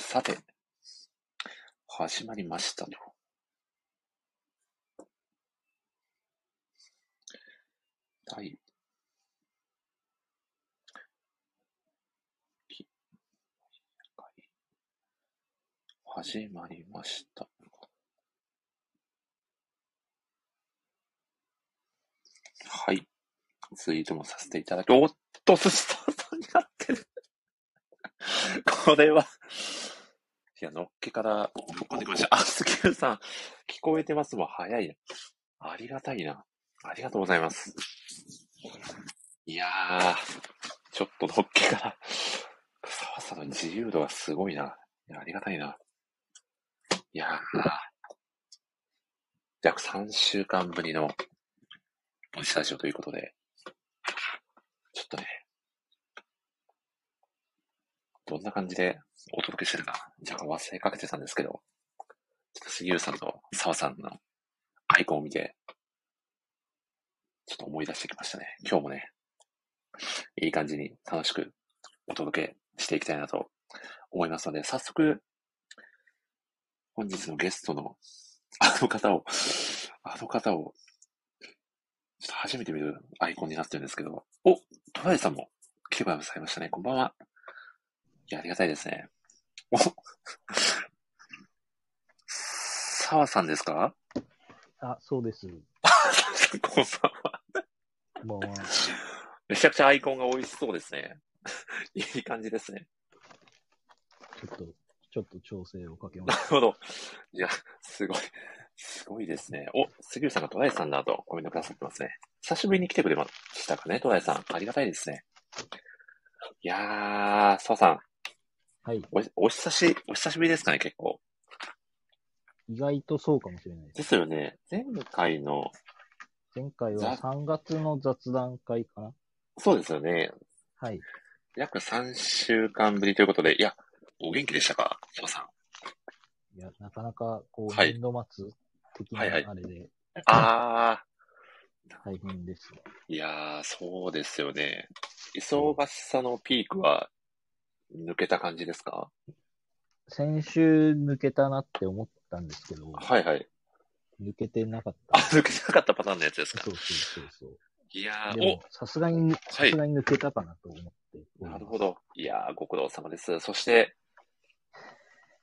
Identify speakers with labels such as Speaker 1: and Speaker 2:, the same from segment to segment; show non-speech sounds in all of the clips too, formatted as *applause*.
Speaker 1: さて、始まりましたと。第始まりました。はい。ツイートもさせていただき、おっと、寿司さんになってる。これは、いや、のっけから乗っかんできました。あ、スキルさん、聞こえてますもん早いな。ありがたいな。ありがとうございます。いやー、ちょっとのっけから、さわさの自由度がすごいな。いや、ありがたいな。いやー、約3週間ぶりの、ボイスタジオということで、ちょっとね、どんな感じでお届けしてるか、若干忘れかけてたんですけど、ちょっと杉浦さんと澤さんのアイコンを見て、ちょっと思い出してきましたね。今日もね、いい感じに楽しくお届けしていきたいなと思いますので、早速、本日のゲストの、あの方を、あの方を、ちょっと初めて見るアイコンになってるんですけど、お、トライさんも来てくださいましたね。こんばんは。いや、ありがたいですね。お、澤さんですか
Speaker 2: あ、そうです。
Speaker 1: こんばんは。
Speaker 2: こんばんは。
Speaker 1: めちゃくちゃアイコンが美味しそうですね。 *laughs* いい感じですね。
Speaker 2: ちょっと、ちょっと調整をかけます。
Speaker 1: なるほど。いや、すごい。すごいですね。お、杉浦さんがトライさんだとコメントくださってますね。久しぶりに来てくれましたかね、トライさん。ありがたいですね。いやー、そうさん、
Speaker 2: はい。
Speaker 1: お、お久し、お久しぶりですかね、結構。
Speaker 2: 意外とそうかもしれないです。
Speaker 1: ですよね。前回の、
Speaker 2: 前回は3月の雑談会かな
Speaker 1: そうですよね。
Speaker 2: はい。
Speaker 1: 約3週間ぶりということで、いや、お元気でしたか、そうさん。
Speaker 2: いや、なかなか、こう、
Speaker 1: はい
Speaker 2: 年度末的な
Speaker 1: はいはい
Speaker 2: あれで
Speaker 1: あ
Speaker 2: 大変ですね。
Speaker 1: ー、いやー、そうですよね。忙しさのピークは抜けた感じですか
Speaker 2: 先週抜けたなって思ったんですけど、
Speaker 1: はいはい。
Speaker 2: 抜けてなかっ
Speaker 1: あ、
Speaker 2: た。
Speaker 1: 抜けなかったパターンのやつですか
Speaker 2: そうそうそうそう。
Speaker 1: いやー、
Speaker 2: でも
Speaker 1: お、
Speaker 2: さすがに、さすがに抜けたかなと思っております。
Speaker 1: なるほど。いやー、ご苦労様です。そして、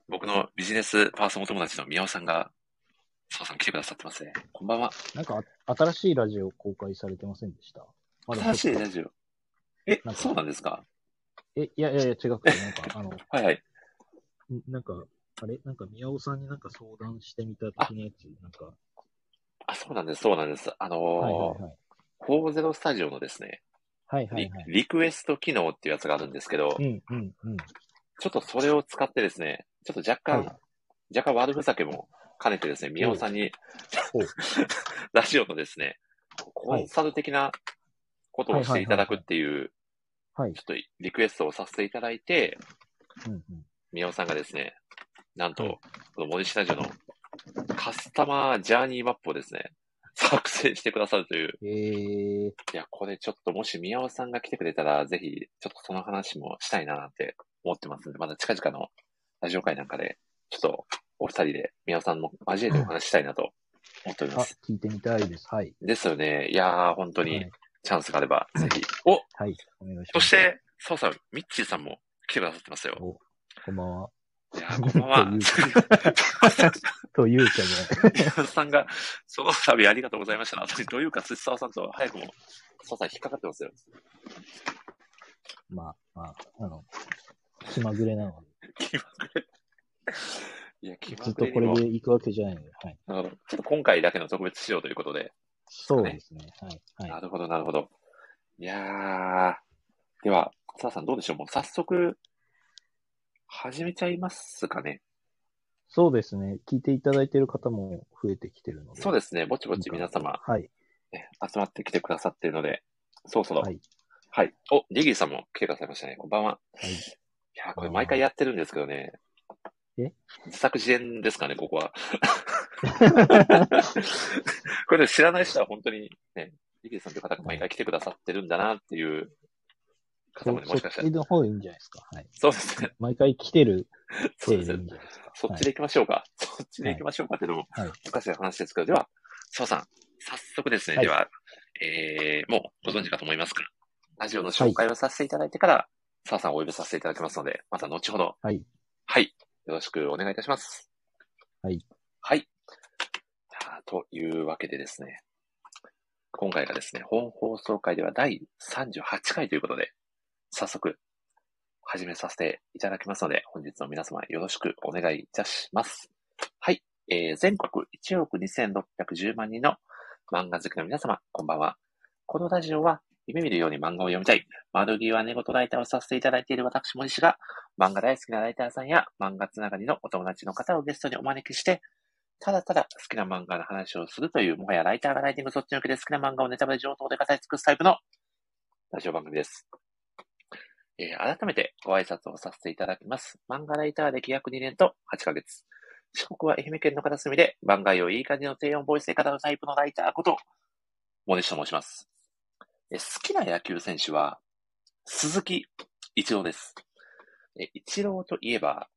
Speaker 1: 僕のビジネスパーソンお友達の宮尾さんが、そうさん来てくださってますね。こんばんは。
Speaker 2: なんか、あ新しいラジオ公開されてませんでしたまだ
Speaker 1: 新しいラジオ。え
Speaker 2: な、んか
Speaker 1: そうなんですか
Speaker 2: え、いやいやいや、違くて、なんか、あの、
Speaker 1: はいはい。
Speaker 2: んなんか、あれなんか宮尾さんになんか相談してみた的なやつなんか、
Speaker 1: あ、そうなんです、そうなんです。あのー、
Speaker 2: はいはいはい。
Speaker 1: 40スタジオのですね、
Speaker 2: はいは
Speaker 1: リ
Speaker 2: いはい。
Speaker 1: リクエスト機能っていうやつがあるんですけど、
Speaker 2: うんうんうん。
Speaker 1: ちょっとそれを使ってですね、ちょっと若干、
Speaker 2: はい
Speaker 1: 若干悪ふざけも兼ねてですね、宮尾さんに
Speaker 2: ほう、
Speaker 1: ラジオのですね、コンサル的なことをしていただくっていう、
Speaker 2: はい
Speaker 1: ちょ。っとリクエストをさせていただいて、
Speaker 2: うんうん。
Speaker 1: 宮尾さんがですね、なん
Speaker 2: は
Speaker 1: と
Speaker 2: い、
Speaker 1: この森市ラジオのカスタマージャーニーマップをですね、作成してくださるという。
Speaker 2: えー、
Speaker 1: いや、これちょっともし宮尾さんが来てくれたら、ぜひ、ちょっとその話もしたいななんて思ってますんで、まだ近々のラジオ会なんかで、ちょっとお二人で宮尾さんも交えてお話ししたいなと思っており
Speaker 2: あ
Speaker 1: ます。、
Speaker 2: 聞いてみたいです。はい。
Speaker 1: ですよね。いやー、本当
Speaker 2: は
Speaker 1: に
Speaker 2: い。
Speaker 1: チャンスがあれば、ぜひ。お
Speaker 2: はい。お願いし
Speaker 1: そ
Speaker 2: ます。
Speaker 1: して、そうさん、ミッチーさんも来てくださってますよ。
Speaker 2: お、こんばんは。
Speaker 1: い
Speaker 2: *laughs*
Speaker 1: やー、こんばんは。
Speaker 2: というか *laughs* ね、
Speaker 1: 宮尾さんが、その度ありがとうございましたな。というか、辻沢さんと早くも、そうさん引っかかってますよ。
Speaker 2: まあまあ、あの、気まぐれなので、
Speaker 1: 気まぐれ。いや、気ま
Speaker 2: ずっ
Speaker 1: ぐ
Speaker 2: と
Speaker 1: れ
Speaker 2: こ
Speaker 1: にも
Speaker 2: れで行くわけじゃないので、はい。
Speaker 1: なるほど。ちょっと今回だけの特別仕様ということで。
Speaker 2: そうですね。はい。は。
Speaker 1: ないるほど、なるほど。いやー。では、澤さんどうでしょうもう早速、始めちゃいますかね。
Speaker 2: そうですね。聞いていただいている方も増えてきてるので。
Speaker 1: そう
Speaker 2: で
Speaker 1: ですね。ぼちぼち皆様、
Speaker 2: はい。
Speaker 1: ね集まってきてくださっているので、そろそろ。は
Speaker 2: はいい。。
Speaker 1: お、リギーさんも来てくださいましたね。こんばんは。
Speaker 2: はい
Speaker 1: いやー、これ毎回やってるんですけどね。
Speaker 2: え
Speaker 1: 自作自演ですかね、ここ *laughs* は。これね知らない人は本当にね、リギーさんという方が毎回来てくださってるんだなっていう方もね、もしかしたら
Speaker 2: そっちの方がいいんじゃないですか。はい。
Speaker 1: そうですね。
Speaker 2: 毎回来てる
Speaker 1: そう
Speaker 2: い
Speaker 1: です
Speaker 2: いじゃ
Speaker 1: ね
Speaker 2: ないですか。
Speaker 1: そっちで行きましょうか。そっちで行きましょうかっていうのも、
Speaker 2: はい
Speaker 1: おかしい話ですけど、では、澤さん、早速ですね、
Speaker 2: はい
Speaker 1: では、えー、もうご存知かと思いますから、ラジオの紹介をさせていただいてから、澤さんをお呼びさせていただきますので、また後ほど、
Speaker 2: はい。
Speaker 1: はい、よろしくお願いいたします。
Speaker 2: はい。
Speaker 1: はい。さあというわけでですね、今回がですね、本放送会では第38回ということで、早速、始めさせていただきますので、本日の皆様よろしくお願いいたします。はい。えー全国1億2610万人の漫画好きの皆様、こんばんは。このラジオは、夢見るように漫画を読みたい、窓際寝言ライターをさせていただいている私、森氏が、漫画大好きなライターさんや、漫画つながりのお友達の方をゲストにお招きして、ただただ好きな漫画の話をするという、もはやライターがライティングそっちのけで好きな漫画をネタバレ上等で語り尽くすタイプのラジオ番組です。えー改めてご挨拶をさせていただきます。漫画ライター歴約2年と8ヶ月。四国は愛媛県の片隅で、番外をいい感じの低音ボイスで語るタイプのライターこと、モネシと申します。えー好きな野球選手は、鈴木一郎です。えー一郎といえば、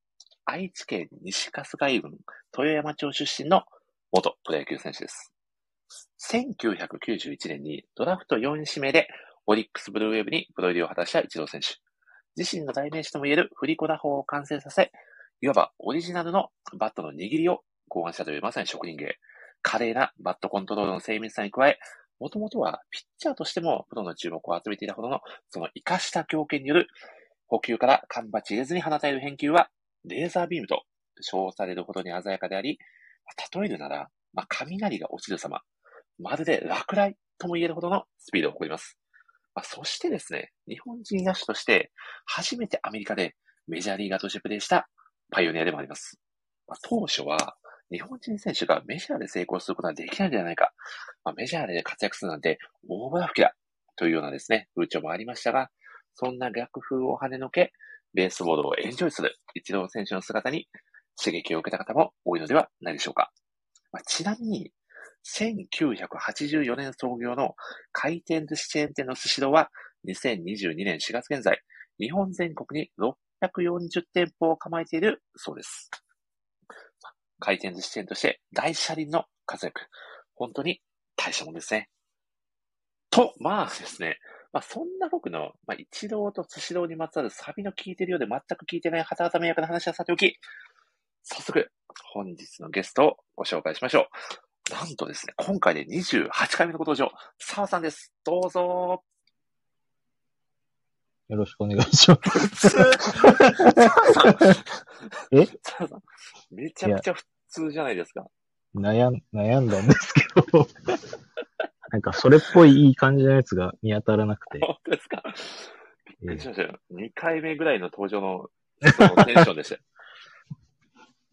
Speaker 1: 愛知県西春日井郡豊山町出身の元プロ野球選手です。1991年にドラフト4位指名でオリックスブルーウェーブにプロ入りを果たした一郎選手。自身の代名詞ともいえる振り子打法を完成させ、いわばオリジナルのバットの握りを考案したというまさに職人芸。華麗なバットコントロールの精密さに加え、もともとはピッチャーとしてもプロの注目を集めていたほどの、その活かした強肩による補給から缶バッチ入れずに放たれる返球は、レーザービームと称されるほどに鮮やかであり、例えるなら、まあ、雷が落ちる様、まるで落雷とも言えるほどのスピードを誇ります。まあ、そしてですね、日本人野手として初めてアメリカでメジャーリーガーとしてプレーしたパイオニアでもあります。まあ、当初は日本人選手がメジャーで成功することはできないんじゃないか。まあ、メジャーで活躍するなんて大村吹きだ。というようなですね、風潮もありましたが、そんな逆風を跳ねのけ、ベースボールをエンジョイする一郎選手の姿に刺激を受けた方も多いのではないでしょうか。まあ、ちなみに、1984年創業の回転寿司チェーン店のスシローは2022年4月現在、日本全国に640店舗を構えているそうです。回転寿司店として大車輪の活躍。本当に大したもんですね。と、まあですね。まあそんな僕の、まあ一郎とスシローにまつわるサビの効いてるようで全く効いてない旗頭役の話はさておき、早速本日のゲストをご紹介しましょう。なんとですね、今回で28回目のご登場、澤さんです。どうぞ。
Speaker 2: よろしくお願いし *laughs* ます。
Speaker 1: 普通澤さん
Speaker 2: え
Speaker 1: 澤さん、めちゃくちゃ普通じゃないですか。
Speaker 2: 悩ん、悩んだんですけど。なんか、それっぽいいい感じのやつが見当たらなくて。
Speaker 1: *laughs* 本当ですかびっく
Speaker 2: え
Speaker 1: りし
Speaker 2: え
Speaker 1: ましたよ。2回目ぐらいの登場のそのテンションで
Speaker 2: *laughs*
Speaker 1: したよ。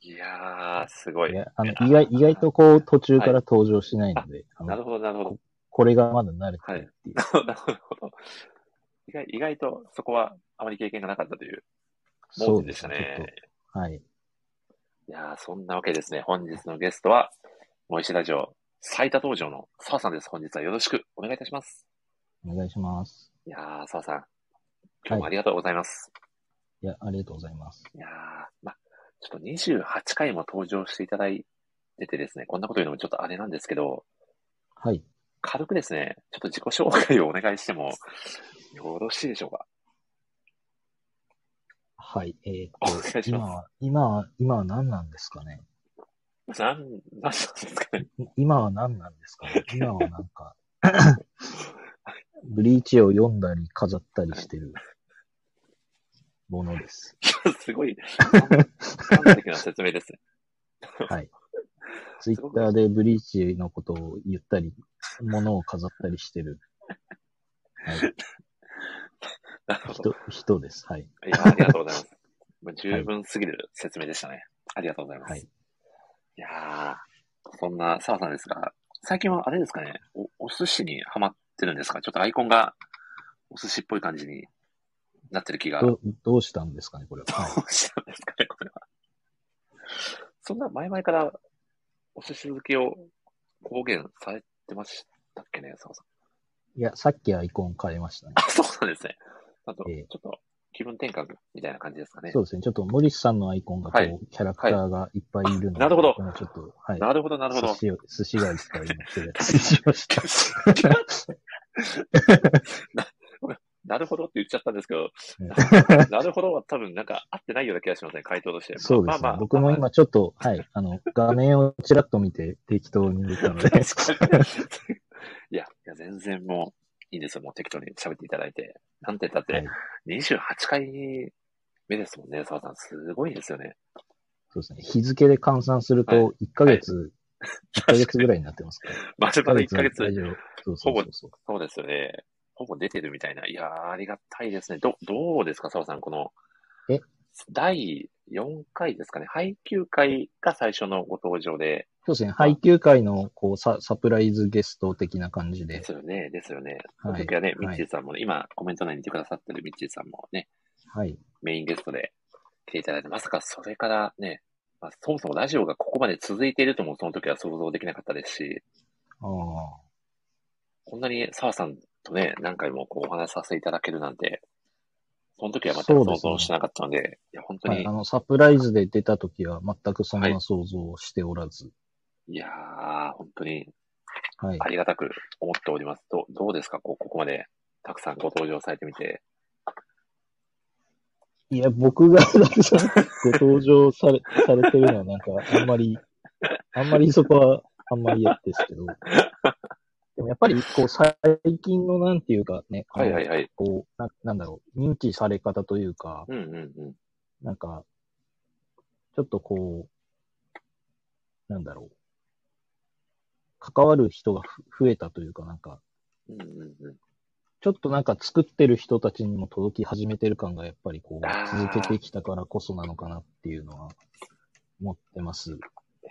Speaker 1: いやー、すごい。
Speaker 2: い
Speaker 1: な
Speaker 2: やあの意外、意外とこう、途中から登場しないので、あの
Speaker 1: るほど、なるほど。
Speaker 2: これがまだ慣れてないっていう。
Speaker 1: *laughs* なるほど。意外意外とそこはあまり経験がなかったという
Speaker 2: そ
Speaker 1: 盲
Speaker 2: う
Speaker 1: 点でした
Speaker 2: ちょっ
Speaker 1: ね。
Speaker 2: とはい。
Speaker 1: いやー、そんなわけですね。本日のゲストは、モイシラジオ最多登場の澤さんです。本日はよろしくお願いいたします。
Speaker 2: お願いします。
Speaker 1: いやー、澤さん、今日もありがとうございます。
Speaker 2: いや、ありがとうございます。
Speaker 1: いやーまあ、ちょっと28回も登場していただいててですね、こんなこと言うのもちょっとあれなんですけど、
Speaker 2: はい。
Speaker 1: 軽くですね、ちょっと自己紹介をお願いしてもよろしいでしょうか。
Speaker 2: はい。え
Speaker 1: お願
Speaker 2: ーっ
Speaker 1: い
Speaker 2: と、
Speaker 1: しま
Speaker 2: 今は、今は、今は何なんですかね。
Speaker 1: なん、なんですかね。
Speaker 2: い今は何なんですかね。
Speaker 1: *laughs*
Speaker 2: 今はなんか、 *coughs* ブリーチを読んだり飾ったりしてるものです。
Speaker 1: すごい、端的な説明ですね。
Speaker 2: はい。ツイッターでブリーチのことを言ったり、ものを飾ったりしてる、はい、
Speaker 1: なるほど。
Speaker 2: 人、人です。はい。
Speaker 1: いや、ありがとうござい
Speaker 2: *laughs*
Speaker 1: ます。もう十分すぎる説明でしたね。ありがとうございます。、
Speaker 2: はいい。
Speaker 1: やーそんな澤さんですが、最近はあれですかね、おお寿司にハマってるんですかちょっとアイコンがお寿司っぽい感じになってる気が。 *laughs*
Speaker 2: ど、どうしたんですかね、これは。はい
Speaker 1: どうしたんですかね、これは。そんな前々からお寿司好きを公言されてましたっけね、澤さん。
Speaker 2: いや、さっきアイコン変えましたね。
Speaker 1: *laughs* あ、そうなんですね。あと、
Speaker 2: ええ
Speaker 1: ちょっと気分転換みたいな感じですかね。
Speaker 2: そうですね。ちょっと、森さんのアイコンがこう、
Speaker 1: はい
Speaker 2: キャラクターがいっぱいいる
Speaker 1: はいあ
Speaker 2: ので、
Speaker 1: なるほど
Speaker 2: このちょっと、はい。
Speaker 1: なるほど、なるほど
Speaker 2: 寿。司を、寿司がですから今、
Speaker 1: *laughs*
Speaker 2: 手しました。
Speaker 1: *laughs* なるほどって言っちゃったんですけど、なるほどは多分なんか合ってないような気がしますね、回答として。
Speaker 2: そうですね。僕も今ちょっと、はい、あの、画面をちらっと見て適当に見た
Speaker 1: *laughs*
Speaker 2: ので。
Speaker 1: 確かに。いや、いや全然もういいんですよ。もう適当に喋っていただいて。なんて言ったっ
Speaker 2: はい
Speaker 1: て、28回目ですもんね、澤さん。すごいですよね。
Speaker 2: そうですね。日付で換算する
Speaker 1: は
Speaker 2: と、1ヶ月、一1ヶ月ぐらいになってますから。
Speaker 1: ま *laughs* るまる1ヶ月
Speaker 2: 大、丈夫。そうそうそうそう。
Speaker 1: そうですよね。ほぼ出てるみたいな。いやー、ありがたいですね。ど、どうですか、澤さん、この、
Speaker 2: え
Speaker 1: 第4回ですかね。配給会が最初のご登場で、
Speaker 2: そうですね。配給会の、こう、ササプライズゲスト的な感じ
Speaker 1: で。
Speaker 2: です
Speaker 1: よね、ですよね。そ
Speaker 2: はい
Speaker 1: の時はね、
Speaker 2: はい
Speaker 1: ミッチーさんもね、今コメント内にいてくださってるミッチーさんもね、
Speaker 2: はい。
Speaker 1: メインゲストで来ていただいて、まさかそれからね、まあ、そもそもラジオがここまで続いているともその時は想像できなかったですし、
Speaker 2: ああ。
Speaker 1: こんなに澤さんとね、何回もこうお話しさせていただけるなんて、その時は全く
Speaker 2: そう
Speaker 1: 想
Speaker 2: ですね
Speaker 1: 像してなかったので、いや、本当
Speaker 2: は
Speaker 1: に、
Speaker 2: い、あの、サプライズで出たときは全くそん
Speaker 1: は
Speaker 2: ない想像をしておらず。
Speaker 1: いやー、本当に
Speaker 2: はい。
Speaker 1: ありがたく思っております。どどうですかこうここまでたくさんご登場されてみて。
Speaker 2: い、や、僕が *laughs* ご登場され、されてるのはなんか、あんまり、あんまりそこは、あんまりやですけど。でもやっぱり、こう、最近のなんていうかね、
Speaker 1: はいはいはい。
Speaker 2: こうな、なんだろう、認知され方というか、
Speaker 1: うんうんうん。
Speaker 2: なんか、ちょっとこう、なんだろう、関わる人がふ増えたというか、なんか、
Speaker 1: うんうんうん、
Speaker 2: ちょっとなんか作ってる人たちにも届き始めてる感がやっぱりこ
Speaker 1: あ
Speaker 2: う、
Speaker 1: ー
Speaker 2: 続けてきたからこそなのかなっていうのは思ってます。
Speaker 1: い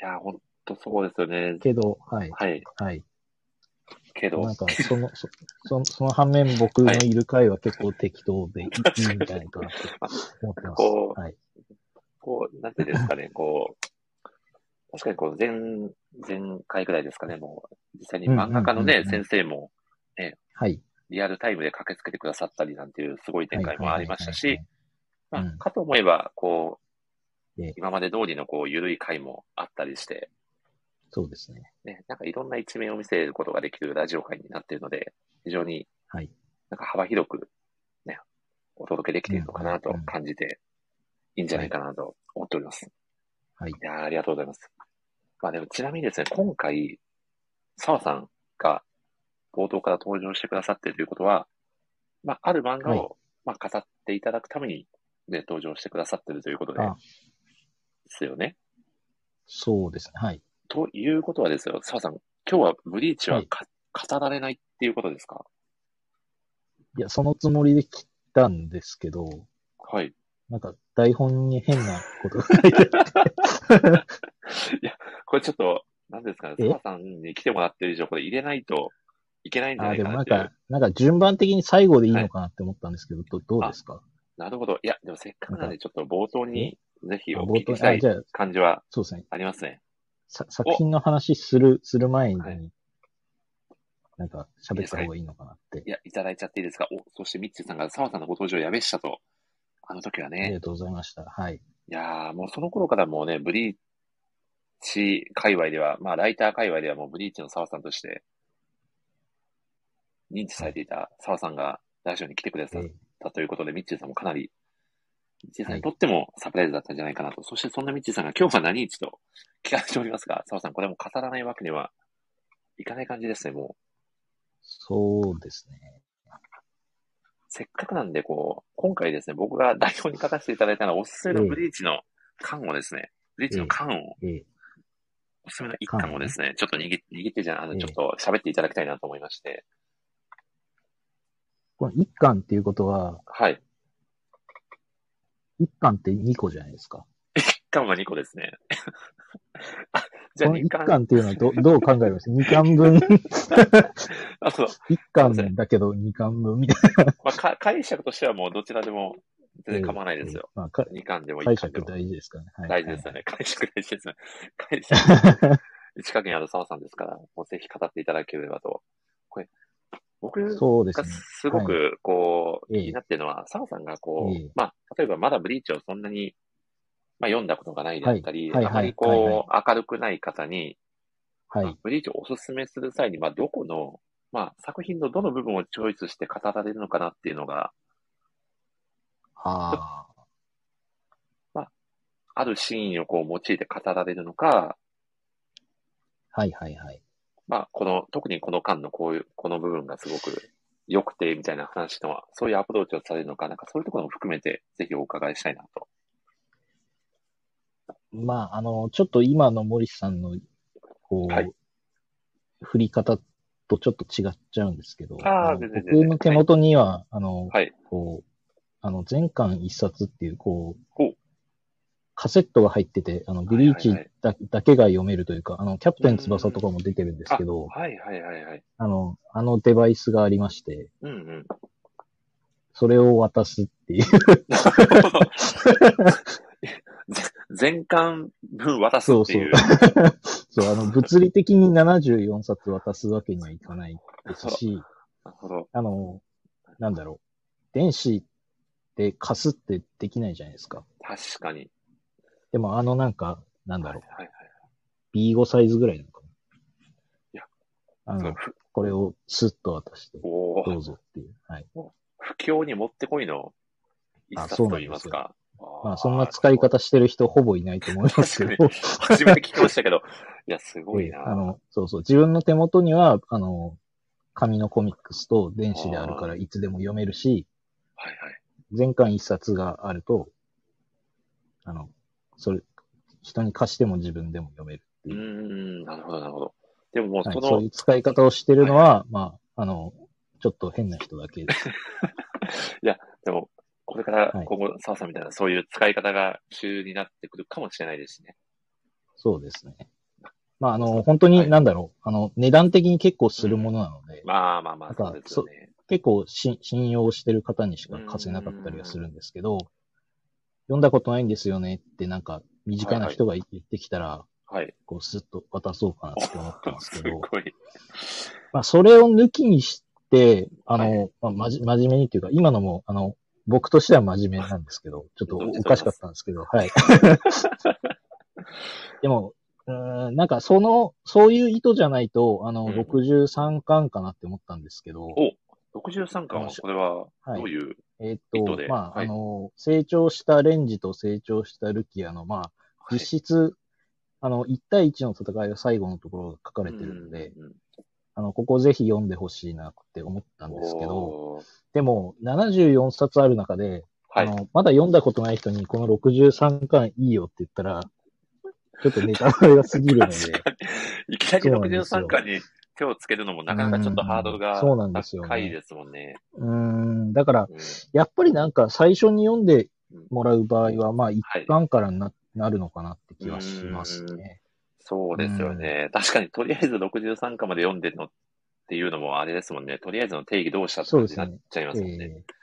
Speaker 1: やー、本当そうですよね。
Speaker 2: けど、はい、
Speaker 1: はい。
Speaker 2: はい。
Speaker 1: けど、
Speaker 2: なんか、その、そそその反面僕のいる回は結構適当でいい
Speaker 1: 確かに
Speaker 2: いいんじゃないかなと思ってます
Speaker 1: *laughs* こ。う
Speaker 2: はい。
Speaker 1: こう、なんていうんですかね、こう、確かにこう、前、前回ぐらいですかね、もう、実際に漫画家の
Speaker 2: うん
Speaker 1: ね
Speaker 2: う、んうんう
Speaker 1: 先生
Speaker 2: ん
Speaker 1: も
Speaker 2: はい。
Speaker 1: リアルタイムで駆けつけてくださったりなんていうすごい展開もありました
Speaker 2: はい
Speaker 1: し、ま
Speaker 2: はいはい
Speaker 1: あ
Speaker 2: うん
Speaker 1: かと思えば、こう
Speaker 2: ね、
Speaker 1: 今まで通りのこう、ゆるい回もあったりして、
Speaker 2: そうですね。
Speaker 1: ね、なんかいろんな一面を見せることができるラジオ会になっているので、非常に
Speaker 2: はい。
Speaker 1: なんか幅広く、ね、お届けできているのかなと
Speaker 2: うんうんうん
Speaker 1: 感じて、いいんじゃないかなと思っております。
Speaker 2: はい
Speaker 1: いやーありがとうございます。まあでもちなみにですね、今回、澤さんが冒頭から登場してくださっているということは、まあ、ある漫画を、
Speaker 2: はい
Speaker 1: まあ、語っていただくために、ね、登場してくださっているということで、で
Speaker 2: あ
Speaker 1: すよね。
Speaker 2: そうですね。はい。
Speaker 1: ということはですよ、澤さん、今日はブリーチは
Speaker 2: はい
Speaker 1: か、語られないっていうことですか
Speaker 2: いや、そのつもりで来たんですけど、
Speaker 1: はい。
Speaker 2: なんか台本に変なことが書いてあって
Speaker 1: これちょっと、何ですかね、
Speaker 2: え
Speaker 1: 澤さんに来てもらってる以上、これ入れないといけないんじゃ
Speaker 2: あ
Speaker 1: な
Speaker 2: ー、
Speaker 1: い
Speaker 2: で
Speaker 1: か
Speaker 2: も
Speaker 1: な
Speaker 2: な
Speaker 1: っ
Speaker 2: ん
Speaker 1: ていう。
Speaker 2: か、なんか順番的に最後でいいのかなって思ったんですけど、どどうですか
Speaker 1: なるほど。いや、でもせっかくなん
Speaker 2: な
Speaker 1: で、ちょっと冒頭に、ぜひ
Speaker 2: あ
Speaker 1: お
Speaker 2: 冒
Speaker 1: 聞
Speaker 2: 頭
Speaker 1: き
Speaker 2: に
Speaker 1: した
Speaker 2: あ、
Speaker 1: い
Speaker 2: じゃあ、
Speaker 1: 感じは
Speaker 2: そうですね。
Speaker 1: ありますね。
Speaker 2: さ作品の話する、する前に、
Speaker 1: はい
Speaker 2: なんか喋った方がいいのかなって。
Speaker 1: いや、いただいちゃっていいですかお、そしてミッチーさんが澤さんのご登場をやめしたと。あの時は
Speaker 2: あり
Speaker 1: ね。
Speaker 2: がとうございました。はい。
Speaker 1: いやー、もうその頃からもうね、ブリーチ界隈では、まあライター界隈ではもうブリーチの澤さんとして、認知されていた澤さんがラジオに来てくださ
Speaker 2: え
Speaker 1: っ
Speaker 2: ー
Speaker 1: たということで、ミッチーさんもかなり、ミッチーさん
Speaker 2: は
Speaker 1: に
Speaker 2: い
Speaker 1: とってもサプライズだったんじゃないかなと。そしてそんなミッチーさんが今日は何日と聞かれておりますが、澤さん、これも語らないわけにはいかない感じですね、もう。
Speaker 2: そうですね。
Speaker 1: せっかくなんで、こう、今回ですね、僕が代表に書かせていただいたのは、おすすめのブリーチの缶をですね、ブリーチの缶を、
Speaker 2: えー
Speaker 1: おすすめの一缶をですね、ちょっと握っ握ってじゃん、あ
Speaker 2: え
Speaker 1: の、
Speaker 2: え
Speaker 1: ちょっと喋っていただきたいなと思いまして、
Speaker 2: この一巻っていうことは、
Speaker 1: はい。
Speaker 2: 一巻って二個じゃないですか。
Speaker 1: 一缶は2個ですね。 *laughs* あじゃ
Speaker 2: こ
Speaker 1: あ
Speaker 2: の
Speaker 1: 2
Speaker 2: 一
Speaker 1: 缶、
Speaker 2: 巻っていうのはどどう考
Speaker 1: *laughs*
Speaker 2: えます二巻分、
Speaker 1: あそう
Speaker 2: 一巻だけど二巻分みたい
Speaker 1: まあか解釈としてはもうどちらでも
Speaker 2: な。
Speaker 1: 全然構わないですよ。
Speaker 2: えー。まあ、か
Speaker 1: 2缶でも1
Speaker 2: 解
Speaker 1: 缶で
Speaker 2: 釈
Speaker 1: も。
Speaker 2: 大事ですからね。はい
Speaker 1: 大事ですよね。解釈大事です *laughs* ね。解釈。一角にある澤さんですから、もうぜひ語っていただければと。これ、僕
Speaker 2: そうです
Speaker 1: が
Speaker 2: ね。
Speaker 1: すごく、こう、
Speaker 2: ええ
Speaker 1: 気になってるのは、澤さんがこ
Speaker 2: え
Speaker 1: う
Speaker 2: え、
Speaker 1: まあ、例えばまだブリーチをそんなに、まあ、読んだことがないだったり、
Speaker 2: はいはい
Speaker 1: あまりこう、明るくない方に、
Speaker 2: は
Speaker 1: まあ
Speaker 2: い。
Speaker 1: ブリーチをおすすめする際に、まあ、どこの、まあ、作品のどの部分をチョイスして語られるのかなっていうのが、
Speaker 2: ああ。
Speaker 1: あるシーンをこう、用いて語られるのか、
Speaker 2: はいはいはい。
Speaker 1: まあ、この、特にこの間のこういう、この部分がすごく良くて、みたいな話の、そういうアプローチをされるのか、なんかそういうところも含めて、ぜひお伺いしたいなと。
Speaker 2: まあ、あの、ちょっと今の森さんの、こう、
Speaker 1: はい
Speaker 2: 振り方とちょっと違っちゃうんですけど、
Speaker 1: あー
Speaker 2: の
Speaker 1: 全然全
Speaker 2: 僕
Speaker 1: 然
Speaker 2: の手元には、あの、
Speaker 1: はい
Speaker 2: こう、あの、全巻一冊っていう、こ
Speaker 1: ほ
Speaker 2: う
Speaker 1: う、
Speaker 2: カセットが入ってて、あの、ブリーチ
Speaker 1: はいはい
Speaker 2: だ,、だけが読めるというか、あの、キャプテン翼とかも出てるんですけど、
Speaker 1: はいはいはいはい。
Speaker 2: あの、あのデバイスがありまして、
Speaker 1: うん *laughs* うん。
Speaker 2: それを渡すっていう、 *laughs*
Speaker 1: 全巻分渡すっていう。
Speaker 2: そう、あの、物理的に74冊渡すわけにはいかないですし、
Speaker 1: なるほど。
Speaker 2: あの、なんだろう。電子で貸すってできないじゃないですか。
Speaker 1: 確かに。
Speaker 2: でもあのなんか、なんだろ
Speaker 1: はいはいはい。
Speaker 2: う。B5 サイズぐらいなのかな。
Speaker 1: いや。
Speaker 2: あ
Speaker 1: そう
Speaker 2: の、
Speaker 1: ふ
Speaker 2: これをスッと渡して、
Speaker 1: お
Speaker 2: ど
Speaker 1: ー
Speaker 2: うぞっていう。はい。
Speaker 1: 不況にもってこいの一冊と言いますか。
Speaker 2: まあそんな使い方してる人ほぼいないと思いますけど。
Speaker 1: 初めて聞きましたけど。いや、すごいな。
Speaker 2: *laughs* あの、そうそう。自分の手元には、あの、紙のコミックスと電子であるからいつでも読めるし、
Speaker 1: はいはい。
Speaker 2: 全巻一冊があると、あの、それ、人に貸しても自分でも読めるって
Speaker 1: うー
Speaker 2: い
Speaker 1: ん、
Speaker 2: う。
Speaker 1: なるほど、なるほど。でももう
Speaker 2: はい
Speaker 1: そ
Speaker 2: そ
Speaker 1: の
Speaker 2: うい、う使い方をしてるのは、まあ、あの、ちょっと変な人だけです。
Speaker 1: でも、これから
Speaker 2: はい
Speaker 1: 今後、澤さんみたいな、そういう使い方が主流になってくるかもしれないですしね。
Speaker 2: そうですね。まあ、あの、本当に、なんだろう、あの、値段的に結構するものなので、
Speaker 1: まあまあまあ、そうですよね。
Speaker 2: 結構し信用してる方にしか貸せなかったりはするんですけど、読んだことないんですよねって、なんか、身近な人が言ってきたら、
Speaker 1: はい。
Speaker 2: こう、スッと渡そうかなって思ってます
Speaker 1: *laughs* す
Speaker 2: けど、
Speaker 1: ごい。
Speaker 2: まあ、それを抜きにして、あの、
Speaker 1: は
Speaker 2: まあ、まじ、真面目にというか、今のも、あの、僕としては真面目なんですけど、ちょっとお
Speaker 1: どうぞ
Speaker 2: おかしかったんですけど、はい。 *laughs* でも、うーんなんか、その、そういう意図じゃないと、あの、
Speaker 1: うん
Speaker 2: 63巻かなって思ったんですけど、
Speaker 1: お63巻は、これは、
Speaker 2: はい
Speaker 1: どういう、
Speaker 2: えーっ
Speaker 1: 意図
Speaker 2: と
Speaker 1: で、
Speaker 2: まあ、
Speaker 1: はい
Speaker 2: あの、成長したレンジと成長したルキアの、まあ、
Speaker 1: はい
Speaker 2: 実質、あの、1対1の戦いが最後のところが書かれてるので、
Speaker 1: うんうんうん
Speaker 2: あの、ここぜひ読んでほしいなって思ったんですけど、
Speaker 1: おー
Speaker 2: でも、74冊ある中で、
Speaker 1: はい
Speaker 2: あ。の、まだ読んだことない人にこの63巻いいよって言ったら、ちょっとネタバレが過ぎるの
Speaker 1: *laughs*
Speaker 2: で、
Speaker 1: 確かに。いきなり
Speaker 2: そうなんです
Speaker 1: 63
Speaker 2: よ
Speaker 1: 巻に手をつけるのもなかなかちょっとハードル
Speaker 2: うん
Speaker 1: が
Speaker 2: そうなんですよね
Speaker 1: 高いですもんね。
Speaker 2: うーん、だから、
Speaker 1: うん
Speaker 2: やっぱりなんか最初に読んで
Speaker 1: うん
Speaker 2: もらう場合は、まあ一
Speaker 1: はい。
Speaker 2: 巻からな、なるのかなって気はしますね。
Speaker 1: そうですよね。確かに、とりあえず63巻まで読んでるのっていうのもあれですもんね。とりあえずの定義どうしたって感じになっちゃいますもんね。。
Speaker 2: えー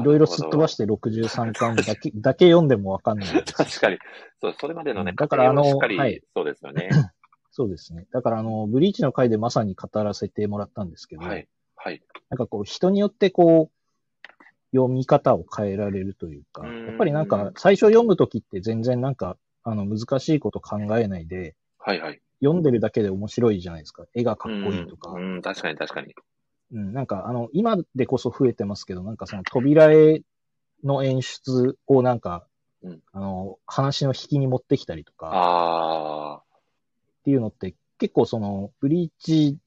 Speaker 2: いろいろすっ飛ばしてて63巻だけ、 *laughs* だけ読んでもわかんないです。
Speaker 1: 確かに。そう、それまでのね、
Speaker 2: だからあの
Speaker 1: 過程をしっかり、
Speaker 2: はい
Speaker 1: そうですよね。
Speaker 2: そうですね。だからあの、ブリーチの回でまさに語らせてもらったんですけど、
Speaker 1: はい。はい。
Speaker 2: なんかこう、人によってこう、読み方を変えられるというか、
Speaker 1: うん
Speaker 2: やっぱりなんか、最初読むときって全然なんか、あの、難しいこと考えないで、
Speaker 1: はいはい。
Speaker 2: 読んでるだけで面白いじゃないですか。絵がかっこいいとか。
Speaker 1: う
Speaker 2: うん
Speaker 1: ん、うん確かに確かに。
Speaker 2: なんか、あの、今でこそ増えてますけど、なんかその扉絵の演出をなんか、
Speaker 1: うん
Speaker 2: あの、話の引きに持ってきたりとか、
Speaker 1: あ
Speaker 2: っていうのって、結構その、ブリーチ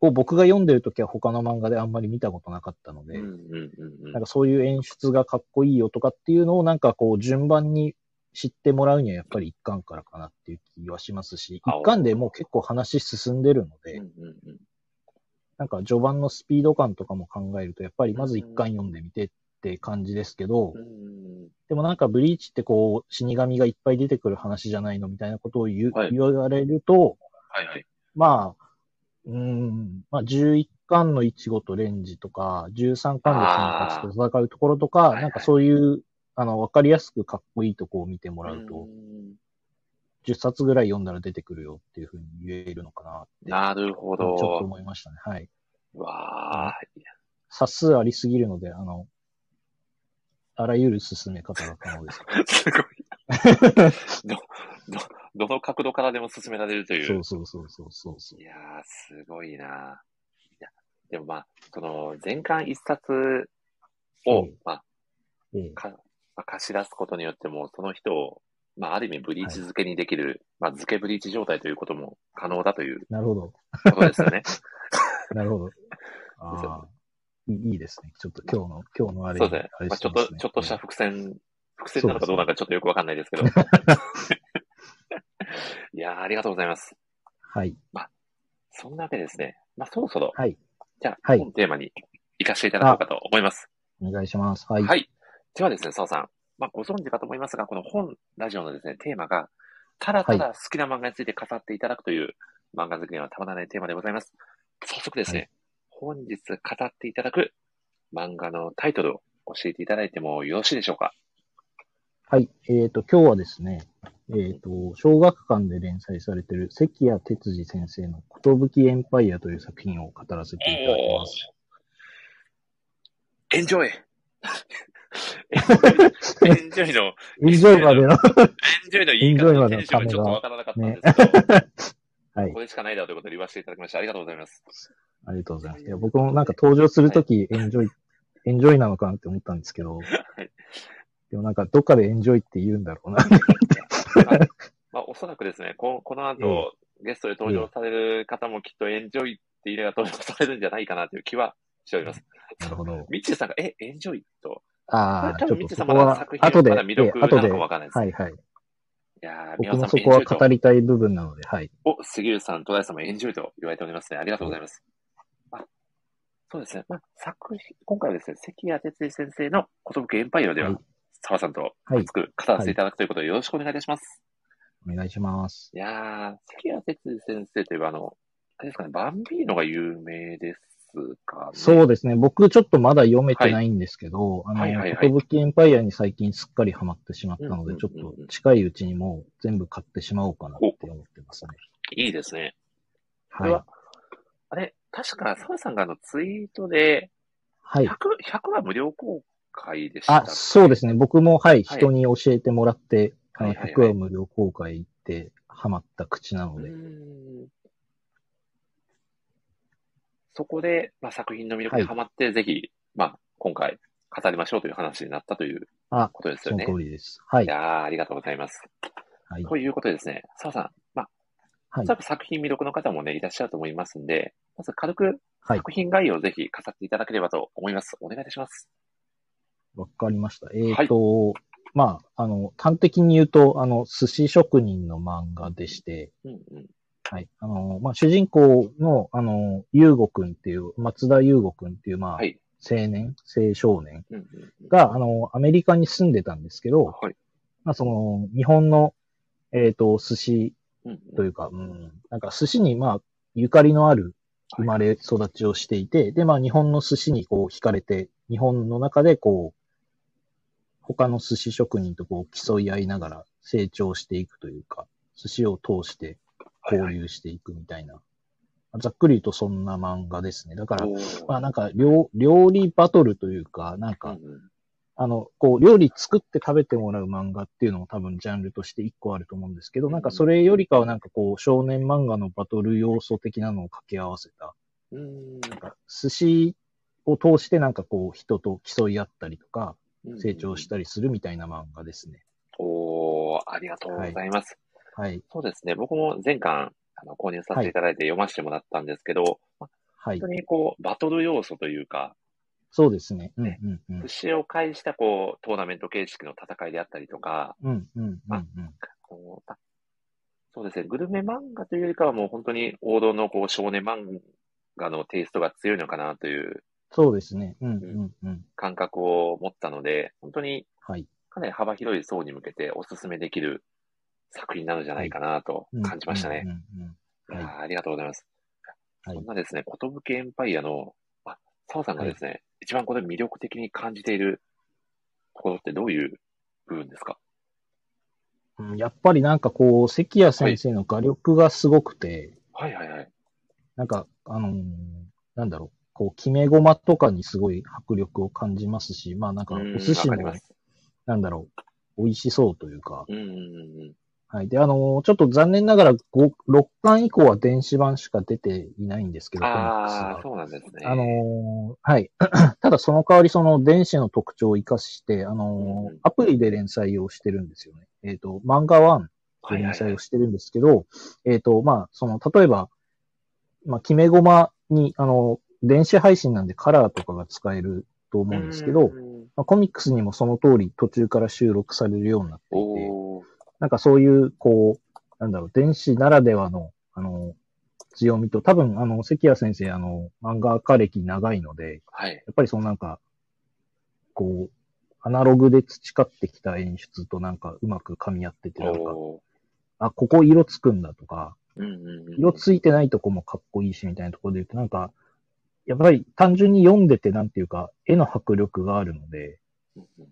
Speaker 2: を僕が読んでるときは他の漫画であんまり見たことなかったの
Speaker 1: ー。
Speaker 2: で、
Speaker 1: うんうんうん
Speaker 2: な
Speaker 1: うんん。
Speaker 2: かそういう演出がかっこいいよとかっていうのをなんかこう順番に知ってもらうにはやっぱり一巻からかなっていう気はしますし、
Speaker 1: あお
Speaker 2: 一巻でもう結構話進んでるの
Speaker 1: う
Speaker 2: で、
Speaker 1: んうんうん
Speaker 2: なんか序盤のスピード感とかも考えると、やっぱりまず一巻読んでみてって感じですけど
Speaker 1: う、ん
Speaker 2: でもなんかブリーチってこう死神がいっぱい出てくる話じゃないのみたいなことを言う
Speaker 1: はい
Speaker 2: 言われると、
Speaker 1: はいはい。
Speaker 2: まあ、うーん、まあ11巻のイチゴとレンジとか、13巻で
Speaker 1: あー
Speaker 2: 先発と戦うところと
Speaker 1: い
Speaker 2: か、
Speaker 1: はい
Speaker 2: なんかそういう、あの、わかりやすくかっこいいとこを見てもらうと、
Speaker 1: うん
Speaker 2: 10冊ぐらい読んだら出てくるよっていうふうに言えるのかなって、
Speaker 1: なるほ
Speaker 2: ちょっと
Speaker 1: ど。
Speaker 2: 思いましたね。はい。
Speaker 1: わあ、
Speaker 2: 冊数ありすぎるので、あの、あらゆる進め方が可能
Speaker 1: *laughs*
Speaker 2: です。
Speaker 1: すごい。
Speaker 2: *laughs*
Speaker 1: ど、ど、どの角度からでも進められるという。
Speaker 2: そうそうそうそうそうそう
Speaker 1: い。やー、すごいな。いや、でもまあ、その、全巻一冊を、
Speaker 2: うん
Speaker 1: まあ、
Speaker 2: ええ
Speaker 1: か、まあ、貸し出すことによっても、その人を、まあ、ある意味ブリーチ漬けにできる、まあ、漬けブリーチ状態ということも可能だという
Speaker 2: なるほど。
Speaker 1: ことですよね。
Speaker 2: なるほ
Speaker 1: *laughs*
Speaker 2: ど。
Speaker 1: です
Speaker 2: あ
Speaker 1: よ
Speaker 2: あ。いいいいですね。ちょっと今日の、今日のあれ
Speaker 1: そう
Speaker 2: に、
Speaker 1: ですね
Speaker 2: あ。れ
Speaker 1: まあ、
Speaker 2: し
Speaker 1: ちょ
Speaker 2: て
Speaker 1: っ
Speaker 2: ま
Speaker 1: と
Speaker 2: す、ね
Speaker 1: ちょっとした伏線、伏線なのかどうなのかちょっとよくわかんないですけど。 *laughs* いやー、ありがとうございます。
Speaker 2: はい。
Speaker 1: そんなわけでですね、まあ、そろそろ、
Speaker 2: はい。
Speaker 1: じゃあ、
Speaker 2: はい
Speaker 1: 本テーマに行かせていただこうかと思います。
Speaker 2: お願いします。は。
Speaker 1: はいい。ではですね、澤さん、まあ、ご存知かと思いますが、この本、ラジオのですね、テーマが、ただただ好きな漫画について語っていただくという、漫画好きにはたまらないテーマでございます。早速ですね、
Speaker 2: は
Speaker 1: 本日語っていただく漫画のタイトルを教えていただいてもよろしいでしょうか
Speaker 2: はい。えっ、と、今日はですね、えっ、と、小学館で連載されている関谷哲司先生のことぶきエンパイアという作品を語らせていただきます。
Speaker 1: エンジョ
Speaker 2: *laughs*
Speaker 1: イエンジョイの、エ
Speaker 2: 以上まで
Speaker 1: *laughs*
Speaker 2: の、
Speaker 1: ンジョイの言い方のテンションがちょっとわからなかったんですけど、
Speaker 2: はい
Speaker 1: こ。れしかないだろうということで言わせていただきました。ありがとうございます。
Speaker 2: ありがとうございます。いや、僕もなんか登場するとき、エンジョイ、エンジョイなのかなって思ったんですけど、
Speaker 1: い
Speaker 2: でもなんか、どっかでエンジョイって言うんだろうな。
Speaker 1: まあ、おそらくですね、ここの後、ゲストで登場される方もきっとエンジョイって言いながら登場されるんじゃないかなという気はしております。
Speaker 2: *laughs* なるほど。
Speaker 1: ミッチーさんが、え、エンジョイと。
Speaker 2: ああ、
Speaker 1: 多
Speaker 2: ちょっ
Speaker 1: 分ミッ
Speaker 2: と
Speaker 1: チーさ
Speaker 2: そ
Speaker 1: ん
Speaker 2: こ
Speaker 1: まだ
Speaker 2: は
Speaker 1: 作、品
Speaker 2: 後
Speaker 1: ま
Speaker 2: で、
Speaker 1: だ魅力
Speaker 2: ええ後
Speaker 1: な
Speaker 2: で、
Speaker 1: のかわからないです。
Speaker 2: はいはい。
Speaker 1: いやー、
Speaker 2: 僕
Speaker 1: 皆さ
Speaker 2: も
Speaker 1: ん、
Speaker 2: そこは語りたい部分なので、はい。
Speaker 1: お、杉浦さん、戸田井さんもエンジョイと言われておりますね。ありがとうございます。あそうですね。まあ、作品、今回はですね、関谷哲司先生のことぶきエンパイアで
Speaker 2: はい
Speaker 1: は、澤、さんと
Speaker 2: はい
Speaker 1: 熱く語らせていただくということで、よろしくお願いいたします。
Speaker 2: お願いします。
Speaker 1: い、やー、関谷哲司先生といえば、あの、あれですかね、バンビーノが有名ですかね。
Speaker 2: そうですね。僕ちょっとまだ読めてないんですけど、
Speaker 1: はい
Speaker 2: あ
Speaker 1: はい
Speaker 2: の、
Speaker 1: はい
Speaker 2: ことぶきエンパイアに最近すっかりハマってしまった
Speaker 1: う
Speaker 2: の
Speaker 1: んうんうんう
Speaker 2: で、
Speaker 1: ん
Speaker 2: ちょっと近いうちにもう全部買ってしまおうかなって思ってますね。
Speaker 1: いいですね。こ
Speaker 2: は
Speaker 1: れ
Speaker 2: い
Speaker 1: は。、あれ、確か澤さんがあのツイートで、
Speaker 2: は
Speaker 1: 100、
Speaker 2: い。
Speaker 1: 100は無料公開でしたっ
Speaker 2: あ、
Speaker 1: け
Speaker 2: そうですね。僕も、はい、
Speaker 1: はい
Speaker 2: 人に教えてもらって、あの、
Speaker 1: はいはいはい
Speaker 2: 100円無料公開行ってハマった口なの
Speaker 1: う
Speaker 2: で、
Speaker 1: ーんそこで、まあ、作品の魅力にハマって、ぜひ、まあ、今回、語りましょうという話になったという
Speaker 2: あ
Speaker 1: ことです
Speaker 2: そ
Speaker 1: よ
Speaker 2: の
Speaker 1: ね。
Speaker 2: 通りです。はい
Speaker 1: い、やーありがとうございます。
Speaker 2: はい、
Speaker 1: ということでですね、澤さん、まあ、
Speaker 2: はい
Speaker 1: おそらく作品魅力の方もね、いらっしゃると思いますんで、まず軽く
Speaker 2: はい。
Speaker 1: 作品概要をぜひ語っていただければと思います。お願いいたします。
Speaker 2: わかりました。えっ、と、まあ、あの、端的に言うと、あの、寿司職人の漫画でして、
Speaker 1: うんうん。
Speaker 2: はい。あの、まあ、主人公の、あの、ゆうごくんっていう、松田ゆうごくんっていう、まあ、
Speaker 1: はい。
Speaker 2: 青年、青少年
Speaker 1: うんうん
Speaker 2: が、あの、アメリカに住んでたんですけ
Speaker 1: うん、
Speaker 2: ど、
Speaker 1: はい。
Speaker 2: まあ、その、日本の、えっ、と、寿司
Speaker 1: うんうん
Speaker 2: というか、うん、なんか寿司に、まあ、ゆかりのある生まれ育ちをしていて、で、まあ、日本の寿司にこう惹かれて、日本の中でこう、他の寿司職人とこう競い合いながら成長していくというか、寿司を通して交流していくみたいな。ざっくり言うとそんな漫画ですね。だから、
Speaker 1: おー
Speaker 2: まあなんか料料理バトルというか、なん
Speaker 1: う
Speaker 2: か
Speaker 1: んうん
Speaker 2: あの、こう、料理作って食べてもらう漫画っていうのも多分ジャンルとして一個あると思うんですけど、なんかそれよりかはなんかこう、少年漫画のバトル要素的なのを掛け合わせた、
Speaker 1: うー
Speaker 2: なんか寿司を通してなんかこう、人と競い合ったりとか、
Speaker 1: ん
Speaker 2: 成長したりするみたいな漫画ですね。
Speaker 1: おーありがとうございます。
Speaker 2: はい。
Speaker 1: そうですね。僕も前巻、あの、購入させていただいて読ませてもらったんですけど、まあ
Speaker 2: はい
Speaker 1: 本当。にこう、バトル要素というか、
Speaker 2: そうですね。うんうんうん
Speaker 1: 寿。司を介したこう、トーナメント形式の戦いであったりとか、
Speaker 2: うんうんうんうん。
Speaker 1: あのあそうですね、グルメ漫画というよりかはもう本当に王道のこう、少年漫画のテイストが強いのかなという
Speaker 2: そうですね。うんうんうん。
Speaker 1: 感覚を持ったので、本当に
Speaker 2: はい。
Speaker 1: かなり幅広い層に向けておすすめできる作品なのじゃないかなと
Speaker 2: うん
Speaker 1: 感じましたね。。
Speaker 2: うんうんうんはい
Speaker 1: あーありがとうございます。
Speaker 2: はい
Speaker 1: そんなですね、ことぶきエンパイアの、あ、澤さんがですね、一番これ魅力的に感じているところってどういう部分ですか
Speaker 2: うんやっぱりなんかこう、関谷先生の画力がすごくて、
Speaker 1: はいはいはい。
Speaker 2: なんか、あのーなんだろう。こう、決め駒とかにすごい迫力を感じますし、まあなんか、
Speaker 1: うん
Speaker 2: お寿司
Speaker 1: わかり
Speaker 2: も
Speaker 1: ます、
Speaker 2: なんだろう、美味しそうというか、
Speaker 1: うんうんうん。
Speaker 2: はい。で、あのーちょっと残念ながら、5 6巻以降は電子版しか出ていないんですけど、コミックス
Speaker 1: あ
Speaker 2: が
Speaker 1: あ、そうなんですね。
Speaker 2: あのーはい。 *clears throat* ただその代わりその電子の特徴を活かして、あのー
Speaker 1: うん
Speaker 2: アプリで連載をしてるんですよね。えっ、と、漫画ワン
Speaker 1: は
Speaker 2: で
Speaker 1: いはい
Speaker 2: 連
Speaker 1: は
Speaker 2: 載
Speaker 1: い
Speaker 2: をしてるんですけど、えっ、と、まあ、その、例えば、まあ、決め駒に、あの、電子配信なんでカラーとかが使えると思うんですけど、
Speaker 1: うん
Speaker 2: まあ、コミックスにもその通り途中から収録されるようになっていて、
Speaker 1: おー
Speaker 2: なんかそういう、こう、なんだろう、電子ならではの、あの、強みと、多分、あの、関谷先生、あの、漫画家歴長いので、
Speaker 1: はい。
Speaker 2: やっぱりそのなんか、こう、アナログで培ってきた演出となんかうまく噛み合ってて、なんか、
Speaker 1: おー
Speaker 2: あ、ここ色つくんだとか、
Speaker 1: うんうんうん
Speaker 2: 色ついてないとこもかっこいいしみたいなところで言うと、なんか、やっぱり単純に読んでてなんていうか、絵の迫力があるので、
Speaker 1: うんうん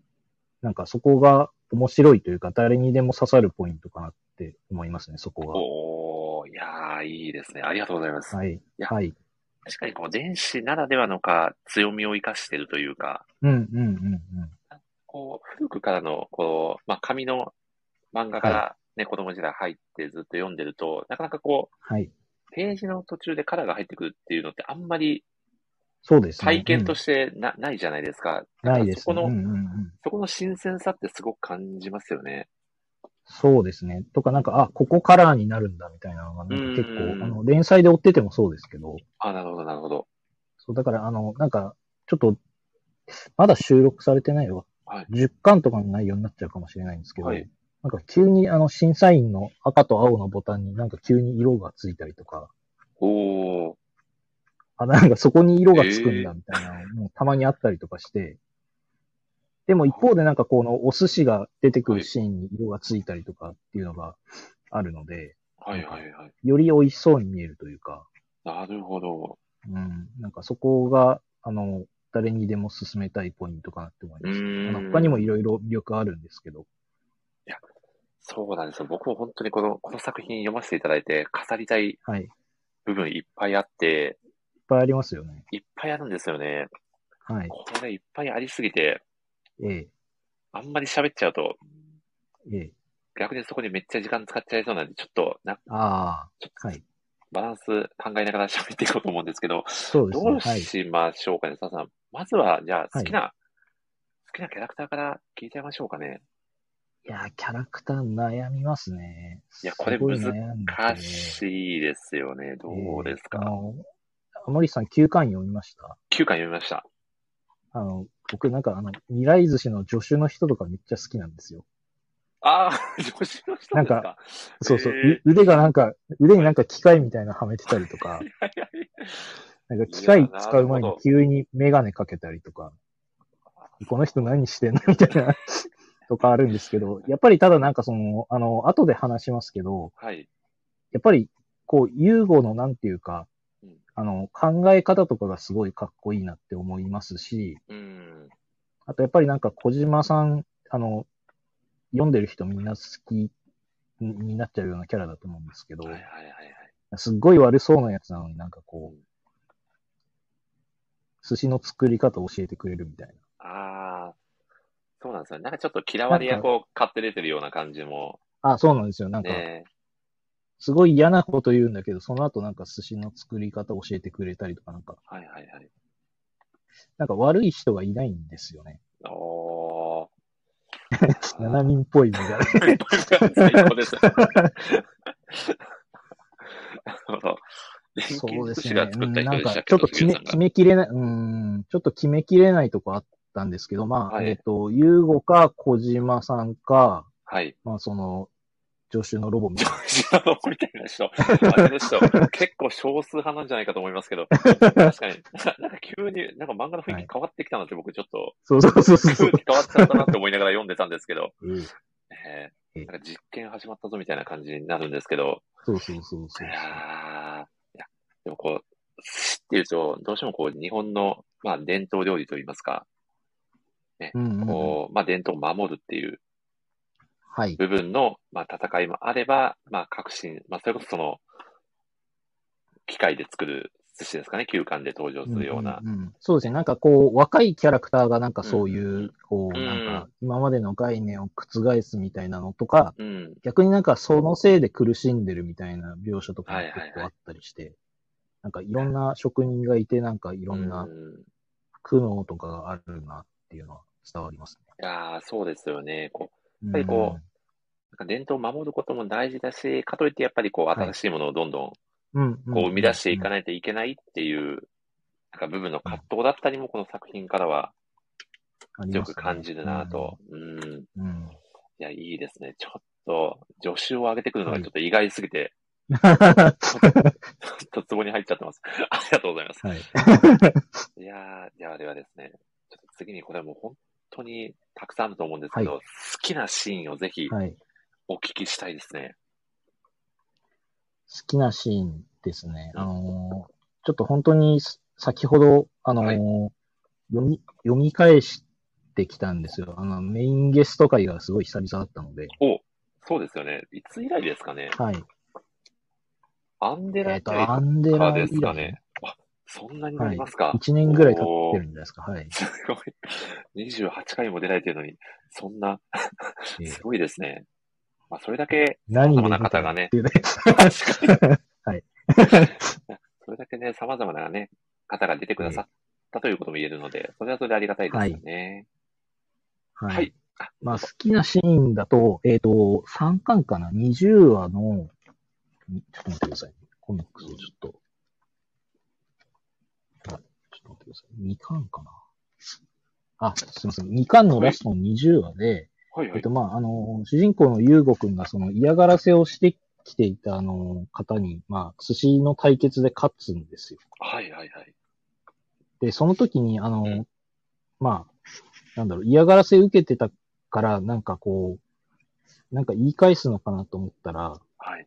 Speaker 2: なんかそこが面白いというか、誰にでも刺さるポイントかなって思いますね、そこは。
Speaker 1: おーいやー、いいですね。ありがとうございます。
Speaker 2: はい。
Speaker 1: や
Speaker 2: はい。
Speaker 1: 確かにこう、電子ならではのか、強みを生かしてるというか、
Speaker 2: うんうんうん
Speaker 1: こう、古くからの、こう、まあ、紙の漫画からね、子供時代入ってずっと読んでると、なかなかこう、
Speaker 2: はい。
Speaker 1: ページの途中でカラーが入ってくるっていうのってあんまり
Speaker 2: そうですね。
Speaker 1: 体験と
Speaker 2: て、
Speaker 1: してな,、ないじゃないですか。
Speaker 2: うんないです
Speaker 1: だからそこの、
Speaker 2: ね。うんうんうん
Speaker 1: そこの新鮮さってすごく感じますよね。
Speaker 2: そうですね。とか、なんか、あ、ここカラーになるんだみたいなのが、なんか結
Speaker 1: うん
Speaker 2: 構、あの、連載で追っててもそうですけど、
Speaker 1: あ、なるほど、なるほど。
Speaker 2: そう、だから、あの、なんか、ちょっと、まだ収録されてないわ。
Speaker 1: はい
Speaker 2: 10巻とかの内容になっちゃうかもしれないんですけど、
Speaker 1: はい
Speaker 2: なんか急に、あの、審査員の赤と青のボタンになんか急に色がついたりとか、
Speaker 1: おー、
Speaker 2: あ、なんかそこに色がつくんだみたいなのもうたまにあったりとかして、でも一方でなんかこのお寿司が出てくるシーンに色がついたりとかっていうのがあるので、
Speaker 1: はいはいはい。
Speaker 2: より美味しそうに見えるというか、
Speaker 1: なるほど。
Speaker 2: うん、なんかそこが、あの、誰にでも勧めたいポイントかなって思いうます。あ
Speaker 1: ー
Speaker 2: の
Speaker 1: ん。
Speaker 2: 他にもいろいろ魅力あるんですけど、
Speaker 1: そうなんですよ。僕も本当にこの、この作品読ませていただいて、語りたい
Speaker 2: はい。いっ
Speaker 1: 部分いっぱいあって、
Speaker 2: ぱいありますよね。
Speaker 1: いっぱいあるんですよね。
Speaker 2: はい。
Speaker 1: これいっぱいありすぎて、
Speaker 2: ええ、
Speaker 1: あんまり喋っちゃうと、
Speaker 2: ええ。
Speaker 1: 逆にそこにめっちゃ時間使っちゃいそうなんで、ちょっとな、
Speaker 2: ああ、はい。
Speaker 1: バランス考えながら喋っていこうと思うんですけど、
Speaker 2: そうです
Speaker 1: ど
Speaker 2: ね。
Speaker 1: う
Speaker 2: はい。
Speaker 1: しましょうかね、さ、さん。まずは、じゃあ、好きな、好きなキャラクターから聞いちゃいましょうかね。
Speaker 2: いやー、キャラクター悩みますね。
Speaker 1: いやこれ
Speaker 2: すごい
Speaker 1: 難
Speaker 2: 悩んでて
Speaker 1: 難しいですよね。どうですか、
Speaker 2: えーあの、森さん9巻読みました
Speaker 1: 9巻読みました。
Speaker 2: あの、僕なんかあの、未来寿司の助手の人とかめっちゃ好きなんですよ。
Speaker 1: ああ、女子の人です
Speaker 2: なん
Speaker 1: か。
Speaker 2: そうそう。
Speaker 1: え
Speaker 2: う腕がなんか、腕になんか機械みたいなのはめてたりとか、
Speaker 1: はいはい
Speaker 2: なんか機械使う
Speaker 1: いやな
Speaker 2: 前
Speaker 1: るほ
Speaker 2: に
Speaker 1: ど
Speaker 2: 急にメガネかけたりとか、この人何してんのみたいな、 *laughs* とかあるんですけど、やっぱりただなんかその、あの、後で話しますけど、
Speaker 1: はい。
Speaker 2: やっぱり、こう、ユーゴのなんていうか
Speaker 1: うん、
Speaker 2: あの、考え方とかがすごいかっこいいなって思いますし、
Speaker 1: うん。
Speaker 2: あとやっぱりなんか小島さん、あの、読んでる人みんな好きになっちゃうようなキャラだと思うんですけど
Speaker 1: はい、はいはい
Speaker 2: すっごい悪そうなやつなのになんかこう、寿司の作り方を教えてくれるみたい
Speaker 1: は
Speaker 2: な。
Speaker 1: い。ああ、そうなんですよ。なんかちょっと嫌われ役を買って出てるような感じも、
Speaker 2: あ、そうなんですよ。なんか、
Speaker 1: ね。
Speaker 2: すごい嫌なこと言うんだけど、その後なんか寿司の作り方を教えてくれたりとか、なんか、
Speaker 1: はいはいはい。
Speaker 2: なんか悪い人がいないんですよね。
Speaker 1: おー。
Speaker 2: 七人っぽいみたいな。
Speaker 1: *laughs* 最高です。なるほど。錬
Speaker 2: そう
Speaker 1: 金寿
Speaker 2: です
Speaker 1: 司
Speaker 2: ね。
Speaker 1: が作った
Speaker 2: うんな
Speaker 1: 人
Speaker 2: ん
Speaker 1: でし
Speaker 2: か
Speaker 1: たっ、
Speaker 2: ち
Speaker 1: け
Speaker 2: ょっと決め、
Speaker 1: さん
Speaker 2: 決
Speaker 1: が。
Speaker 2: めきれない、うん、ちょっと決めきれないとこあったんですけど、まあ、
Speaker 1: はい
Speaker 2: えっ、と、ユーゴか小島さんか、
Speaker 1: はい。
Speaker 2: まあ、その、助手のロボみた
Speaker 1: *laughs*
Speaker 2: いな。
Speaker 1: ジャロみたいな人、あれの人、結構少数派なんじゃないかと思いますけど、確かに、なんか急に、なんか漫画の雰囲気変わってきたなって、僕ちょっと、
Speaker 2: そうそうそうそうそ
Speaker 1: 空
Speaker 2: う
Speaker 1: 気。変わっちゃったなって思いながら読んでたんですけど、
Speaker 2: ええ
Speaker 1: えーなんか実験始まったぞみたいな感じになるんですけど、
Speaker 2: そうそうそうそ
Speaker 1: いうや。ーいやでもこう、寿司っていうと、どうしてもこう、日本の、まあ、伝統料理といいますか、
Speaker 2: うんうんうん、
Speaker 1: こう、まあ、伝統を守るっていう
Speaker 2: はい。
Speaker 1: 部分の、まあ、戦いもあれば、まあ、革新、まあ、それこそその、機械で作る寿司ですかね、休館で登場するような。
Speaker 2: んんんそうですね。なんかこう、若いキャラクターがなんかそういう、
Speaker 1: うんう
Speaker 2: こう、
Speaker 1: ん
Speaker 2: なんか今までの概念を覆すみたいなのとか、
Speaker 1: うん。
Speaker 2: 逆になんかそのせいで苦しんでるみたいな描写とかも
Speaker 1: はい
Speaker 2: 結
Speaker 1: はいはい
Speaker 2: 構あったりして、なんかいろんな職人がいて、なんかいろんな
Speaker 1: うん
Speaker 2: 苦悩とかがあるなっていうのは伝わりますね。
Speaker 1: いやーそうですよね。こ
Speaker 2: やっ
Speaker 1: ぱりこう、なんか伝統を守ることも大事だし、かといってやっぱりこう、
Speaker 2: い
Speaker 1: 新しいものをどんどん、
Speaker 2: うん、うん、
Speaker 1: こう、生み出していか
Speaker 2: ない。
Speaker 1: ないといけないっていう、なんか部分の葛藤だったりも、この作品からは
Speaker 2: あり
Speaker 1: 強
Speaker 2: ます
Speaker 1: く
Speaker 2: ね
Speaker 1: 感じるなと。うん。
Speaker 2: うんうん *laughs*
Speaker 1: いや、いいですね。ちょっと、助手を上げてくるのがちょっと意外すぎて、 *laughs* ちょっとツボに入っちゃってます。 *laughs* ありがとうございます。
Speaker 2: はい。
Speaker 1: いやー、ではではですね、ちょっと次にこれはもう本当にたくさんあると思うんですけど、
Speaker 2: は
Speaker 1: 好きなシーンをぜひ
Speaker 2: はい。好
Speaker 1: お聞きしたいですね。
Speaker 2: きなシーンですね。
Speaker 1: うん
Speaker 2: あのーちょっと本当にさ先ほど、あのー
Speaker 1: はい
Speaker 2: 読み、読み返してきたんですよ。あの、メインゲスト会がすごい久々だったので。
Speaker 1: おそうですよね。いつ以来ですかね。
Speaker 2: はい。
Speaker 1: アンデ
Speaker 2: え
Speaker 1: ラ
Speaker 2: っ、と、
Speaker 1: 大
Speaker 2: アンデ
Speaker 1: か
Speaker 2: ラ
Speaker 1: で
Speaker 2: 以
Speaker 1: すか
Speaker 2: 来、
Speaker 1: ね。あ、そんなになりますか。
Speaker 2: 1年ぐらい経ってるんじゃないですか。はい。
Speaker 1: すごい。28回も出られてるのに、そんな、
Speaker 2: えー
Speaker 1: すごいですね。まあ、それだけ、
Speaker 2: 何で
Speaker 1: 様々な方がね
Speaker 2: 見たっていうね
Speaker 1: 確かに。
Speaker 2: はい。
Speaker 1: それだけね、様々なね、方が出てくださったということも言えるので、それはそれでありがたいですよね。
Speaker 2: はい。
Speaker 1: はい
Speaker 2: まあ、好きなシーンだと、えっ、と、3巻かな ?20 話の、んちょっと待ってください。コミックスをちょっと。あちょっと待ってください。2巻かなあ、すいません。2巻のラストの20話で、
Speaker 1: はい、は
Speaker 2: えっ
Speaker 1: い
Speaker 2: と、。まあ、あの、主人公の優吾くんがその嫌がらせをしてきていた、あの、方に、まあ、寿司の対決で勝つんですよ。
Speaker 1: はい、はい、はい。
Speaker 2: で、その時に、あの、
Speaker 1: うん
Speaker 2: まあ、なんだろう、嫌がらせ受けてたから、なんかこう、なんか言い返すのかなと思ったら、
Speaker 1: はい。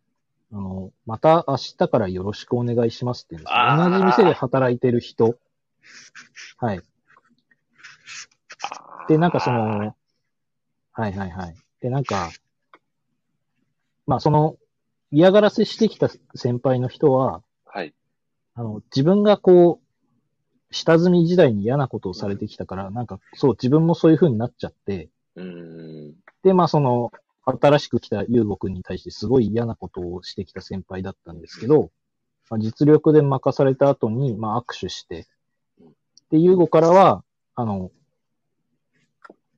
Speaker 2: あの、また明日からよろしくお願いしますって言うんです
Speaker 1: あ
Speaker 2: よ。
Speaker 1: ー
Speaker 2: 同じ店で働いてる人。はい。で、なんかその、はいはいはい。で、なんか、まあその、嫌がらせしてきた先輩の人は、
Speaker 1: はい。
Speaker 2: あの、自分がこう、下積み時代に嫌なことをされてきたから、なんか、そう、自分もそういう風になっちゃって、
Speaker 1: うーん。
Speaker 2: で、まあ、その、新しく来た優吾くんに対してすごい嫌なことをしてきた先輩だったんですけど、まあ、実力で任された後に、まあ、握手して
Speaker 1: うん、
Speaker 2: で、優吾からは、あの、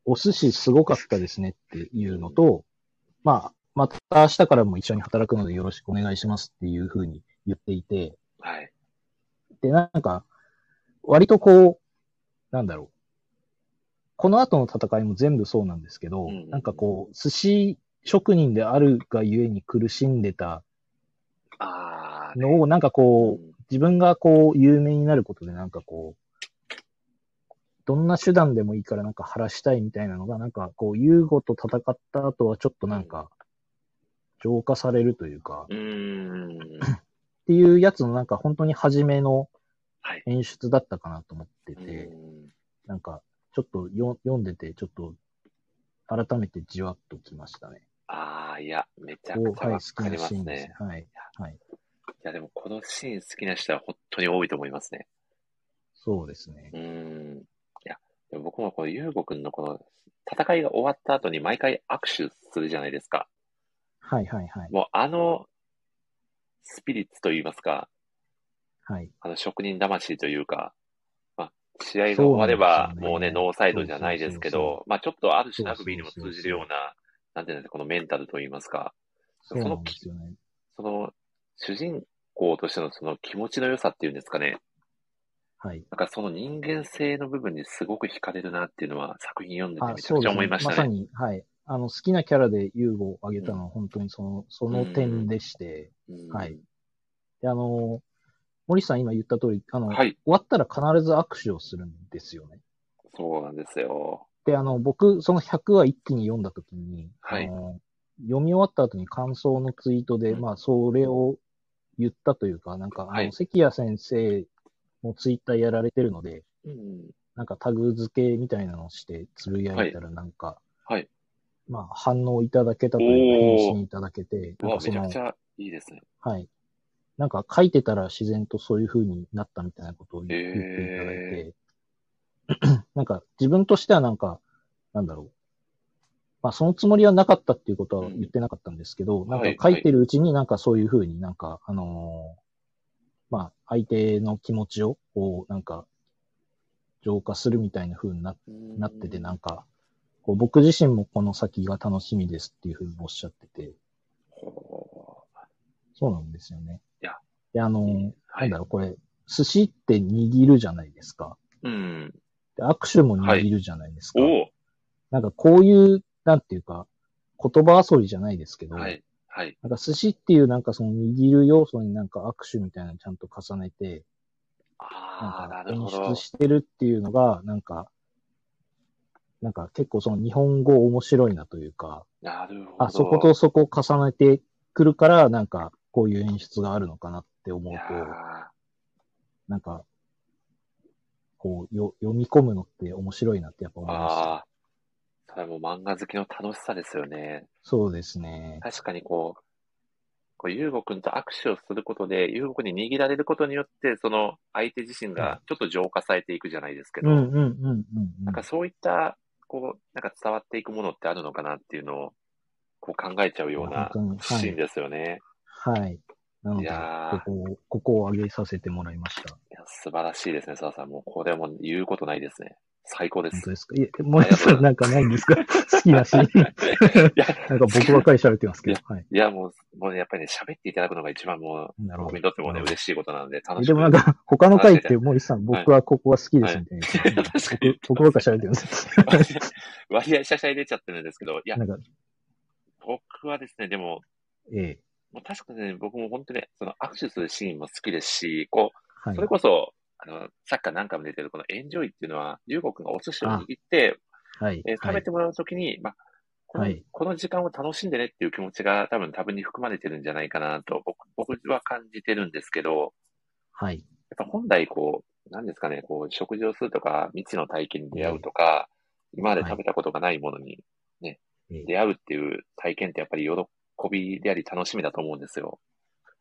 Speaker 2: お寿司すごかったですねっていうのと、まあ、また明日からも一緒に働くのでよろしくお願いしますっていう風に言っていて、
Speaker 1: はい。
Speaker 2: で、なんか、割とこう、なんだろう。この後の戦いも全部そうなんですけど、
Speaker 1: うんうんうん
Speaker 2: なんかこう、寿司職人であるがゆえに苦しんでた
Speaker 1: ああ、
Speaker 2: のを、なんかこう、自分がこう、有名になることで、なんかこう、どんな手段でもいいからなんか晴らしたいみたいなのが、なんかこう、優吾と戦った後はちょっとなんか、浄化されるというか、
Speaker 1: うーん。
Speaker 2: っていうやつのなんか本当に初めの
Speaker 1: はい。
Speaker 2: 演出だったかなと思って
Speaker 1: う
Speaker 2: て、
Speaker 1: ーん
Speaker 2: なんか、ちょっとよ読んでて、ちょっと、改めてじわっときましたね。
Speaker 1: ああ、いや、めちゃ
Speaker 2: お
Speaker 1: くちゃ
Speaker 2: はい、
Speaker 1: わ
Speaker 2: 好
Speaker 1: か
Speaker 2: き
Speaker 1: り
Speaker 2: な
Speaker 1: ま
Speaker 2: シ
Speaker 1: す
Speaker 2: ーンです
Speaker 1: ね
Speaker 2: ね。。はい。はい。
Speaker 1: いや、でもこのシーン好きな人は本当に多いと思いますね。
Speaker 2: そうですね
Speaker 1: う。ーん。いや、でも僕もこのゆうごくんのこの戦いが終わった後に毎回握手するじゃないですか。
Speaker 2: はいはいはい。
Speaker 1: もうあの、スピリッツと言いますか、
Speaker 2: はい。
Speaker 1: あの職人魂というか、まあ、試合が終われば、
Speaker 2: そう
Speaker 1: も
Speaker 2: な
Speaker 1: うんね、
Speaker 2: ですよね
Speaker 1: ノーサイドじゃないですけ
Speaker 2: そうそうそう
Speaker 1: ど、まあちょっとある種
Speaker 2: そうそ
Speaker 1: ラ
Speaker 2: う
Speaker 1: グ
Speaker 2: そう
Speaker 1: ビーにも通じるような、なんていうんですか、このメンタルと言いますか、
Speaker 2: そうなんですよね。
Speaker 1: その主人公としてのその気持ちの良さっていうんですかね、
Speaker 2: はい。
Speaker 1: なんかその人間性の部分にすごく惹かれるなっていうのは作品読んでて
Speaker 2: あ、
Speaker 1: めちゃ
Speaker 2: そう
Speaker 1: くち
Speaker 2: で
Speaker 1: ゃ
Speaker 2: す
Speaker 1: 思い
Speaker 2: ね。
Speaker 1: ま
Speaker 2: ま
Speaker 1: した
Speaker 2: さ
Speaker 1: ね。
Speaker 2: に、はい。あの、好きなキャラで優吾を挙げたのは本当にその、その点でして、
Speaker 1: うん
Speaker 2: はい。で、あの、森さん今言った通り、あの、
Speaker 1: は
Speaker 2: 終
Speaker 1: い、
Speaker 2: わったら必ず握手をするんですよね。
Speaker 1: そうなんですよ。
Speaker 2: で、あの、僕、その100話一気に読んだときに、
Speaker 1: はい
Speaker 2: あの読み終わった後に感想のツイートで、
Speaker 1: うん
Speaker 2: まあ、それを言ったというか、なんか、あの、
Speaker 1: はい
Speaker 2: 関谷先生もツイッターやられてるので、
Speaker 1: うん、
Speaker 2: なんかタグ付けみたいなのをしてつぶやいたら、なんか、
Speaker 1: はい。
Speaker 2: まあ、反応いただけたというか、
Speaker 1: おー
Speaker 2: 返信いただけて、
Speaker 1: う
Speaker 2: なん
Speaker 1: わ、
Speaker 2: か
Speaker 1: め
Speaker 2: そ
Speaker 1: ちゃ
Speaker 2: の
Speaker 1: くち、ゃいいですね。
Speaker 2: はい。なんか書いてたら自然とそういう風になったみたいなことを言
Speaker 1: へー
Speaker 2: 言っていただいて、 *clears throat* なんか自分としてはなんか、なんだろう。まあそのつもりはなかったっていうことは言ってなかったんですけど、な
Speaker 1: は
Speaker 2: ん
Speaker 1: い
Speaker 2: か書いてるうちになんかそういう風になんか、あのーまあ相手の気持ちをこうなんか浄化するみたいな風になっなってて、なんか、こう僕自身もこの先が楽しみですっていうふうにおっしゃってて、
Speaker 1: ほ
Speaker 2: そうなんですよね。
Speaker 1: いや。
Speaker 2: で、あの、
Speaker 1: うは
Speaker 2: ないんだろう、これ、寿司って握るじゃないですか。
Speaker 1: うん。
Speaker 2: で握手も握るじゃないですか。
Speaker 1: お
Speaker 2: なんかこういう、なんていうか、言葉遊びじゃないですけ
Speaker 1: お
Speaker 2: ど、
Speaker 1: はい。はい。
Speaker 2: なんか寿司っていうなんかその握る要素になんか握手みたいなのちゃんと重ねて、
Speaker 1: ああ、な
Speaker 2: な
Speaker 1: ん
Speaker 2: か
Speaker 1: る
Speaker 2: 演
Speaker 1: ほど
Speaker 2: 出。してるっていうのが、なんか、なんか結構その日本語面白いなというか、
Speaker 1: なるほど。
Speaker 2: あそことそこ重ねてくるから、なんか、こういう演出があるのかなって思
Speaker 1: いうや
Speaker 2: と、
Speaker 1: ー
Speaker 2: なんか、こうよ、読み込むのって面白いなってやっぱ思いました。
Speaker 1: ああ、それはもう漫画好きの楽しさですよね。
Speaker 2: そうですね。
Speaker 1: 確かにこう、こう、ゆうごくんと握手をすることで、ゆうごくんに握られることによって、その相手自身がちょっと浄化されていくじゃないですけ
Speaker 2: う
Speaker 1: ど、
Speaker 2: んうんうんうんうん。
Speaker 1: なんかそういった、こう、なんか伝わっていくものってあるのかなっていうのを、こう考えちゃうような
Speaker 2: 本当にはい
Speaker 1: シーンですよね。
Speaker 2: はい。なの
Speaker 1: い
Speaker 2: で、
Speaker 1: やー
Speaker 2: ここを、ここを上げさせてもらいました。
Speaker 1: いや素晴らしいですね、澤さん。もうこれはもう言うことないですね。最高で
Speaker 2: 本当
Speaker 1: す。
Speaker 2: ですかいえ、もう一つなんかないんですか好きなシーン。
Speaker 1: *laughs* いや、
Speaker 2: なんか僕ばっかり喋ってますけど。はい。
Speaker 1: いやもう、もうねやっぱりね、喋っていただくのが一番もう、
Speaker 2: なるほ
Speaker 1: 僕
Speaker 2: ど
Speaker 1: にとってもね、
Speaker 2: うん
Speaker 1: 嬉しいことなので、楽
Speaker 2: え
Speaker 1: し
Speaker 2: で
Speaker 1: み
Speaker 2: もなんか、他の回って森さん、
Speaker 1: はい
Speaker 2: 僕はここが好きですみたい
Speaker 1: い
Speaker 2: な
Speaker 1: や。確かに
Speaker 2: 僕僕ばっかり喋ってます。
Speaker 1: *laughs* 割合シャシャに出ちゃってるんですけど、いや、
Speaker 2: なんか、
Speaker 1: 僕はですね、でも、
Speaker 2: ええ
Speaker 1: もう確かにね、僕も本当ね、その握手するシーンも好きですし、こ
Speaker 2: は
Speaker 1: う、
Speaker 2: い
Speaker 1: それ。こそ、あの、サッカーなんかも出てるこのエンジョイっていうのは、ゆうごくんがお寿司を握って、
Speaker 2: はい。
Speaker 1: えー食べてもらうときに、まあ、この、
Speaker 2: はい
Speaker 1: この時間を楽しんでねっていう気持ちが多分多分に含まれてるんじゃないかなと、僕、僕は感じてるんですけど、
Speaker 2: はい。
Speaker 1: やっぱ本来こう、なんですかね、こう、食事をするとか、未知の体験に出会うとか、今まで食べたことがないものに
Speaker 2: ええ
Speaker 1: 出会うっていう体験ってやっぱり喜びであり楽しみだと思うんですよ。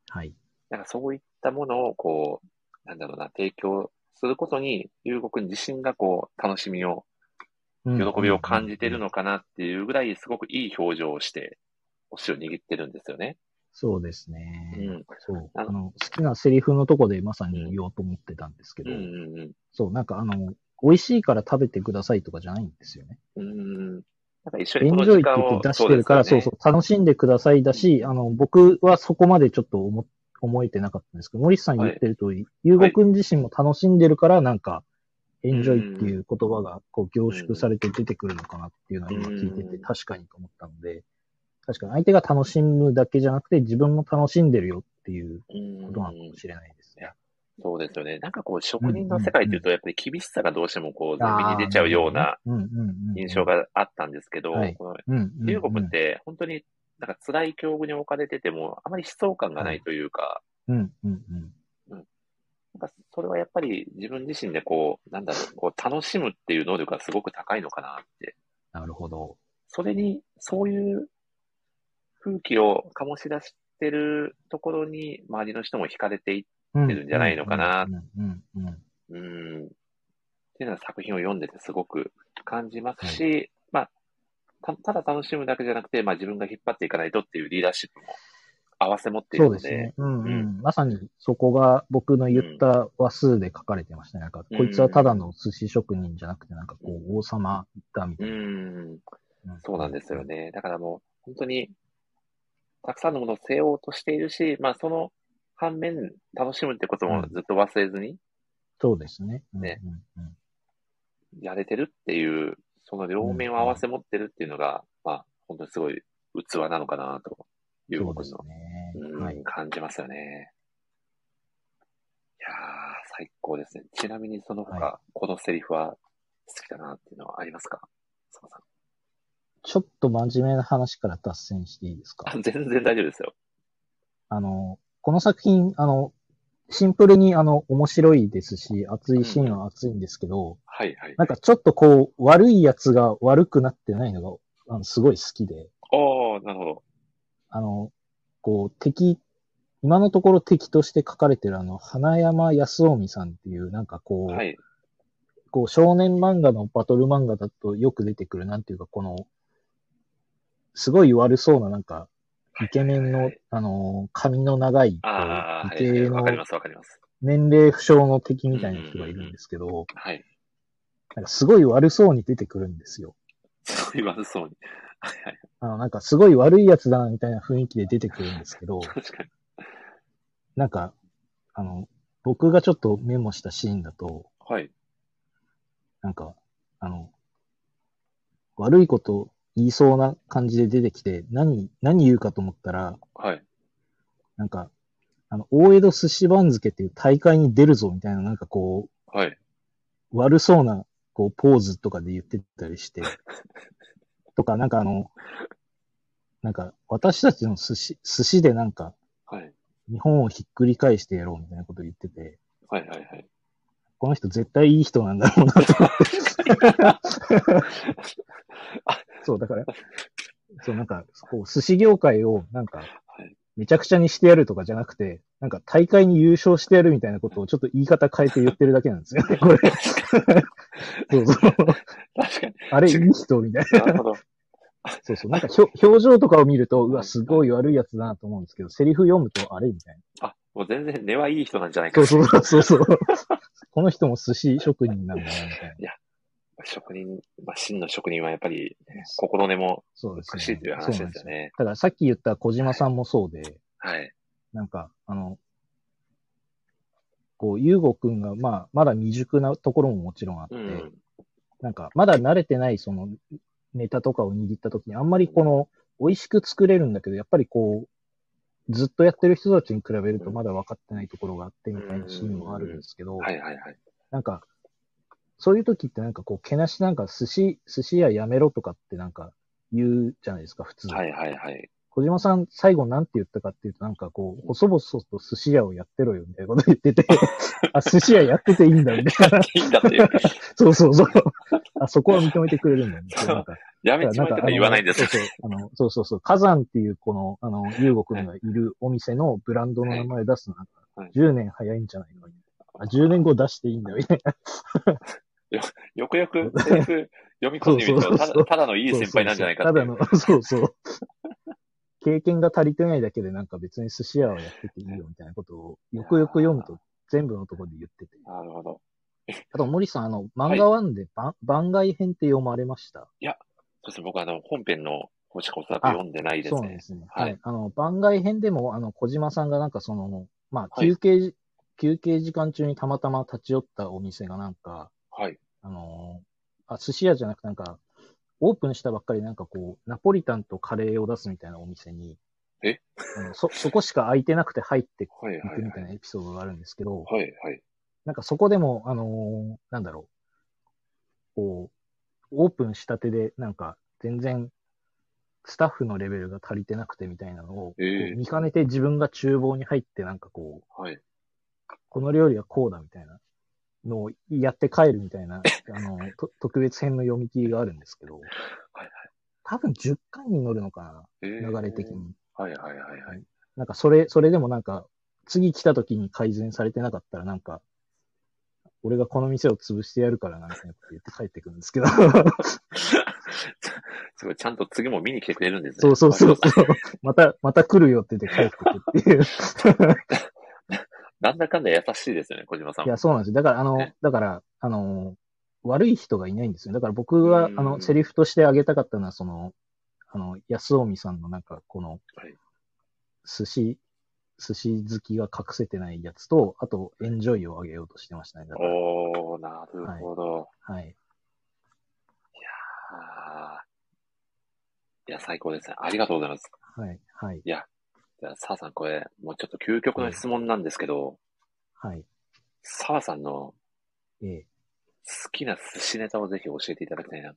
Speaker 2: はい。
Speaker 1: なんかそういったものをこう、なんだろうな、提供することに、優国自身がこう、楽しみを、
Speaker 2: 喜
Speaker 1: 喜びを感じてるのかなっていうぐらい、すごくいい表情をして、お寿司を握ってるんですよね。
Speaker 2: そうです
Speaker 1: う
Speaker 2: ね。
Speaker 1: ん。
Speaker 2: そう。
Speaker 1: あ
Speaker 2: あ
Speaker 1: の
Speaker 2: の、好きなセリフのとこでまさに言おうと思ってたんですけ
Speaker 1: う
Speaker 2: ど、
Speaker 1: んうんうん。
Speaker 2: そう、なんかあの、美味しいから食べてくださいとかじゃないんですよね。
Speaker 1: うん。なんか一緒
Speaker 2: エ
Speaker 1: にこ
Speaker 2: ン
Speaker 1: の
Speaker 2: ジョ
Speaker 1: 時
Speaker 2: イって
Speaker 1: 間
Speaker 2: 言
Speaker 1: を
Speaker 2: って出してるから、そう
Speaker 1: ですよね
Speaker 2: そう、楽しんでくださいだし、あの、僕はそこまでちょっと思、思えてなかったんですけど、森さん言ってる通り、ゆうごくん自身も楽しんでるから、なんか、エンジョイっていう言葉がこう凝縮されて出てくるのかなっていうのは今聞いて
Speaker 1: う
Speaker 2: て
Speaker 1: ん
Speaker 2: 確かにと思ったので、確かに相手が楽しむだけじゃなくて自分も楽しんでるよっていう
Speaker 1: うん
Speaker 2: ことなのかもしれないです
Speaker 1: い
Speaker 2: ね
Speaker 1: や。そうですよね。なんかこう、職人の世界っていうと、やっぱり厳しさがどうしてもこう、前面に出ちゃうような
Speaker 2: あー、なるほどねうんうんうんうん
Speaker 1: 印象、があったんですけど、
Speaker 2: はい
Speaker 1: この
Speaker 2: うんうんうん
Speaker 1: 中国って本当になんか辛い境遇に置かれてても、あまり悲壮感がないというか、
Speaker 2: うんうんうん。
Speaker 1: なんかそれはやっぱり自分自身でこう、なんだろう、こう楽しむっていう能力がすごく高いのかなって。
Speaker 2: なるほど。
Speaker 1: それに、そういう空気を醸し出してるところに、周りの人も惹かれていっ
Speaker 2: 出
Speaker 1: てるんじゃないのかな
Speaker 2: うんうんうんうん。
Speaker 1: うん。っていうのは作品を読んでてすごく感じますし、まあた、ただ楽しむだけじゃなくて、まあ自分が引っ張っていかないとっていうリーダーシップも合わせ持っている
Speaker 2: そう
Speaker 1: の
Speaker 2: で
Speaker 1: で、
Speaker 2: すね。うんう。
Speaker 1: うん
Speaker 2: まさにそこが僕の言った話数で書かれてましたね。なんか、こいつはただの寿司職人じゃなくて、なんかこう、王様だみた
Speaker 1: う
Speaker 2: いな。
Speaker 1: ん、そうなんですよ
Speaker 2: ね。
Speaker 1: ね。だからもう本当にたくさんのものを背負おうとしているし、まあその反面楽しむってこともずっと忘れずに
Speaker 2: そうですね。うん
Speaker 1: ね
Speaker 2: うんうん
Speaker 1: やれてるっていう、その両面を合わせ持ってるっていうのが、まあ本当にすごい器なのかなという
Speaker 2: そう
Speaker 1: 僕
Speaker 2: です
Speaker 1: の
Speaker 2: ね。
Speaker 1: う
Speaker 2: は
Speaker 1: ん
Speaker 2: い。
Speaker 1: 感じますよね。いやー、最高ですね。ちなみにその他、
Speaker 2: は
Speaker 1: このセリフは好きだなっていうのはありますかそうさん
Speaker 2: ちょっと真面目な話から脱線していいですか
Speaker 1: あ、全然大丈夫ですよ。
Speaker 2: あの、この作品、あの、シンプルにあの、面白いですし、熱いシーンは熱いんですけど、
Speaker 1: はいはい。
Speaker 2: なんかちょっとこう、悪いやつが悪くなってないのが、あのすごい好きで、
Speaker 1: おー、なるほど。
Speaker 2: あの、こう、敵今のところ敵として書かれてるあの、花山康臣さんっていう、なんかこう、
Speaker 1: はい。
Speaker 2: こう少年漫画のバトル漫画だとよく出てくる、なんていうか、この、すごい悪そうな、なんか、イケメン
Speaker 1: はいはい
Speaker 2: の
Speaker 1: はい、
Speaker 2: あの、髪の長い、こ
Speaker 1: ああ、
Speaker 2: う
Speaker 1: は
Speaker 2: イ
Speaker 1: いはいは
Speaker 2: ケ
Speaker 1: い。わ
Speaker 2: の
Speaker 1: かります、わかります。
Speaker 2: 年齢不詳の敵みたいな人がいるんですけど、
Speaker 1: はい。 *laughs*
Speaker 2: なんかすごい悪そうに出てくるんですよ。
Speaker 1: すごい悪そうに。はいはい。
Speaker 2: あの、なんかすごい悪いやつだな、みたいな雰囲気で出てくるんですけど、
Speaker 1: 確かに。
Speaker 2: なんか、あの、僕がちょっとメモしたシーンだと、
Speaker 1: はい。
Speaker 2: なんか、あの、悪いこと言いそうな感じで出てきて、何、何言うかと思ったら、
Speaker 1: はい。
Speaker 2: なんか、あの、大江戸寿司番付っていう大会に出るぞみたいな、なんかこ
Speaker 1: はい。
Speaker 2: う、悪そうな、こう、ポーズとかで言ってたりして、とか、なんかあの、なんか、私たちの寿司、寿司でなんか、
Speaker 1: はい。
Speaker 2: 日本をひっくり返してやろうみたいなこと言ってて、
Speaker 1: はいはいはい。
Speaker 2: この人絶対いい人なんだろうなと思って。そう、だから、そう、なんか、こう、寿司業界を、なんか
Speaker 1: い、
Speaker 2: めちゃくちゃにしてやるとかじゃなくて、なんか大会に優勝してやるみたいなことをちょっと言い方変えて言ってるだけなんですよね、これ。そうそう。
Speaker 1: 確かに。
Speaker 2: あれ、いい人みたいな。
Speaker 1: なるほど。
Speaker 2: そうそう。なんかひょ、表情とかを見ると、うわ、すごい悪いやつだなと思うんですけど、セリフ読むと、あれみたいな。
Speaker 1: あ、もう全然根はいい人なんじゃない
Speaker 2: そ
Speaker 1: か。
Speaker 2: うそうそうそう。この人も寿司職人なんだな、みたいな。
Speaker 1: 職人、まあ、真の職人はやっぱり心根も
Speaker 2: そうですね。
Speaker 1: 美しいという話ですよね。
Speaker 2: だからさっき言った小島さんもそうで、
Speaker 1: はい。
Speaker 2: なんか、あの、こう、ゆうごくんが、まあ、まだ未熟なところももちろんあって、
Speaker 1: うん。
Speaker 2: なんか、まだ慣れてない、その、ネタとかを握った時に、あんまりこの、美味しく作れるんだけど、やっぱりこう、ずっとやってる人たちに比べると、まだ分かってないところがあって、みたいなシーンもあるんですけど、
Speaker 1: はいはいはい。
Speaker 2: なんか、そういう時ってなんかこう、けなしなんか、寿司、寿司屋やめろとかってなんか、言うじゃないですか、普通。
Speaker 1: はいはいはい。
Speaker 2: 小島さん、最後なんて言ったかっていうと、なんかこう、細々と寿司屋をやってろよ、みたいなこと言って
Speaker 1: *laughs*
Speaker 2: て、あ、寿司屋やってていいんだ、みたいな。
Speaker 1: いいんだって
Speaker 2: *laughs*
Speaker 1: いう。
Speaker 2: そうそうそう。あ、そこは認めてくれるんだ、みたいな。なんか
Speaker 1: や
Speaker 2: だ
Speaker 1: め
Speaker 2: から
Speaker 1: ちま
Speaker 2: な
Speaker 1: えと
Speaker 2: んか
Speaker 1: か言わないんです
Speaker 2: そう
Speaker 1: よ。
Speaker 2: そうあの。そうそうそう。火山っていう、この、あの、ゆうごくんがいるお店のブランドの名前出すの、なん
Speaker 1: はい
Speaker 2: か、10年早いんじゃないのあ、10年後出していいんだよ、みたいな。
Speaker 1: よくよくセリフ読み込んでみる
Speaker 2: そうそ
Speaker 1: と、
Speaker 2: うそう
Speaker 1: ただただのいい先輩なんじゃないかっ
Speaker 2: そう
Speaker 1: てい
Speaker 2: そううそうただの、 *laughs* そうそう。経験が足りてないだけで、なんか別に寿司屋をやってていいよ、みたいなことを、よくよく読むと、全部のところで言ってて。
Speaker 1: なるほど。
Speaker 2: あと、森さん、あの、漫画ワンで番、番外編って読まれました。
Speaker 1: そうですね、僕あの、本編の方しかおそらく読んでないです
Speaker 2: そうなん
Speaker 1: ね
Speaker 2: で。すね。
Speaker 1: はい
Speaker 2: はい。あの、番外編でも、あの、小島さんがなんかその、まあ、
Speaker 1: はい
Speaker 2: 休憩、休憩時間中にたまたま立ち寄ったお店がなんか、
Speaker 1: はい。
Speaker 2: あのーあ、寿司屋じゃなくてなんか、オープンしたばっかりなんかこう、ナポリタンとカレーを出すみたいなお店に、
Speaker 1: え
Speaker 2: あのそ、そこしか空いてなくて入ってい
Speaker 1: はいはい
Speaker 2: くみ
Speaker 1: は
Speaker 2: た
Speaker 1: い
Speaker 2: いなエピソードがあるんですけど、
Speaker 1: い。はいはい。
Speaker 2: なんかそこでも、あのーなんだろう。こう、オープンしたてで、なんか、全然、スタッフのレベルが足りてなくてみたいなのを、
Speaker 1: ええ
Speaker 2: こう見かねて自分が厨房に入って、なんかこう、
Speaker 1: はい。
Speaker 2: この料理はこうだみたいなのをやって帰るみた
Speaker 1: *laughs*
Speaker 2: いな、あの、と特別編の読み切りがあるんですけど、
Speaker 1: はい
Speaker 2: 多分10回に乗るのか
Speaker 1: ええ
Speaker 2: な、流れ的に。
Speaker 1: はいはいはいはい。
Speaker 2: なんかそれ、それでもなんか、次来た時に改善されてなかったらなんか、俺がこの店を潰してやるからな、みたいなこと言って帰ってくる
Speaker 1: *laughs*
Speaker 2: んですけど。
Speaker 1: すごい、ちゃんと次も見に来てくれるんです
Speaker 2: そ
Speaker 1: ね。
Speaker 2: うそうそう
Speaker 1: わかりま
Speaker 2: そう。また、また来るよって言って帰ってくるっていう。
Speaker 1: したなんだかんだ優しいですよね、小島さん
Speaker 2: い
Speaker 1: も。
Speaker 2: や、そうなんですよ。だから、あの
Speaker 1: ね、
Speaker 2: だから、あの、悪い人がいないんですよ。だから僕は、あ
Speaker 1: うん
Speaker 2: の、セリフとしてあげたかったのは、その、あの、安臣さんのなんか、この
Speaker 1: はい、
Speaker 2: 寿司、寿司好きが隠せてないやつと、あと、エンジョイをあげようとしてましたね。だから
Speaker 1: おー、なるほど。
Speaker 2: はい。
Speaker 1: あーいや、最高ですね。ありがとうございます。
Speaker 2: はい。はい。
Speaker 1: じゃあ、澤さん、これ、もうちょっと究極の質問なんですけど、
Speaker 2: はい。
Speaker 1: 澤さんの
Speaker 2: ええ
Speaker 1: 好きな寿司ネタをぜひ教えていただきたいな。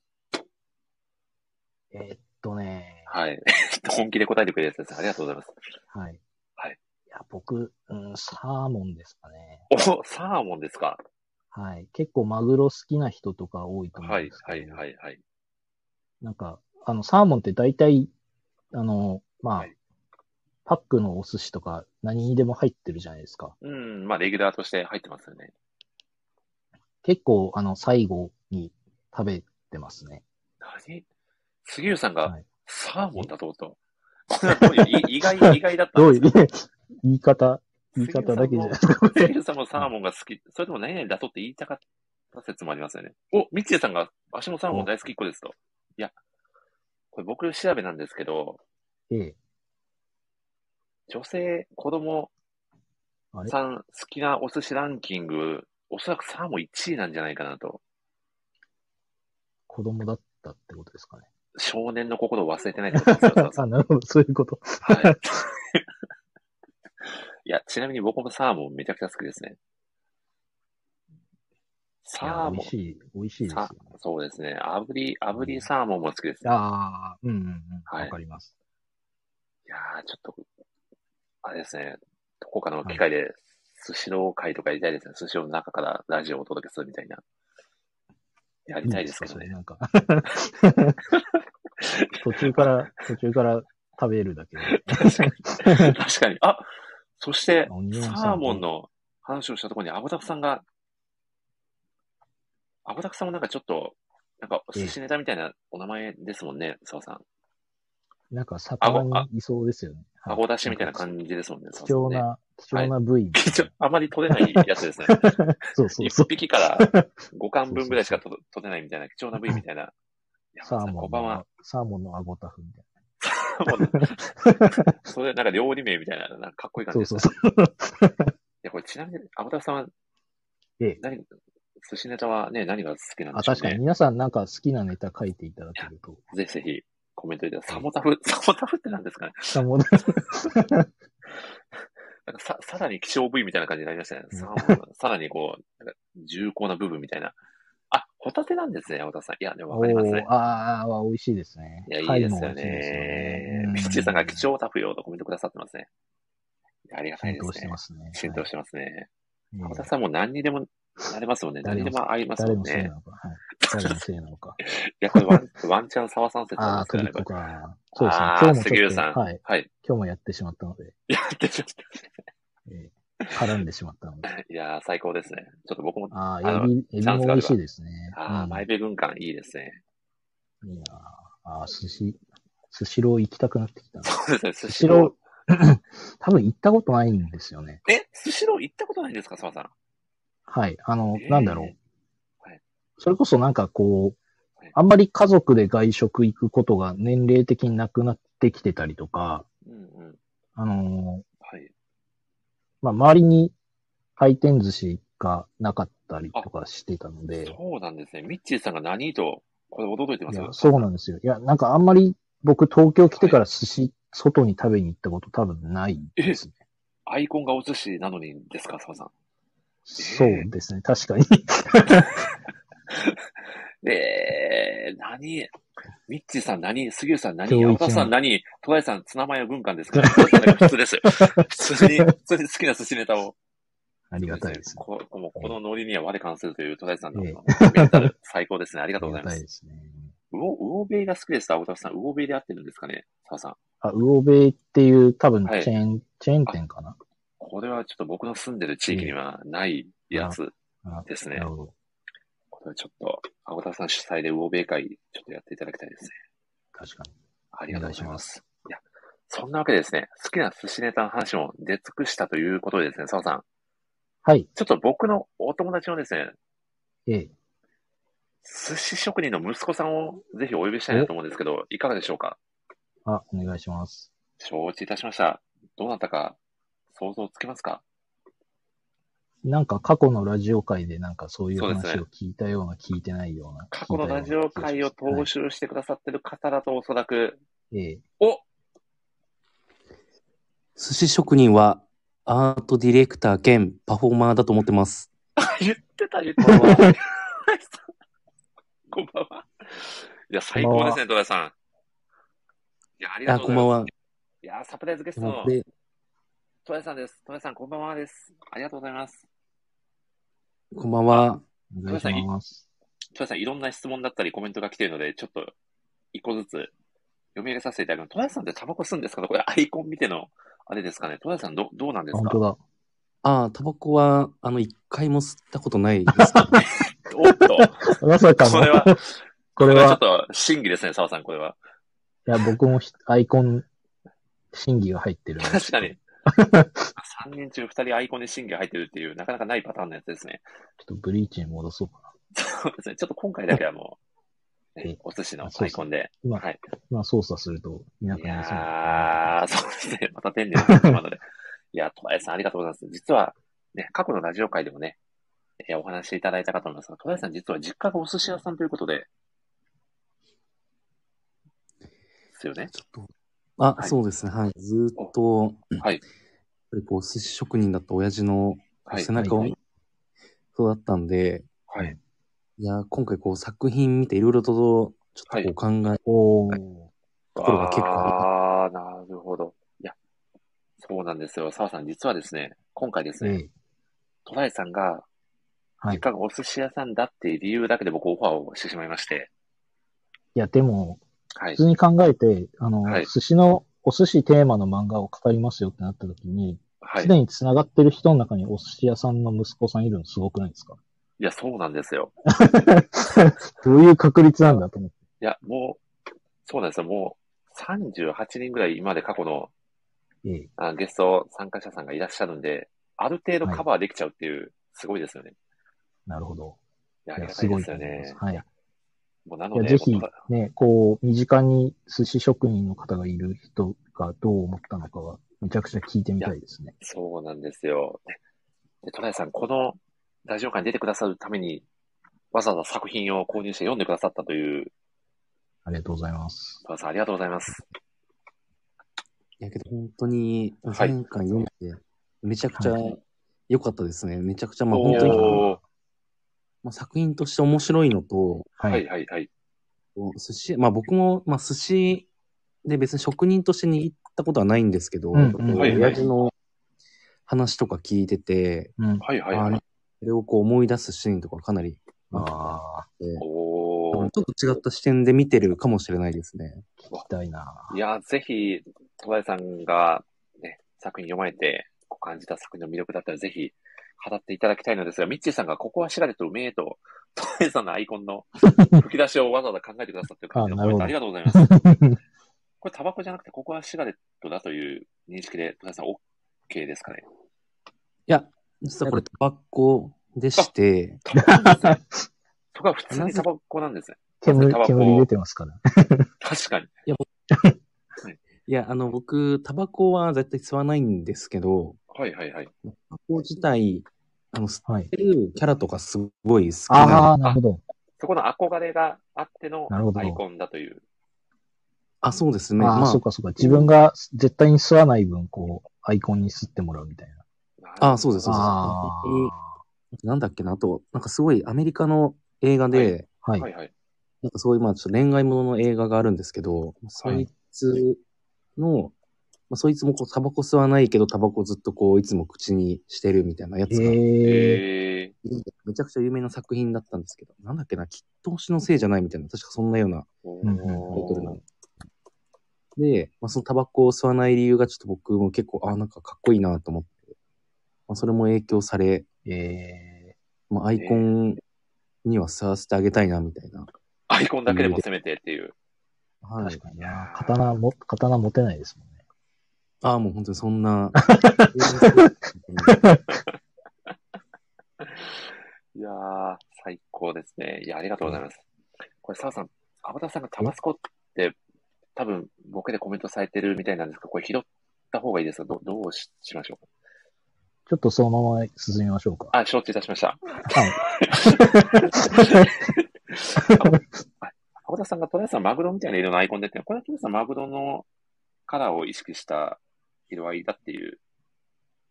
Speaker 2: えーっとね、
Speaker 1: はい。 *laughs* 本気で答えてくれるやつですね。ありがとうございます。
Speaker 2: はい。
Speaker 1: はい
Speaker 2: いや、僕、うん、サーモンですかね。
Speaker 1: おサーモンですか
Speaker 2: はい。結構マグロ好きな人とか多いと思
Speaker 1: は
Speaker 2: うん
Speaker 1: い
Speaker 2: です、け
Speaker 1: は
Speaker 2: ど。
Speaker 1: い、はい、はい。
Speaker 2: なんか、あの、サーモンって大体、あの、まあ、
Speaker 1: はい
Speaker 2: パックのお寿司とか何にでも入ってるじゃないですか。
Speaker 1: うん、まあ、レギュラーとして入ってますよね。
Speaker 2: 結構、あの、最後に食べてますね。
Speaker 1: 何杉浦さんが
Speaker 2: はい
Speaker 1: サーモンだと思った。 *laughs* これはどういうい意外、意外だった
Speaker 2: ど
Speaker 1: ん
Speaker 2: う
Speaker 1: で
Speaker 2: い
Speaker 1: す
Speaker 2: う
Speaker 1: か、
Speaker 2: 言い方、言い方だけじゃないで
Speaker 1: *laughs*
Speaker 2: すか。
Speaker 1: 杉浦さんもサーモンが好き、それとも何々だとって言いたかった説もありますよね。お、ミッチーさんが、私もサーモン大好きっ子ですと。いや、これ僕調べなんですけど、
Speaker 2: *laughs* ええ。
Speaker 1: 女性、子供
Speaker 2: あれ
Speaker 1: さん好きなお寿司ランキング、おそらくサーモン1位なんじゃないかなと。
Speaker 2: 子供だったってことですかね。
Speaker 1: 少年の心を忘れてないってことですよ澤さん
Speaker 2: あ、なるほど、そういうこと。 *laughs*
Speaker 1: はい。いや、ちなみに僕もサーモンめちゃくちゃ好きですね。
Speaker 2: い
Speaker 1: サ
Speaker 2: や
Speaker 1: ー
Speaker 2: 美
Speaker 1: モ
Speaker 2: 味しい、美味しいですよ、
Speaker 1: さン、そうですね。炙り、炙りサーモンも好きですね。
Speaker 2: ああ、うんうんうん。
Speaker 1: はい
Speaker 2: わかります。
Speaker 1: いやー、ちょっと、あれですね。どこかの機会で、スシロー会とかやりたいですね。スシローの中からラジオをお届けするみたいな。やりたいですけどね。
Speaker 2: いいんですかそれなんか。 *laughs* 途中から、途中から食べるだけで。
Speaker 1: 確かに。 *laughs* 確かに。あ、そして、
Speaker 2: オニオン
Speaker 1: サ
Speaker 2: サ
Speaker 1: ー
Speaker 2: ーモン
Speaker 1: モンの話をしたところに、アボタクさんが、アボタクさんもなんかちょっと、なんか、寿司ネタみたいなお名前ですもんね、澤さん。
Speaker 2: なんか魚にいそうですよね。はい
Speaker 1: 顎出しみたいな感じですもんね、
Speaker 2: 貴重
Speaker 1: 澤
Speaker 2: な、貴重な部位みたい
Speaker 1: さんね。
Speaker 2: な。
Speaker 1: *laughs* 貴重、あまり取れないやつですね。
Speaker 2: そうそうそ
Speaker 1: 一
Speaker 2: う。
Speaker 1: 匹から5巻
Speaker 2: *laughs*
Speaker 1: 分ぐらいしかと取れないみたいな、貴重な部位みたいな。
Speaker 2: サー
Speaker 1: いや
Speaker 2: モ
Speaker 1: こん
Speaker 2: ン
Speaker 1: ば
Speaker 2: *laughs*
Speaker 1: んは
Speaker 2: の。、サーモンのアゴタフみたい
Speaker 1: それ、なんか料理名みたいな、なんかかっこいい
Speaker 2: な。
Speaker 1: 感じ
Speaker 2: そ
Speaker 1: で
Speaker 2: う
Speaker 1: す
Speaker 2: そ
Speaker 1: ね
Speaker 2: うそう。
Speaker 1: いや、これちなみに、アボタクさんは、
Speaker 2: ええ
Speaker 1: 何、寿司ネタはね、何が好きなん
Speaker 2: あ、
Speaker 1: でしょうね。
Speaker 2: 確かに皆さんなんか好きなネタ書いていただけると。
Speaker 1: ぜひぜひコメントいただいて、サモタフ、 *laughs* サモタフって何ですかね
Speaker 2: サーモン、
Speaker 1: なんかささらに希少部位みたいな感じになりましたね。
Speaker 2: うん
Speaker 1: サーモン *laughs* がさらにこう、なんか重厚な部分みたいな。あ、ホタテなんですね、山田さん。いや、でもわかりますね。
Speaker 2: ああ、美味しいですね。
Speaker 1: いや、いい
Speaker 2: 貝
Speaker 1: です
Speaker 2: も美
Speaker 1: よ
Speaker 2: 味しいですよ
Speaker 1: ね
Speaker 2: う。
Speaker 1: ピッチーさんが貴重タフよとコメントくださってますね。いやありがたい
Speaker 2: 浸
Speaker 1: で
Speaker 2: 透
Speaker 1: す
Speaker 2: して
Speaker 1: ね。
Speaker 2: ますね。
Speaker 1: 浸透しててますね。
Speaker 2: ま
Speaker 1: 山田さんもう何にでもなれますもんね。
Speaker 2: な
Speaker 1: 何
Speaker 2: れ
Speaker 1: に
Speaker 2: ます
Speaker 1: でも合います
Speaker 2: 誰
Speaker 1: もん
Speaker 2: のせい
Speaker 1: ね
Speaker 2: な。のか。はい。誰のせいなのか。
Speaker 1: いや、これワンワンチャン沢さん説
Speaker 2: あ
Speaker 1: なん
Speaker 2: あ、
Speaker 1: ですけど
Speaker 2: トリ
Speaker 1: ね、
Speaker 2: ッ
Speaker 1: こ
Speaker 2: ク
Speaker 1: れ。
Speaker 2: か。そうですね。
Speaker 1: あー
Speaker 2: 今日も
Speaker 1: 杉
Speaker 2: ちょ
Speaker 1: 浦
Speaker 2: っ
Speaker 1: さん
Speaker 2: と、はい。
Speaker 1: はい。 *laughs*
Speaker 2: 今日もやってしまったので、
Speaker 1: やってしまった。
Speaker 2: えー絡んでしまったので。
Speaker 1: いやー、最高ですね。ちょっと僕も、
Speaker 2: あ
Speaker 1: あ
Speaker 2: あ、
Speaker 1: の
Speaker 2: エビ、エビ
Speaker 1: チャンスがあ
Speaker 2: も美
Speaker 1: れば
Speaker 2: 味しいですね。
Speaker 1: ああ、
Speaker 2: うん
Speaker 1: マイベ軍艦いいですね。
Speaker 2: いいなああー、寿司、寿司ロー行きたくなってきたな。
Speaker 1: そうですね、
Speaker 2: 寿
Speaker 1: スシ
Speaker 2: 司
Speaker 1: ロ
Speaker 2: ロー、 *clears throat* 多分行ったことないんですよね。
Speaker 1: ー。え、スシロー行ったことないんですか、澤さん。
Speaker 2: はい。あの、
Speaker 1: えー
Speaker 2: なんだろう
Speaker 1: はい。
Speaker 2: それこそなんかこう
Speaker 1: はい、
Speaker 2: あんまり家族で外食行くことが年齢的になくなってきてたりとか、
Speaker 1: うんうん。
Speaker 2: あのー
Speaker 1: はい。
Speaker 2: まあ、周りに回転寿司がなかったりとかしてたので、
Speaker 1: そうなんですね。ミッチーさんが何と、これ驚いてま
Speaker 2: い
Speaker 1: す
Speaker 2: や、そうなんですよ。いや、なんかあんまり僕東京来てから寿司、外に食べに行ったこと多分ないですね。
Speaker 1: アイコンがお寿司なのにですか、澤さん。
Speaker 2: そうですね、確かに。
Speaker 1: えー、何ミッチーさん何杉浦さん何
Speaker 2: 今日一番
Speaker 1: 青田さん何トライさんツナマヨ軍艦ですか *laughs* 普通です。普通に、普通に好きな寿司ネタを。
Speaker 2: ありがたいですね。
Speaker 1: こもうこのノリには我関するというトライさんの
Speaker 2: ええ
Speaker 1: メンタル、最高ですね。ありが
Speaker 2: あ
Speaker 1: とう
Speaker 2: り
Speaker 1: ござ
Speaker 2: が
Speaker 1: いま
Speaker 2: た
Speaker 1: す
Speaker 2: い。ですね。
Speaker 1: ウオ、ウオベイが好きです。青田さん、ウオベイで合ってるんですかね澤さん。
Speaker 2: あ、ウオベイっていう多分チ
Speaker 1: はい
Speaker 2: ェーン、チェーン店かな。
Speaker 1: これはちょっと僕の住んでる地域にはないやつ
Speaker 2: あ
Speaker 1: ですね
Speaker 2: なる。ほど。
Speaker 1: これはちょっと、青田さん主催でウオベイ会、ちょっとやっていただきたいですね。
Speaker 2: 確かに。
Speaker 1: ありがとうございます。いや、そんなわけでですね、好きな寿司ネタの話も出尽くしたということでですね、澤さん。
Speaker 2: はい。
Speaker 1: ちょっと僕のお友達のですね、
Speaker 2: ええ。
Speaker 1: 寿司職人の息子さんをぜひお呼びしたいなと思うんですけど、いかがでしょうか
Speaker 2: あ、お願いします。
Speaker 1: 承知いたしました。どうなったか想像つきますか
Speaker 2: なんか過去のラジオ会でなんかそういう
Speaker 1: そうですね
Speaker 2: 話を聞いたような、聞いてないような。
Speaker 1: 過去のラジオ会を踏襲してくださってる方だとおそらく、
Speaker 2: ええ。
Speaker 1: お
Speaker 3: 寿司職人はアートディレクター兼パフォーマーだと思ってます。
Speaker 1: 言ってた、言って *laughs* た。こんばんは。いや、最高ですね、戸田さん。いや、ありが
Speaker 3: あ、
Speaker 1: とうご
Speaker 3: こん
Speaker 1: ざ
Speaker 3: ば
Speaker 1: い
Speaker 3: ん
Speaker 1: ます。
Speaker 3: は。
Speaker 1: いや、サプライズゲストの
Speaker 3: これ
Speaker 1: 戸田さんです。戸田さん、こんばんはです。ありがとうございます。
Speaker 3: こんばんは。
Speaker 2: お願いします。
Speaker 1: 戸田さん、いろんな質問だったりコメントが来ているので、ちょっと一個ずつ読み上げさせていただきます。戸田さんってタバコ吸うんですかこれアイコン見てのあれですかね、戸田さんど、どうなんです
Speaker 2: 本
Speaker 1: か
Speaker 2: 当だ。
Speaker 3: ああ、タバコは、あの、一回も吸ったことないですけど。
Speaker 1: おっと、
Speaker 2: まさか
Speaker 1: これは
Speaker 2: の、これ
Speaker 1: ちょっ
Speaker 2: は、
Speaker 1: と審議ですね、澤さん、これは。
Speaker 2: いや、僕もひアイコン、審議が入ってるんで。
Speaker 1: 確か
Speaker 2: *laughs*
Speaker 1: に。3人中2人アイコンに審議入ってるっていう、なかなかないパターンのやつですね。
Speaker 2: ちょっとブリーチに戻そうか
Speaker 1: そうですね。ちょっと今回だけはもう、
Speaker 2: え
Speaker 1: ねお寿司の
Speaker 2: あそう
Speaker 1: ア
Speaker 2: そう
Speaker 1: イコンで。
Speaker 2: 今
Speaker 1: はい。
Speaker 2: な。今操作すると、いなく
Speaker 1: い
Speaker 2: なりそう。
Speaker 1: やー、そうですね。また丁寧な言葉なので。 *laughs* いや、戸田さんありがとうございます。実は、ね、過去のラジオ会でもね、えーお話しいただいたかと思いますが、戸田さん実は実家がお寿司屋さんということで。ですよね。
Speaker 3: ちょっとあ、
Speaker 1: はい
Speaker 3: そうですね。はい。ずーっと、
Speaker 1: はい
Speaker 3: やっぱりこう、寿司職人だった親父の
Speaker 1: はい
Speaker 3: 背。中を
Speaker 2: はい
Speaker 3: 見て育ったんで、
Speaker 1: はい。
Speaker 3: いやー、今回こう、作品見ていろいろと、ちょっとこう、考え
Speaker 2: お
Speaker 3: は
Speaker 2: ー。
Speaker 3: ところが結構
Speaker 1: ああ、なるほど。いや、そうなんですよ。澤さん、実はですね、今回です
Speaker 2: え
Speaker 1: ね、
Speaker 2: え
Speaker 1: トライさんが、
Speaker 2: はい
Speaker 1: 実家がお寿司屋さんだっていう理由だけで僕オファーをしてしまいまして、
Speaker 2: いや、でも、
Speaker 1: はい
Speaker 2: 普。通に考えて、あの、
Speaker 1: はい
Speaker 2: 寿司の、お寿司テーマの漫画を語りますよってなった時に、
Speaker 1: は
Speaker 2: す
Speaker 1: い。
Speaker 2: で、に繋がってる人の中にお寿司屋さんの息子さんいるのすごくないですか
Speaker 1: いや、そうなんですよ。
Speaker 2: どういう確率なんだと思って。
Speaker 1: いや、もう、そうなんですよ。もう、38人ぐらい今まで過去の
Speaker 2: ええ
Speaker 1: あゲスト参加者さんがいらっしゃるんで、ある程度カバーできちゃうっていう、すごいですよね。
Speaker 2: なるほど。
Speaker 1: いや、あ
Speaker 2: い
Speaker 1: り
Speaker 2: や、
Speaker 1: がた
Speaker 2: す
Speaker 1: い
Speaker 2: ご
Speaker 1: です
Speaker 2: いと
Speaker 1: よ
Speaker 2: 思います
Speaker 1: ね。。
Speaker 2: はい。
Speaker 1: もうないの
Speaker 2: や、
Speaker 1: で、
Speaker 2: ぜひ
Speaker 1: もう戸田、
Speaker 2: ね、こう、身近に寿司職人の方がいる人がどう思ったのかは、めちゃくちゃ聞いてみたいですね。
Speaker 1: そうなんですよ。ねで、トライさん、このラジオ会に出てくださるために、わざわざ作品を購入して読んでくださったという、
Speaker 2: ありがとうございます。
Speaker 1: トライさん、ありがとうございます。
Speaker 3: いやけど、本当に、
Speaker 1: はい
Speaker 3: 前回読んで、めちゃくちゃ
Speaker 2: はい
Speaker 3: 良かったですね。めちゃくちゃ、まあ
Speaker 1: お
Speaker 3: 本当に、
Speaker 1: ー
Speaker 3: まあ、作品として面白いのと、
Speaker 2: は。
Speaker 1: はいいはいはい。
Speaker 3: 寿司、まあ僕も、まあ寿司で別に職人として握ったことはないんですけど、
Speaker 2: うんうん
Speaker 3: こう
Speaker 1: はいはい
Speaker 3: 親父の話とか聞いてて、
Speaker 2: うん。
Speaker 1: はいはい
Speaker 3: あ
Speaker 1: は
Speaker 3: の
Speaker 1: い。
Speaker 3: それをこう思い出すシーンとかかなり、
Speaker 2: ああ
Speaker 3: ち
Speaker 1: お
Speaker 3: ょ
Speaker 1: ー
Speaker 3: っと違った視点で見てるかもしれないですね。
Speaker 2: ー、聞きたいない
Speaker 1: や、ぜひ、トライさんが、ね、作品読まれて、こう感じた作品の魅力だったら、ぜひ、語っていただきたいのですが、ミッチーさんが、ここは調べとうめえと、トライさんのアイコンの *laughs* 吹き出しをわざわざ考えてくださってる感じのコメントあ
Speaker 2: あな
Speaker 1: りが
Speaker 2: る
Speaker 1: とうございます。
Speaker 2: ぁ。
Speaker 1: これタバコじゃなくて、ここはシガレットだという認識で、皆さん OK ですかね。
Speaker 3: いや、実はこれタバコでして、
Speaker 1: タバコですね。そこは普通にタバコなんですね。タバ
Speaker 2: 煙、
Speaker 1: コ
Speaker 2: 煙出てますから。
Speaker 1: 確かに。
Speaker 3: いや、あの、僕、タバコは絶対吸わないんですけど、
Speaker 1: はいはいはい。
Speaker 3: タバコ自体、あの、吸っ
Speaker 2: はい。
Speaker 3: てるキャラとかすごい好きな
Speaker 2: あ
Speaker 3: あ
Speaker 2: あ、なるほど。
Speaker 1: そこの憧れがあっての
Speaker 2: なるほど
Speaker 1: アイコンだという。
Speaker 3: あ、そうですね。
Speaker 2: あ
Speaker 3: ま
Speaker 2: あ、
Speaker 3: あ
Speaker 2: そう、かそうか。自分が絶対に吸わない分、こう、アイコンに吸ってもらうみたいな。
Speaker 3: あそうですそうです
Speaker 2: あ
Speaker 3: なんだっけな、あと、なんかすごいアメリカの映画で、
Speaker 1: は
Speaker 2: あ、はい
Speaker 1: は。いはい。
Speaker 3: なんかそういう、まあ、ちょっと恋愛ものの映画があるんですけど、そいつの、まあ、そいつもこう、タバコ吸わないけど、タバコずっとこう、いつも口にしてるみたいなやつが、
Speaker 2: ええ、
Speaker 1: えー、
Speaker 3: めちゃくちゃ有名な作品だったんですけど、なんだっけな、きっと星のせいじゃないみたいな、確かそんなような
Speaker 1: お
Speaker 2: うんうん
Speaker 3: タイトルな
Speaker 1: ー
Speaker 3: の。で、まあ、そのタバコを吸わない理由がちょっと僕も結構、あなんかかっこいいなと思って、まあ、それも影響され、
Speaker 2: ええ、
Speaker 3: まあ、アイコンには吸わせてあげたいなみたいな。
Speaker 1: アイコンだけでもせめてっていう。
Speaker 3: はい、
Speaker 2: 確かにな。刀も、刀持てないですもんね。
Speaker 3: ああ、もう本当にそん
Speaker 2: *laughs*
Speaker 3: な。
Speaker 1: いやー、最高ですね。いや、ありがとうございます。これ、澤さん、アバターさんがタバスコって、多分、ボケでコメントされてるみたいなんですけど、これ拾った方がいいですかどどうししましょう
Speaker 2: ちょっとそのまま進みましょうか。
Speaker 1: あ、承知いたしました。
Speaker 3: *laughs*
Speaker 2: はい。
Speaker 1: 青田さんがとりあえずマグロみたいな色のアイコンでって、これはとりあえずマグロのカラーを意識した色合いだっていう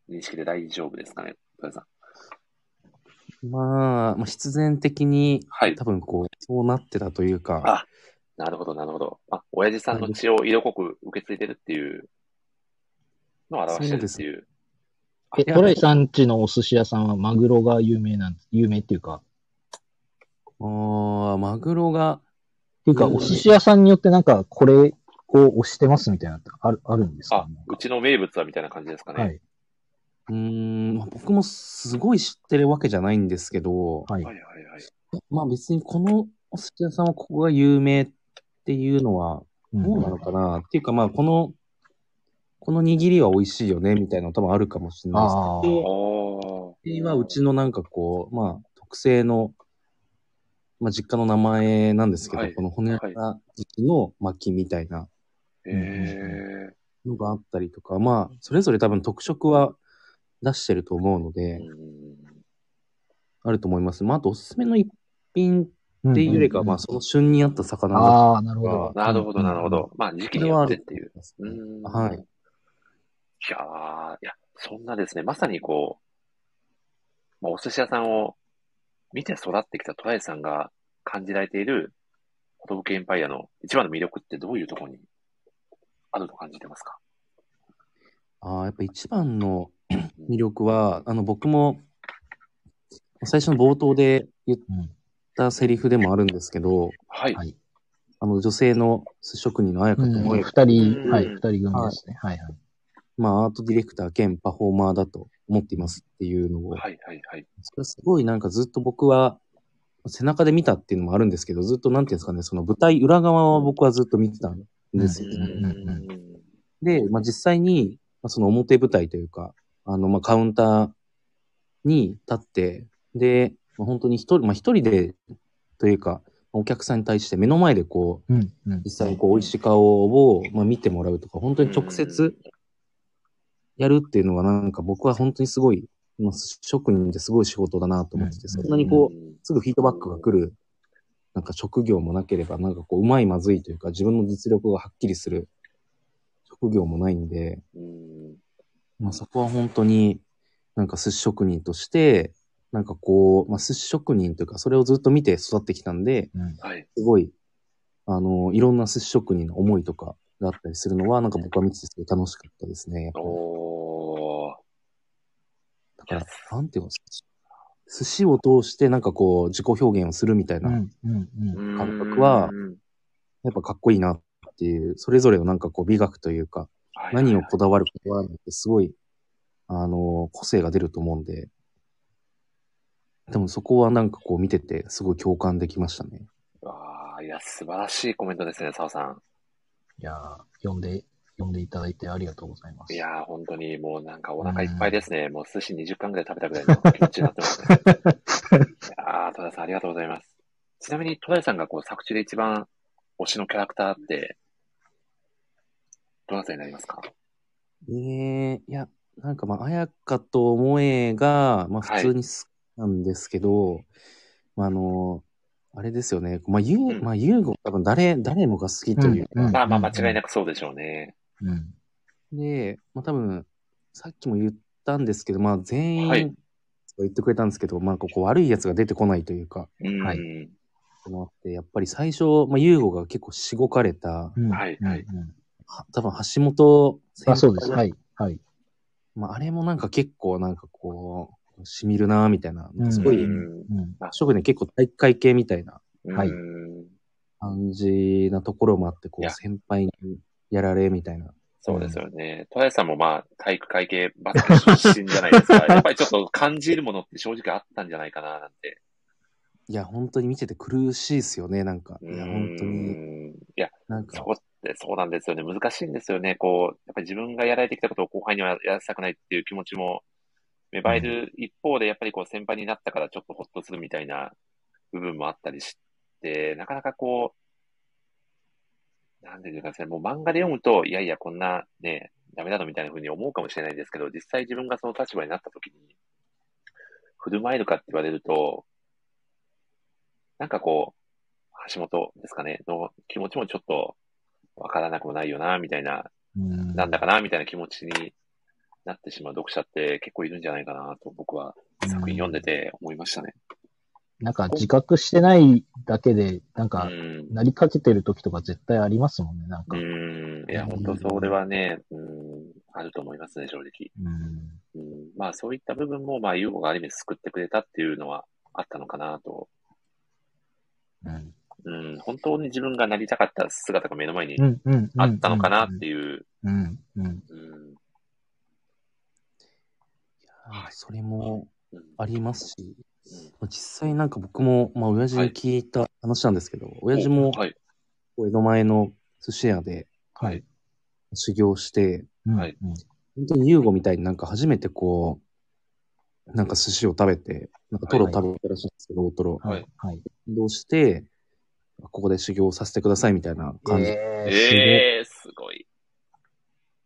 Speaker 1: 認識で大丈夫ですかね、とりあえずさん。
Speaker 3: まあ、まあ、必然的に、
Speaker 1: はい
Speaker 3: 多分こう、そうなってたという
Speaker 1: あ
Speaker 3: か、
Speaker 1: なるほど、なるほど。あ、親父さんの血を色濃く受け継いでるっていうのを表してるっていう。
Speaker 2: え、トレイさんちのお寿司屋さんはマグロが有名なん、有名っていうか、
Speaker 3: あーマグロが、
Speaker 2: っていうか、
Speaker 3: うん
Speaker 2: お寿司屋さんによってなんか、これ、こう押してますみたいなのってある、あるんですか
Speaker 1: あ、うちの名物はみたいな感じですかね。
Speaker 2: はい。
Speaker 3: うーん、まあ僕もすごい知ってるわけじゃないんですけど、
Speaker 2: はい
Speaker 1: はい。はいはい。
Speaker 3: まあ別にこのお寿司屋さんはここが有名っていうのは
Speaker 2: うん
Speaker 3: どうなのかな、っていうかまあこの、この握りは美味しいよねみたいなの多分あるかもしれないです
Speaker 2: ああ
Speaker 3: けど、
Speaker 1: お
Speaker 3: これはうちのなんかこう、まあ、特製の、まあ、実家の名前なんですけど、
Speaker 1: はい
Speaker 3: この骨焼きの巻きみたいな
Speaker 1: ええ
Speaker 3: のがあったりとか、まあ、それぞれ多分特色は出してると思うので、あると思います。まあ、あとおすすめの一品っていうよりかは、まあ、その旬にあった魚だ
Speaker 2: ああ、なるほ
Speaker 3: ま
Speaker 2: ど
Speaker 3: あ。
Speaker 1: なるほど、なるほど。まあ、時期によってっていう。う
Speaker 3: うん
Speaker 1: ん
Speaker 3: はい
Speaker 1: いやーいや、そんなですね、まさにこう、まあ、お寿司屋さんを見て育ってきたトライさんが感じられている、ホトブケエンパイアの一番の魅力ってどういうところにあると感じてますか
Speaker 3: ああ、やっぱ一番の魅力は、あの、僕も、最初の冒頭で言っ
Speaker 2: うん
Speaker 3: たセリフでもあるんですけど、
Speaker 1: はい。
Speaker 2: はい
Speaker 3: あの、女性の寿司職人の綾香
Speaker 2: う
Speaker 3: と
Speaker 2: ん
Speaker 3: 思
Speaker 2: 二
Speaker 3: えば、
Speaker 2: 人、はい、
Speaker 1: うん
Speaker 2: 二人組ですね。はい、はい。
Speaker 3: まあ、アートディレクター兼パフォーマーだと思っていますっていうのを、
Speaker 1: はい、はい、はい。
Speaker 3: それはすごいなんかずっと僕は、背中で見たっていうのもあるんですけど、ずっとなんていうんですかね、その舞台裏側は僕はずっと見てたんですよね。
Speaker 2: うんうんうん
Speaker 3: で、まあ、実際に、まあ、その表舞台というか、あの、まあ、カウンターに立って、で、まあ、本当に一人、まあ、一人で、というか、お客さんに対して目の前でこう、
Speaker 2: うん、うん。
Speaker 3: 実際にこう、美味しい顔を、まあ、見てもらうとか、本当に直接やるっていうのがなんか僕は本当にすごい、まあ、職人ってすごい仕事だなと思ってて、
Speaker 2: うんうん
Speaker 3: そんなにこう、すぐフィードバックが来る、なんか職業もなければ、なんかこう、うまいまずいというか、自分の実力がはっきりする職業もないんで、
Speaker 1: うん。
Speaker 3: まあそこは本当に、なんか寿司職人として、なんかこう、まあ寿司職人というか、それをずっと見て育ってきたんで、
Speaker 2: うん
Speaker 1: はい。
Speaker 3: すごい、あの、いろんな寿司職人の思いとかがあったりするのは、なんか僕は見ててすごい楽しかったですね。やっぱり
Speaker 1: おー。
Speaker 3: だから、なんていうの、寿司を通してなんかこう、自己表現をするみたいな、
Speaker 2: うん、うん、うん。
Speaker 3: 感覚は
Speaker 1: うん、
Speaker 3: やっぱかっこいいなっていう、それぞれのなんかこう美学というか、
Speaker 1: はい
Speaker 3: 何をこだわる、こだわらないってすごい、あの、個性が出ると思うんで、でもそこはなんかこう見てて、すごい共感できましたね。
Speaker 1: ああ、いや、素晴らしいコメントですね、澤さん。
Speaker 2: いやー呼んで、呼んでいただいてありがとうございます。
Speaker 1: いやー、本当にもうなんかお腹いっぱいですね。もう寿司20貫ぐらい食べたぐらいの気 *laughs* 持ちになってますね。ああ、戸田さんありがとうございます。ちなみに戸田さんがこう作中で一番推しのキャラクターって、どなたになりますか
Speaker 3: ええいや、なんかまあ、綾香と萌えが、まあ
Speaker 1: はい
Speaker 3: 普通に好きなんですけど、まああの、あれですよね、まあ、ゆう、
Speaker 1: うん
Speaker 3: まあ、ゆうご多分誰、誰もが好きというか、
Speaker 2: うんうん
Speaker 1: まあまあ間違いなくそうでしょうね。
Speaker 2: うん。
Speaker 3: で、まあ多分、さっきも言ったんですけど、まあ全員、
Speaker 1: はい
Speaker 3: 言ってくれたんですけど、まあここ悪いやつが出てこないというか、
Speaker 1: うん。
Speaker 2: はい
Speaker 3: そのあって、やっぱり最初、まあユーゴが結構しごかれた、
Speaker 2: うん
Speaker 1: はいはい
Speaker 2: うんうん
Speaker 3: は多分橋本先輩
Speaker 2: あ、そうです。はい、はい。
Speaker 3: まああれもなんか結構なんかこう、しみるなぁみたいな、
Speaker 2: うん
Speaker 3: す
Speaker 1: う
Speaker 3: ごい、
Speaker 1: ん。
Speaker 2: うん。
Speaker 3: 職人結構体育会系みたいな
Speaker 2: はい
Speaker 1: うん
Speaker 3: 感じなところもあって、こ
Speaker 1: いうや
Speaker 3: 先輩にやられみたいな。
Speaker 1: そうですよね。戸田さんもまあ体育会系バスケ出身じゃないですか。やっぱりちょっと感じるものって正直あったんじゃないかななんて。
Speaker 3: いや、本当に見てて苦しいですよね、なんか。いや、本当
Speaker 1: うん。
Speaker 3: に、
Speaker 1: いや、
Speaker 3: なんか
Speaker 1: そ。こってそうなんですよね。難しいんですよね。こう、やっぱり自分がやられてきたことを後輩にはやらせたくないっていう気持ちも芽生える一方で、やっぱりこう先輩になったからちょっとホッとするみたいな部分もあったりして、なかなかこう、なんていうかですね、もう漫画で読むと、いやいや、こんなね、ダメだのみたいな風に思うかもしれないですけど、実際自分がその立場になった時に、振る舞えるかって言われると、なんかこう、橋本ですかね、の気持ちもちょっとわからなくもないよな、みたいな、
Speaker 2: うん
Speaker 1: なんだかな、みたいな気持ちになってしまう読者って結構いるんじゃないかなと僕は作品読んでて思いましたね。
Speaker 2: なんか自覚してないだけで、なん
Speaker 1: う
Speaker 2: か、
Speaker 1: ん。
Speaker 2: なりかけてる時とか絶対ありますもんね、なん
Speaker 1: う
Speaker 2: か。
Speaker 1: ん。いや、本当それはね、うん、あると思いますね、正直。
Speaker 2: うん。
Speaker 1: うん、まあそういった部分も、まあ、ユーゴがある意味救ってくれたっていうのはあったのかなと
Speaker 2: うん。
Speaker 1: うん、本当に自分がなりたかった姿が目の前に
Speaker 2: うんうんうん。
Speaker 1: あったのかなっていう、
Speaker 3: うん、うん。
Speaker 1: うん、
Speaker 3: あそれも
Speaker 1: うん
Speaker 3: ありますし、まあ実際なんか僕も、まあ、親父に聞いた話なんですけど、親父も
Speaker 1: はい、
Speaker 3: 江戸前の寿司屋で
Speaker 1: はい、
Speaker 3: 修行して、
Speaker 2: うん
Speaker 1: はい。
Speaker 2: うん
Speaker 3: 本当にユーゴみたいになんか初めてこう、なんか寿司を食べて、なんかトロ
Speaker 1: はい
Speaker 3: 食べたらしいんですけど、大トロ。
Speaker 1: はい。
Speaker 2: はい。
Speaker 3: 運動して、ここで修行させてくださいみたいな感じ。
Speaker 1: ええー、すごい。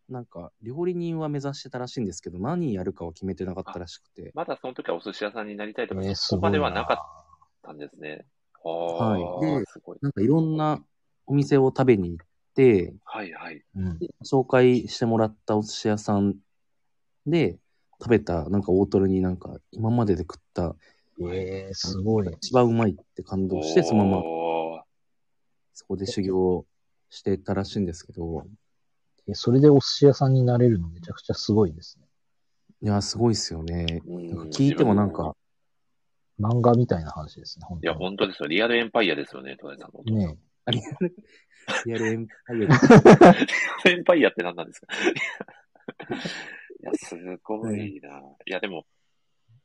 Speaker 3: なんか、料理人は目指してたらしいんですけど、何やるかは決めてなかったらしくて。
Speaker 1: まだその時はお寿司屋さんになりたいとか、
Speaker 2: えー
Speaker 1: そこまではなかったんですね。ああ、
Speaker 3: はいです
Speaker 1: ごい。
Speaker 3: なんかいろんなお店を食べに行って、
Speaker 1: はいはい。
Speaker 2: うん。
Speaker 3: で紹介してもらったお寿司屋さんで食べた、なんか大トロになんか今までで食った
Speaker 2: えー、すごい。
Speaker 3: 一番うまいって感動して、そのまま
Speaker 1: ま
Speaker 3: そこで修行してたらしいんですけど、
Speaker 2: えそれでお寿司屋さんになれるのめちゃくちゃすごいですね。
Speaker 3: いや、すごいっすよね。
Speaker 1: うん
Speaker 3: なんか聞いてもなんか、
Speaker 2: 漫画みたいな話ですね、本
Speaker 1: いや、
Speaker 2: 当に。
Speaker 1: 本当ですよ。リアルエンパイアですよね、戸田さんの。
Speaker 3: *laughs*
Speaker 1: リ
Speaker 2: ね
Speaker 3: リアルエンパイア
Speaker 1: アルエンパイアって何なんですかいや、すごいな。いや、でも、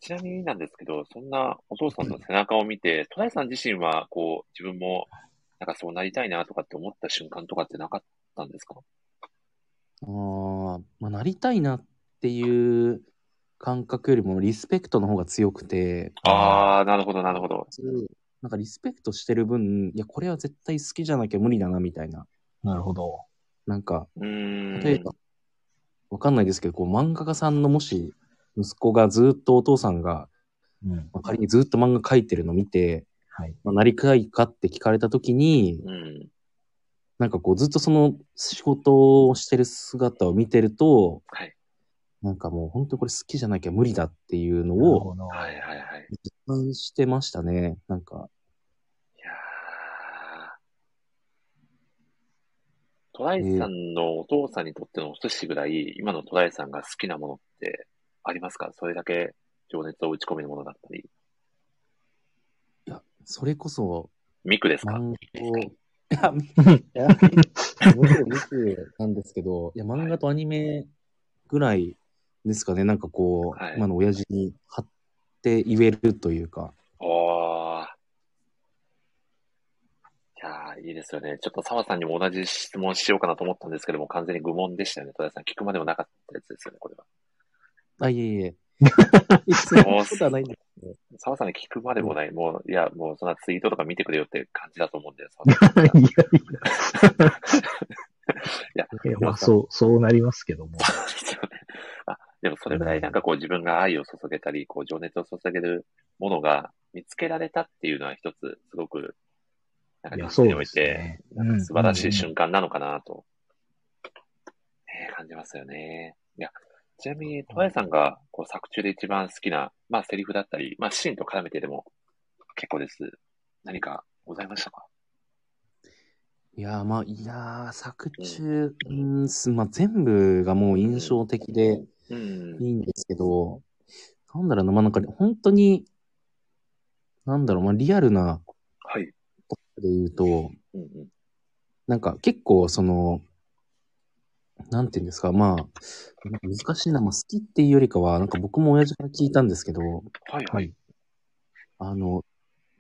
Speaker 1: ちなみになんですけど、そんなお父さんの背中を見て、戸田さん自身は、こう、自分も、なんかそうなりたいなとかって思った瞬間とかってなかったんですか
Speaker 3: *laughs* ああ、まあ、なりたいなっていう感覚よりもリスペクトの方が強くて、
Speaker 1: ああ、なるほど、なるほど。
Speaker 3: なんかリスペクトしてる分、いや、これは絶対好きじゃなきゃ無理だな、みたいな。
Speaker 2: え。なるほど。
Speaker 3: なんか、
Speaker 1: うーん。
Speaker 3: 例えば、わかんないですけど、こう、漫画家さんのもし、息子がずっとお父さんが、
Speaker 2: うん。
Speaker 3: まあ、仮にずっと漫画描いてるの見て、
Speaker 2: はい。
Speaker 3: まあ、なりたいかって聞かれたときに、
Speaker 1: うん。
Speaker 3: なんかこうずっとその仕事をしてる姿を見てると、
Speaker 1: はい
Speaker 3: なんかもう本当にこれ好きじゃなきゃ無理だっていうの
Speaker 2: なる
Speaker 3: を
Speaker 2: ほど。
Speaker 1: はいはいはい。
Speaker 3: 実感してましたね。なんか、
Speaker 1: いやートライさんのお父さんにとってのお寿司ぐらい、今のトライさんが好きなものってありますかそれだけ情熱を打ち込めるものだったり。
Speaker 3: いや、それこそ
Speaker 1: ミクですか
Speaker 3: 漫画を、いや、見て *laughs* なんですけど、いや、漫画とアニメぐらいですかね。なんかこう、
Speaker 1: はい
Speaker 3: 今の親父に張って言えるというか、
Speaker 1: おー。いやーいいですよね。ちょっと澤さんにも同じ質問しようかなと思ったんですけども、完全に愚問でしたよね。戸田さん、聞くまでもなかったやつですよね、これは。
Speaker 3: あ、いえ
Speaker 1: *laughs*
Speaker 3: いえ。そんなことはないんですけど。
Speaker 1: 澤さんに聞くまでもない。もう、いや、もうそんなツイートとか見てくれよって感じだと思うんで、澤さん *laughs*
Speaker 2: *laughs* いやい
Speaker 1: や
Speaker 2: や。いや、まあ、そう、そうなりますけども。
Speaker 1: そうですよね。 *laughs* あ、でもそれぐらいなんかこう自分が愛を注げたり、こう情熱を注げるものが見つけられたっていうのは一つすごく、なんか
Speaker 2: いや、
Speaker 1: 人生
Speaker 2: そう
Speaker 1: にお
Speaker 2: で
Speaker 1: い
Speaker 2: す
Speaker 1: て
Speaker 2: ね。
Speaker 1: 素晴らしい
Speaker 2: 間。
Speaker 1: 瞬間なのかなと、ねえ感じますよね。いや、ちなみに、トライさんがこう作中で一番好きな、まあセリフだったり、まあシーンと絡めてでも結構です。何かございましたか
Speaker 3: いやー、まあ、いやー、作中、うん、すまあ、全部がもう印象的で
Speaker 1: うん。
Speaker 3: いいんですけど、なんだろうな、まあ、なんか、本当に、なんだろう、まあ、リアルな、
Speaker 1: はい。
Speaker 3: で言うと、
Speaker 1: うんうん。
Speaker 3: なんか、結構、その、なんていうんですか、まあ、難しいな、まあ、好きっていうよりかは、なんか僕も親父から聞いたんですけど、
Speaker 1: はいは。
Speaker 2: はいい。
Speaker 3: あの、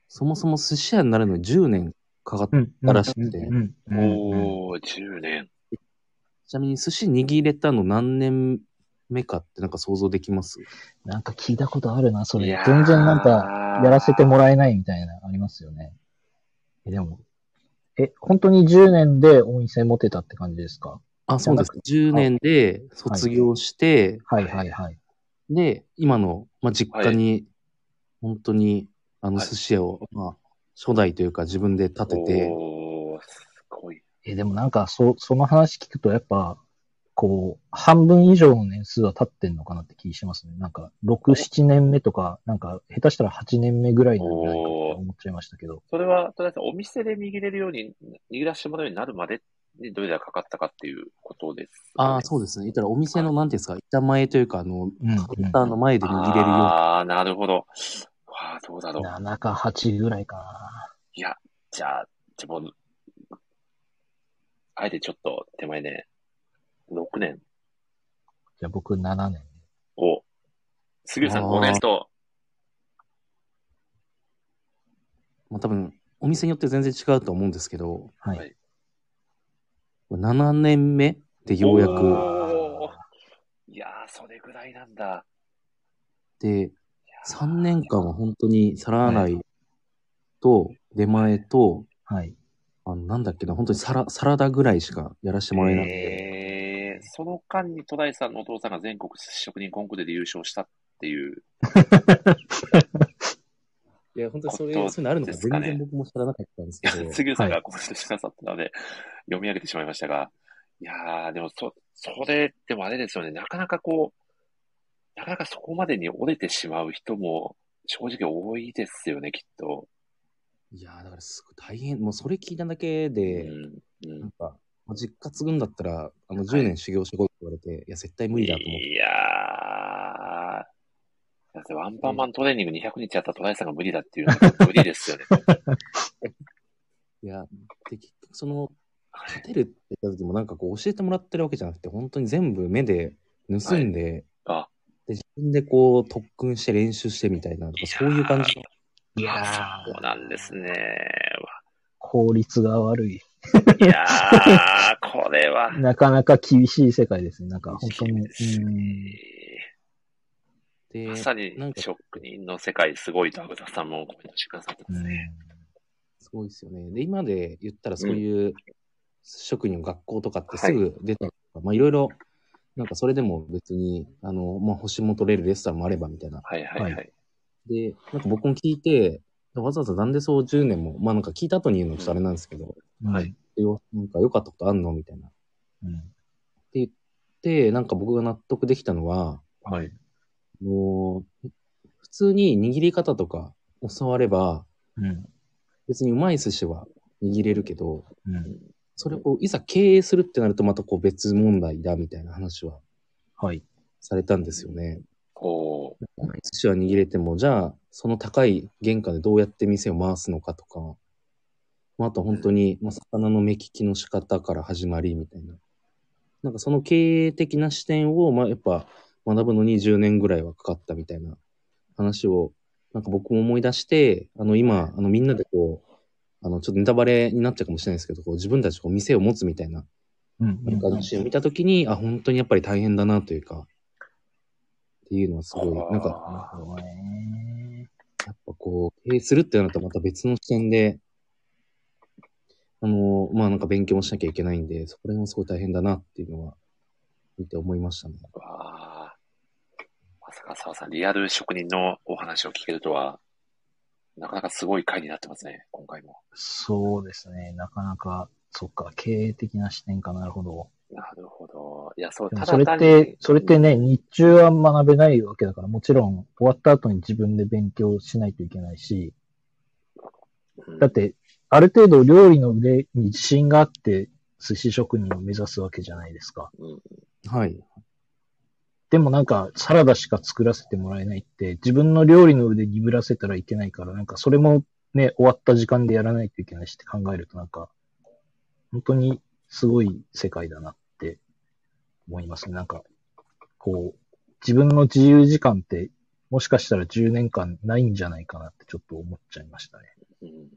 Speaker 3: そもそも寿司屋になるのに10年かかっ
Speaker 2: うん。
Speaker 3: たらしくて
Speaker 2: うん。うんうん
Speaker 1: おー、10年。
Speaker 3: ちなみに寿司握れたの何年目かってなんか想像できます
Speaker 2: なんか聞いたことあるな、それ
Speaker 1: いや。ー
Speaker 2: 全然なんか、やらせてもらえないみたいな、ありますよね。え、でも、え、本当に10年でお店持てたって感じですか
Speaker 3: あ、そうです。10年で卒業して、
Speaker 2: はいはいはい。
Speaker 3: で、今の、まあ、実家に、本当に、あの、
Speaker 1: はい
Speaker 3: 寿司屋を、まあ、初代というか自分で建てて、
Speaker 1: おー、すごい。
Speaker 2: え、でもなんか、そ、その話聞くと、やっぱ、こう、半分以上の年数は経ってんのかなって気しますね。なんか、6、7年目とか、なんか、下手したら8年目ぐらいなんじゃないかって思っちゃいましたけど。
Speaker 1: それは、とりあえずお店で握れるように、握らせてもらうようになるまでにどれだけかかったかっていうことです、
Speaker 3: ああ、そうですね。言ったらお店の、なんていうんですか、板前というか、あの、
Speaker 2: うん、うん。
Speaker 3: カウンターの前で握れるよ
Speaker 1: ああ、なるほど。ああ、どうだろう。
Speaker 2: 7か8ぐらいかな。
Speaker 1: いや、じゃあ、じゃあもう、あえてちょっと手前ね、6年
Speaker 2: じゃあ僕7年。
Speaker 1: を、杉浦さん
Speaker 3: あー
Speaker 1: 5年と、
Speaker 3: まあ多分、お店によって全然違うと思うんですけど、
Speaker 2: はい。
Speaker 1: はい
Speaker 3: 7年目でようや
Speaker 1: お
Speaker 3: く、
Speaker 1: ーいやー、それぐらいなんだ。
Speaker 3: で、3年間は本当に皿洗いと出前と、
Speaker 2: はい。
Speaker 3: あのなんだっけな、本当にサラサラダぐらいしかやらせてもらえなくて、
Speaker 1: えー、その間に戸田さんのお父さんが全国寿司職人コンクールで優勝したっていう、
Speaker 3: いや、本当にそれ、
Speaker 1: こと
Speaker 3: そういうのあるのか
Speaker 1: ですか
Speaker 3: 全
Speaker 1: ね
Speaker 3: 然僕も知らなかったんです
Speaker 1: い
Speaker 3: け
Speaker 1: *laughs* や
Speaker 3: ど、
Speaker 1: 杉浦さん
Speaker 2: は
Speaker 1: がコメントしてくださったので、読み上げてしまいましたが、いやー、でもそ、それ、でもあれですよね、なかなかこう、なかなかそこまでに折れてしまう人も正直多いですよね、きっと。
Speaker 3: いやーだからすごい大変、もうそれ聞いただけ
Speaker 1: う
Speaker 3: で、
Speaker 1: ん。うん
Speaker 3: なんか、もう実家継ぐんだったら、あの、10年修行してこいって言われて、い、や、絶対無理だと思って、
Speaker 1: いやー。だってワンパンマントレーニング200日やったトライさんが無理だっていうのは無理ですよね。
Speaker 3: いや、で、結局その、勝てるって言った時もなんかこう教えてもらってるわけじゃなくて、本当に全部目で盗んで、
Speaker 1: はいあ
Speaker 3: で、自分でこう特訓して練習してみたいな、なんかそういう感じの。
Speaker 2: いや
Speaker 1: そうなんですね。
Speaker 2: 効率が悪い。
Speaker 1: いやー、これは。
Speaker 2: なかなか厳しい世界ですね。なんか本当に。うん。
Speaker 1: え
Speaker 3: で
Speaker 1: ー、まさに
Speaker 3: なんか
Speaker 1: 職人の世界すごいと、アグザさんもコメントしてくださったんですね。
Speaker 3: すごいですよね。で、今で言ったらそういう職人の学校とかってすぐ出たりとか、まあいろいろ、なんかそれでも別に、あの、まあ星も取れるレストランもあればみたいな。
Speaker 1: はいはいは。
Speaker 2: はい
Speaker 3: で、なんか僕も聞いて、わざわざなんでそう10年も、まあなんか聞いた後に言うのちょっとあれなんですけど、
Speaker 2: うん
Speaker 1: はい。
Speaker 3: よなんか良かったことあんのみたいな。
Speaker 2: うん
Speaker 3: で、なんか僕が納得できたのは、
Speaker 1: はい。
Speaker 3: もう、普通に握り方とか教われば、
Speaker 2: うん。
Speaker 3: 別にうまい寿司は握れるけど、
Speaker 2: うん。
Speaker 3: それをこういざ経営するってなるとまたこう別問題だみたいな話は
Speaker 2: はい。
Speaker 3: されたんですよね。
Speaker 1: おー
Speaker 3: うまい寿司は握れても、じゃあその高い原価でどうやって店を回すのかとか、まああと本当に、まあ、魚の目利きの仕方から始まりみたいな。なんかその経営的な視点を、まあやっぱ学ぶのに10年ぐらいはかかったみたいな話を、なんか僕も思い出して、あの今、あのみんなでこう、あのちょっとネタバレになっちゃうかもしれないですけど、こう自分たちこう店を持つみたいな
Speaker 2: うん。
Speaker 3: なんか
Speaker 2: うん
Speaker 3: 私を見たときに、あ、本当にやっぱり大変だなというか、っていうのはすご
Speaker 1: あー
Speaker 3: い、なんか、
Speaker 2: なるほどね。
Speaker 3: やっぱこう、経営するってなるとまた別の視点で、あの、まあなんか勉強もしなきゃいけないんで、そこら辺はすごい大変だなっていうのは、見て思いましたね。
Speaker 1: わあ。まさか澤さん、リアル職人のお話を聞けるとは、なかなかすごい回になってますね、今回も。
Speaker 2: そうですね。なかなか、そっか、経営的な視点かなるほど。
Speaker 1: なるほど。いや、そう、
Speaker 2: でも
Speaker 1: た
Speaker 2: そ
Speaker 1: だ
Speaker 2: れっ
Speaker 1: 単
Speaker 2: て
Speaker 1: に、、
Speaker 2: それってね、日中は学べないわけだから、もちろん終わった後に自分で勉強しないといけないし、
Speaker 1: うん、
Speaker 2: だって、ある程度料理の腕に自信があって、寿司職人を目指すわけじゃないですか。
Speaker 3: はい。
Speaker 2: でもなんか、サラダしか作らせてもらえないって、自分の料理の腕鈍らせたらいけないから、なんかそれもね、終わった時間でやらないといけないしって考えると、なんか、本当にすごい世界だなって思いますね。なんか、こう、自分の自由時間って、もしかしたら10年間ないんじゃないかなってちょっと思っちゃいましたね。
Speaker 1: うん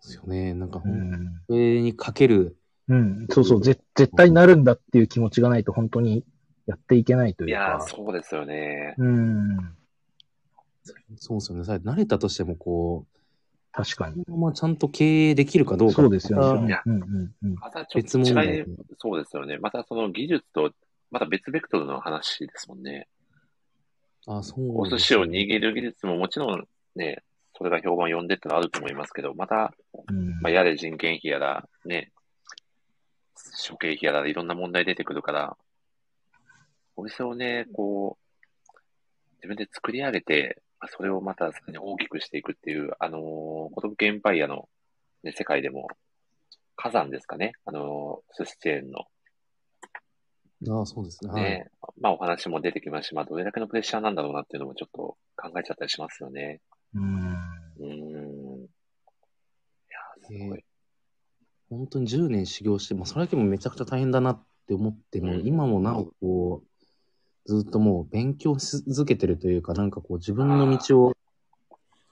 Speaker 3: ですよね。なんか、本
Speaker 2: ん。
Speaker 3: 当にかける、
Speaker 2: うん、そうそう、ぜ絶対なるんだっていう気持ちがないと本当にやっていけないと
Speaker 1: い
Speaker 2: いうか。
Speaker 1: やー、そうですよね。
Speaker 2: うん、
Speaker 3: そうですよね。さ慣れたとしてもこ
Speaker 2: 確かに。
Speaker 3: う、まあちゃんと経営できるかどうか。
Speaker 2: そうですよ
Speaker 1: い
Speaker 2: ね
Speaker 1: や。
Speaker 2: うんうんうん
Speaker 1: またちょっ
Speaker 3: 別
Speaker 1: と
Speaker 3: 問
Speaker 1: 違い
Speaker 3: 題。、
Speaker 1: そうですよね。またその技術と、また別ベクトルの話ですもんね。
Speaker 3: あ、そう
Speaker 1: お
Speaker 3: ですね
Speaker 1: 寿司を握る技術ももちろんね、それが評判を呼んでってのはあると思いますけど、また、
Speaker 2: うん。
Speaker 1: まあ、やれ人件費やら、ね、処刑費やら、いろんな問題出てくるから、お店をね、こう、自分で作り上げて、まあそれをまたさらに大きくしていくっていう、あのー、ことぶけエンパイアの、ね、世界でも、火山ですかね、あのー、寿司チェーンの
Speaker 3: あ、そうですね。はい。
Speaker 1: ね、まあお話も出てきますし、まあどれだけのプレッシャーなんだろうなっていうのもちょっと考えちゃったりしますよね。
Speaker 2: うん
Speaker 1: うーん。いや、すごい。
Speaker 3: 本当に10年修行して、まあ、それだけもめちゃくちゃ大変だなって思っても、
Speaker 1: うん
Speaker 3: 今もなおこう、ずっともう勉強し続けてるというか、なんかこう自分の道を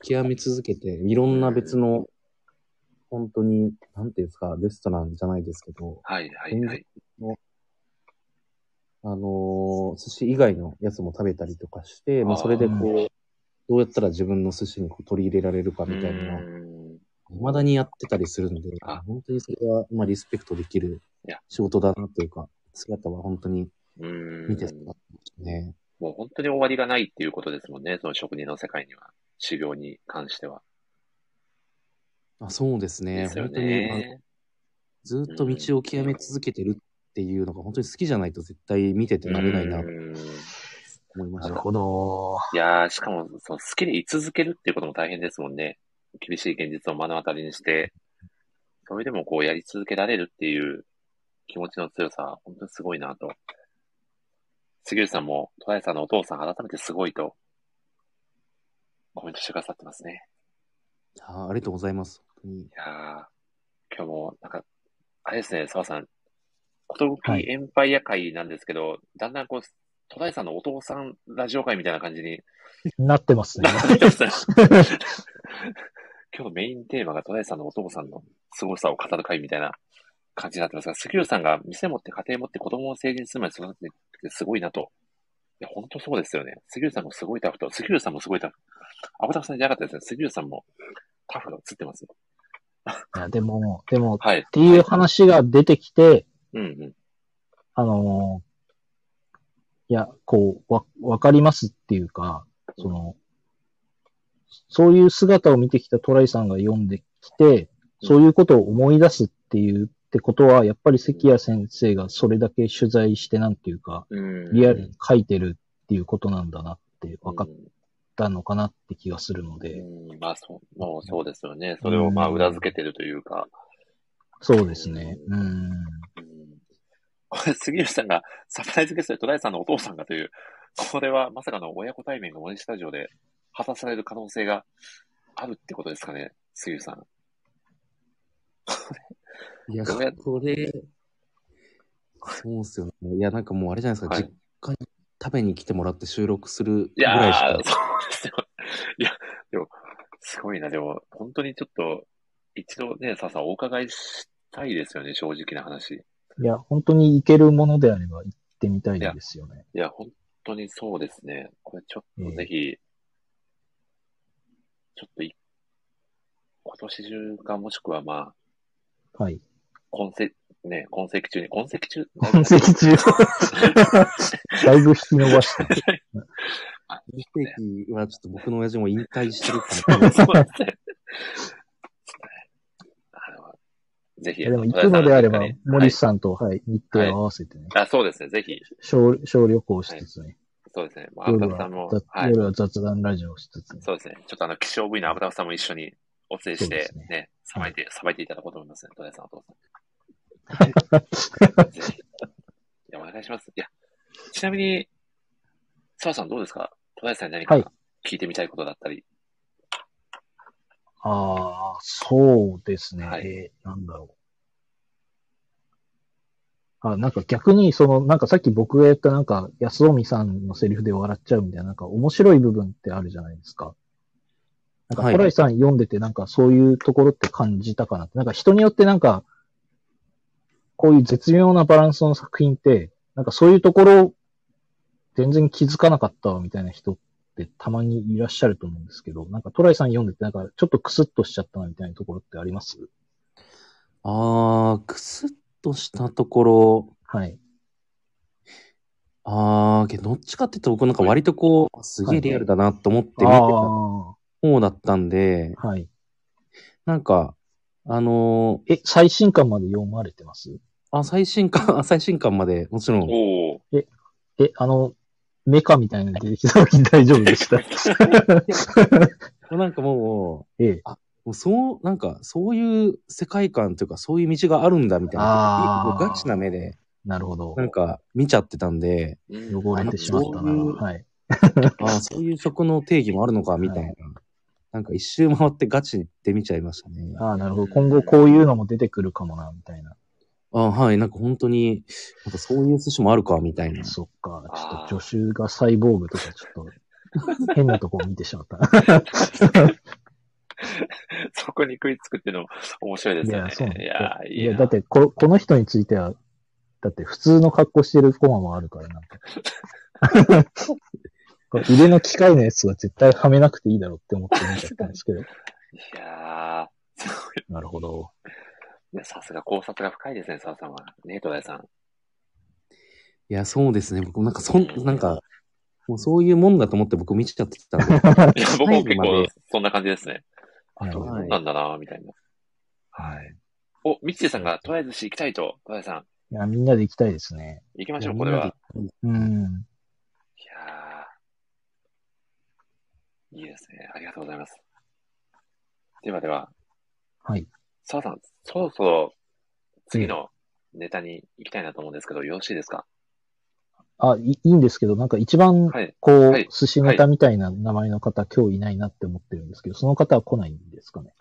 Speaker 3: 極め続けて、いろんな別の、本当に、なんていうんですか、レストランじゃないですけど、
Speaker 1: はい、はい、はい。
Speaker 3: あのー寿司以外のやつも食べたりとかして、まあ、
Speaker 1: あー
Speaker 3: それでこう、どうやったら自分の寿司にこう取り入れられるかみたいな、
Speaker 1: うん
Speaker 3: 未だにやってたりするんで、
Speaker 1: あ
Speaker 3: 本当にそれは、まあ、リスペクトできる
Speaker 1: いや
Speaker 3: 仕事だなというか、姿は本当に
Speaker 1: うーん
Speaker 3: 見てたんですね。
Speaker 1: もう本当に終わりがないっていうことですもんね、その職人の世界には、修行に関しては。
Speaker 3: あそうですね。
Speaker 1: ですよ
Speaker 3: 本当に、あの
Speaker 1: ね。
Speaker 3: ずっと道を極め続けてるっていうのが本当に好きじゃないと絶対見ててなれないな
Speaker 1: う
Speaker 3: と
Speaker 1: ーん
Speaker 3: 思いま
Speaker 2: な
Speaker 3: し
Speaker 2: る
Speaker 3: た。
Speaker 2: ほど。
Speaker 1: いやー、しかも、その好きで居続けるっていうことも大変ですもんね。厳しい現実を目の当たりにして、それでもこうやり続けられるっていう気持ちの強さ、本当にすごいなと。杉内さんも、トライさんのお父さん改めてすごいと、コメントしてくださってますね。
Speaker 3: あありがとうございます。本当に
Speaker 1: いやー今日も、なんか、あれですね、澤さん。ことぶき
Speaker 2: はい
Speaker 1: エンパイア会なんですけど、だんだんこう、戸田井さんのお父さんラジオ会みたいな感じに
Speaker 2: なっ
Speaker 1: *laughs*
Speaker 2: てますね
Speaker 1: な。ってましたね。今日のメインテーマが戸田井さんのお父さんの凄さを語る会みたいな感じになってますが、杉浦さんが店持って家庭持って子供を成人するまで育てててすごいなと。いや、本当そうですよね。杉浦さんもすごいタフと、杉浦さんもすごいタフ。アボタフさんじゃなかったですね。杉浦さんもタフが映ってますよ。
Speaker 2: いやでも、でも、っ
Speaker 1: はい。って
Speaker 2: いう話が出てきて、
Speaker 1: うんうん。
Speaker 2: あのーいや、こう、わ、わかりますっていうか、その、そういう姿を見てきたトライさんが読んできて、そういうことを思い出すっていう、ってことは、やっぱり関谷先生がそれだけ取材して、なんていうか、
Speaker 1: うん
Speaker 2: リアルに書いてるっていうことなんだなって分かったのかなって気がするので、
Speaker 1: うん、まあそう、もうそうですよね。それをまあ裏付けてるというか。
Speaker 2: そうですね。うん。
Speaker 1: うん、これ、杉内さんが *laughs* サプライズゲストで戸田井さんのお父さんがという、これはまさかの親子対面が森スタジオで果たされる可能性があるってことですかね、杉内さん。
Speaker 3: いや、
Speaker 1: これ
Speaker 3: これ、そうっすよね。いや、なんかもうあれじゃないですか、
Speaker 1: はい
Speaker 3: 実家に食べに来てもらって収録する
Speaker 1: い
Speaker 3: ぐらいし
Speaker 1: や
Speaker 3: か
Speaker 1: ー、そうですよ。いや、でも、すごいな。でも、本当にちょっと、一度ね、ささんお伺いしたいですよね、正直な話。
Speaker 2: いや、本当に行けるものであれば行ってみたいですよね。
Speaker 1: いや、本当にそうですね。これちょっとぜひ、ちょっとい、今年中かもしくはまあ、
Speaker 2: はい。
Speaker 1: 今世、ね、今世紀中に、今世紀
Speaker 2: *laughs*
Speaker 1: 中、
Speaker 2: 本席中。だいぶ引き伸ばした。
Speaker 3: 一世紀はちょっと僕の親父も引退してるか
Speaker 1: *laughs* *laughs* そう
Speaker 3: ら、
Speaker 1: ですね。あのぜひ、
Speaker 2: でも行くのであれば、森
Speaker 1: さ
Speaker 2: さんと、はい、日程を合わせてね、
Speaker 1: ん、はいあ、そうですね、ぜひ、
Speaker 2: 小小旅行しつつね、
Speaker 1: そうですね。まあ、アブ
Speaker 2: 夜
Speaker 1: タフさんも
Speaker 2: は、雑、
Speaker 1: はい。
Speaker 2: 夜は雑談ラジオをしつつね。
Speaker 1: そうですね。ちょっとあの、希少部位のアブタフさんも一緒にお連れし
Speaker 2: そうで
Speaker 1: て
Speaker 2: すね、
Speaker 1: ね、さばいて、さばいていただこうと思いますね、戸田さん、お父さん。
Speaker 2: *laughs*
Speaker 1: ぜひ。いや、お願いします。いや、ちなみに、澤さんどうですか戸田さんに何か
Speaker 2: はい
Speaker 1: 聞いてみたいことだったり。
Speaker 2: ああ、そうですね。
Speaker 1: はい
Speaker 2: えーなんだろう。あ、なんか逆に、その、なんかさっき僕が言ったなんか、安臣さんのセリフで笑っちゃうみたいな、なんか面白い部分ってあるじゃないですか。なん
Speaker 3: は
Speaker 2: か、
Speaker 3: い
Speaker 2: トライさん読んでてなんかそういうところって感じたかなって。なんか人によってなんか、こういう絶妙なバランスの作品って、なんかそういうところ、全然気づかなかったわみたいな人ってたまにいらっしゃると思うんですけど、なんかトライさん読んでてなんかちょっとクスッとしちゃったなみたいなところってあります
Speaker 3: あー、くすっとしたところ、
Speaker 2: はい。
Speaker 3: あー、けどどっちかって言うと僕なんか割とこう、すげえリアルだなと思って見て
Speaker 2: あ
Speaker 3: た
Speaker 2: あ、
Speaker 3: 方だったんで、
Speaker 2: はい。
Speaker 3: なんか、あの
Speaker 2: え、最新刊まで読まれてます
Speaker 3: ー、あ、最新刊、あ *laughs* 最新刊までもちろん
Speaker 1: おお。
Speaker 2: え、あの、メカみたいなの出てきた時大丈夫でした
Speaker 3: もうなんかも *laughs* う、
Speaker 2: ええ
Speaker 3: あもうそう、なんか、そういう世界観というか、そういう道があるんだみたいな、
Speaker 2: あー
Speaker 3: 結構ガチな目で、
Speaker 2: なるほど
Speaker 3: な。んか、見ちゃってたん
Speaker 2: *laughs*
Speaker 3: で、
Speaker 1: うん
Speaker 2: 汚れてしまった
Speaker 3: あ
Speaker 2: な。
Speaker 3: のそういう
Speaker 2: はい。
Speaker 3: ああ、そういう食の定義もあるのか、みたいな。なんか一周回ってガチで見ちゃいましたね。
Speaker 2: ああ、なるほど。今後こういうのも出てくるかもな、みたいな。
Speaker 3: あはい、なんか本当に、なんかそういう寿司もあるか、みたいな。
Speaker 2: そっか。ちょ
Speaker 1: あー
Speaker 2: っと助手がサイボーグとかちょ
Speaker 1: *laughs*
Speaker 2: っと変なとこを見てしまった。
Speaker 1: そこに食いつくっていうのも面白いで
Speaker 2: い
Speaker 1: すよ
Speaker 2: や
Speaker 1: ね。、
Speaker 2: そうな
Speaker 1: い
Speaker 2: んだ
Speaker 1: や、
Speaker 2: い
Speaker 1: い
Speaker 2: や、
Speaker 1: や、
Speaker 2: だってこ、この人については、だって普通の格好してるコマもあるから、なんか。
Speaker 1: *laughs*
Speaker 2: これ腕の機械のやつは絶対はめなくていいだろうって思って見ちゃったんです
Speaker 1: *laughs*
Speaker 2: けど。
Speaker 1: いやーすごい
Speaker 2: なるほど。
Speaker 1: いやさすが考察が深いですね、澤さんは。ねえ、戸田さん。
Speaker 3: いや、そうですね。僕、なんか、そん、なんか、もうそういうもんだと思って僕見ちゃってたんで。
Speaker 1: いや、僕も結
Speaker 3: 最後ま
Speaker 1: 構
Speaker 3: で
Speaker 1: そんな感じですね。
Speaker 2: なるほど
Speaker 3: はい
Speaker 1: なんだなーみたいな。
Speaker 2: はい。
Speaker 1: お、ミッチーさんがとりあえず行きたいと、戸田さん。
Speaker 2: いや、みんなで行きたいですね。
Speaker 1: 行きま
Speaker 3: い
Speaker 1: しょ
Speaker 3: や
Speaker 1: う、
Speaker 3: み
Speaker 1: こ
Speaker 3: ん
Speaker 1: れ
Speaker 3: な
Speaker 1: は
Speaker 3: で。行っ
Speaker 2: うん。
Speaker 1: いやーいいですね。ありがとうございます。ではでは、
Speaker 2: はい。
Speaker 1: 澤さん、そろそろ次のネタに行きたいなと思うんですけど、よろしいですか
Speaker 2: あ、いいいんですけど、なんか一番、
Speaker 1: はい。
Speaker 2: こう、
Speaker 1: はい
Speaker 2: 寿司ネタみたいな名前の方、今日いないなって思ってるんですけど、その方は来ないんですかね。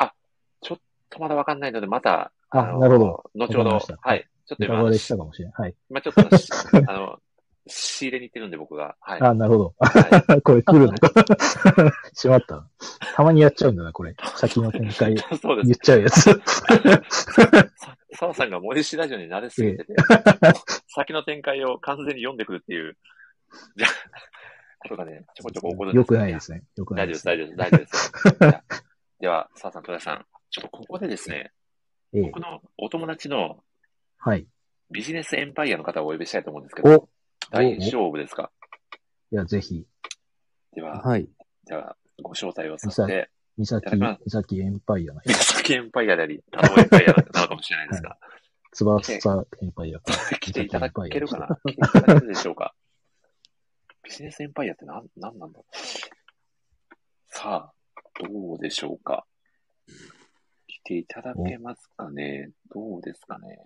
Speaker 1: とまだわかんないので、また、
Speaker 2: あ
Speaker 1: の
Speaker 2: なるほ
Speaker 1: 後ほ
Speaker 2: わかり
Speaker 1: ど
Speaker 2: ました、
Speaker 1: はい。ちょっと
Speaker 2: ネタ
Speaker 1: 今
Speaker 2: バレしたかもしれない。はい。
Speaker 1: 今ちょっとし、 *laughs* あの、仕入れに行ってるんで僕が。はい。
Speaker 2: あ、なるほど。 *laughs*
Speaker 1: はい
Speaker 2: これ来るの *laughs* か。しまった。たまにやっちゃうんだな、これ。先の展開、
Speaker 1: *laughs* そうで
Speaker 2: 言っ
Speaker 1: す。
Speaker 2: ちゃうやつ。
Speaker 1: さ澤さんが森氏ラジオに慣れすぎてて、先の展開を完全に読んでくるっていう、じゃあ *laughs* ことがね、ちょこちょこ起こるんです。
Speaker 2: よくないですすね。よくな
Speaker 1: 大
Speaker 2: い
Speaker 1: 丈夫
Speaker 2: で
Speaker 1: です、
Speaker 2: すね。
Speaker 1: 大丈夫です、大丈夫です。じゃあ
Speaker 2: *laughs*
Speaker 1: では、澤さん、戸田さん、ちょっとここでですね、
Speaker 2: ええ
Speaker 1: 僕のお友達の
Speaker 2: はい。
Speaker 1: ビジネスエンパイアの方をお呼びしたいと思うんですけ
Speaker 2: お
Speaker 1: ど、
Speaker 2: い
Speaker 1: 大丈夫ですか
Speaker 2: や、ぜひ、
Speaker 1: では、
Speaker 3: てはい。
Speaker 1: じゃあ、ご招待をさせて、
Speaker 2: 三
Speaker 1: いた
Speaker 2: 崎
Speaker 1: だきます、
Speaker 2: 三崎エンパイアの人
Speaker 1: 三崎エンパイアであり、田野エンパイアなのかもしれないですが、
Speaker 2: 翼エンパイアか。
Speaker 1: 来ていただけるかな来ていただけるでしょうかビジネスエンパイアって何なんなんださあ、どうでしょうか来ていただけますかねどうですかね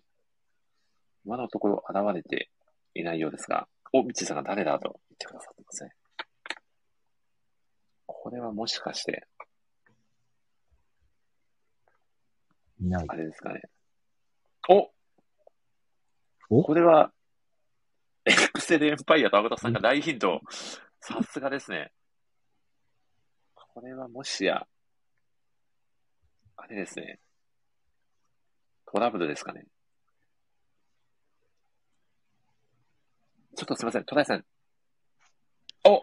Speaker 1: 今のところ現れていないようですが、お、みちさんが誰だと言ってくださってますね。これはもしかして、
Speaker 2: いない
Speaker 1: あ。れですかね。お
Speaker 2: お
Speaker 1: これは、エクセルエンパイアとアブタさんが大ヒント。さすがですね。これはもしや、あれですね。トラブルですかね。ちょっとすみません、トライさん。お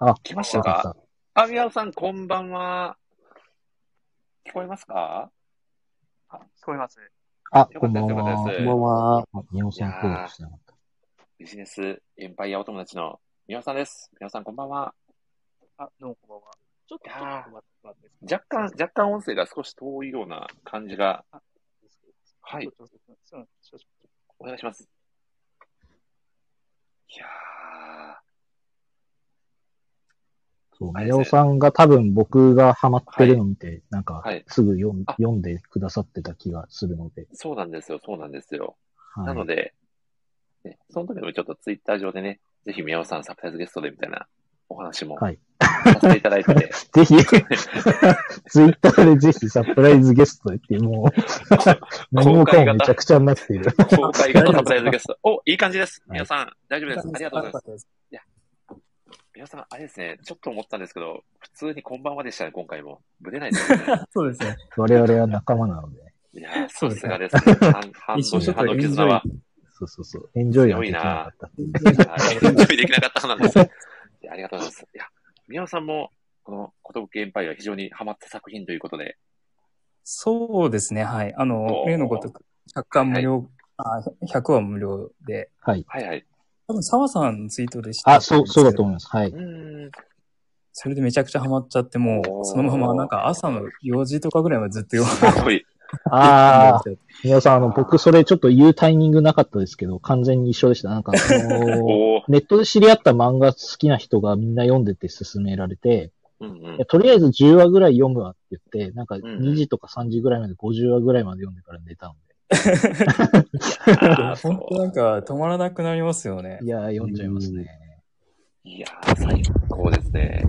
Speaker 2: あ
Speaker 1: 来ました
Speaker 2: わ
Speaker 1: か
Speaker 2: かっ
Speaker 1: あ、宮尾さん、こんばんは。聞こえますか
Speaker 4: 聞こえます。
Speaker 2: た。あ、
Speaker 1: よ
Speaker 2: こ
Speaker 1: かっ
Speaker 2: ん
Speaker 1: た
Speaker 2: ば
Speaker 1: です、よかったで。
Speaker 2: んは
Speaker 3: こ
Speaker 1: す
Speaker 3: んば。んは。
Speaker 2: あ、宮尾さん登録してなかった。
Speaker 1: ビジネスエンパイアお友達の宮尾さんです。宮尾さん、こんばんは。
Speaker 4: あ、どうもこんばんは。ちょっと、
Speaker 1: い
Speaker 4: ち
Speaker 1: や
Speaker 4: ょ
Speaker 1: ー
Speaker 4: っと待ったんですけど
Speaker 1: 若干、若干音声が少し遠いような感じが。は
Speaker 4: はいい。ちょっとすいません少々
Speaker 1: お願いします。いや
Speaker 2: そう、
Speaker 1: あれですね
Speaker 2: 宮尾さんが多分僕がハマってるの見て、なんか
Speaker 1: はい、
Speaker 2: すぐ読ん,、
Speaker 1: あ
Speaker 2: 読んでくださってた気がするので。
Speaker 1: ー、そうなんですよ、そうなんですよ。
Speaker 2: はい、
Speaker 1: なので、ね、その時もちょっとツイッター上でね、ぜひ宮尾さんサプライズゲストでみたいなお話も
Speaker 2: はい
Speaker 1: させていただいて
Speaker 2: *laughs*
Speaker 1: て、
Speaker 2: *laughs* ぜひ、ツイッターでぜひサプライズゲストでって、
Speaker 1: *laughs*
Speaker 2: もう、何もかもめちゃくちゃになっている。 *laughs*
Speaker 1: 公開型サプライズゲスト。お、いい感じです。
Speaker 2: は
Speaker 1: 宮
Speaker 2: い
Speaker 1: 尾さん、大丈夫です。ありがとうございます。
Speaker 4: ます。
Speaker 1: 宮尾さん、あれですね、ちょっと思ったんですけど、普通にこんばんはでしたね、今回も。ぶれないで
Speaker 4: *laughs*
Speaker 1: すね。
Speaker 4: そうですね。
Speaker 2: 我々は仲間なので、
Speaker 1: いやー、
Speaker 4: そう
Speaker 1: さ
Speaker 4: ですすね
Speaker 1: がです
Speaker 4: *laughs*
Speaker 1: ね。半半
Speaker 4: 一瞬
Speaker 1: 年
Speaker 4: ちょっと
Speaker 1: 半の絆は、
Speaker 2: そうそうそう、エンジョイはできなかったっていう。
Speaker 1: はい準備できなかったなん
Speaker 4: *laughs*
Speaker 1: です。いやありがとうございます。いや、宮尾さんも、この、ことぶきエンパイア非常にハマった作品ということで、
Speaker 5: そうですね、はい。あの
Speaker 1: お、ー
Speaker 5: 例のごとく、100巻無料、あ100は無料で、
Speaker 2: はい。
Speaker 1: はいはい。。
Speaker 5: 多分、澤さんのツイートで知った
Speaker 2: あ、そう、そうだと思い
Speaker 5: ます
Speaker 2: ま
Speaker 5: けど。
Speaker 2: す。はいう
Speaker 4: *laughs*
Speaker 1: ーん。
Speaker 5: それでめちゃくちゃハマっちゃって、も
Speaker 1: おー
Speaker 5: う、そのまま、なんか朝の4時とかぐらいまでずっと読んです
Speaker 1: ごい。
Speaker 2: ああ、
Speaker 5: て
Speaker 2: 皆さん、あの、僕、それちょっと言うタイミングなかったですけど、完全に一緒でした。なんか、あ
Speaker 1: *laughs*
Speaker 2: の
Speaker 1: おお。
Speaker 2: ネットで知り合った漫画好きな人がみんな読んでて勧められて、
Speaker 1: うんうん
Speaker 2: いや。とりあえず10話ぐらい読むわって言って、なんか
Speaker 1: んうん
Speaker 2: 2時とか3時ぐらいまで50話ぐらいまで読んでから寝たの
Speaker 1: あーそう
Speaker 5: 本当なんか止まらなくなりますよね
Speaker 2: で。い。やー、読んじゃいますね。
Speaker 1: いやー、最高ですね。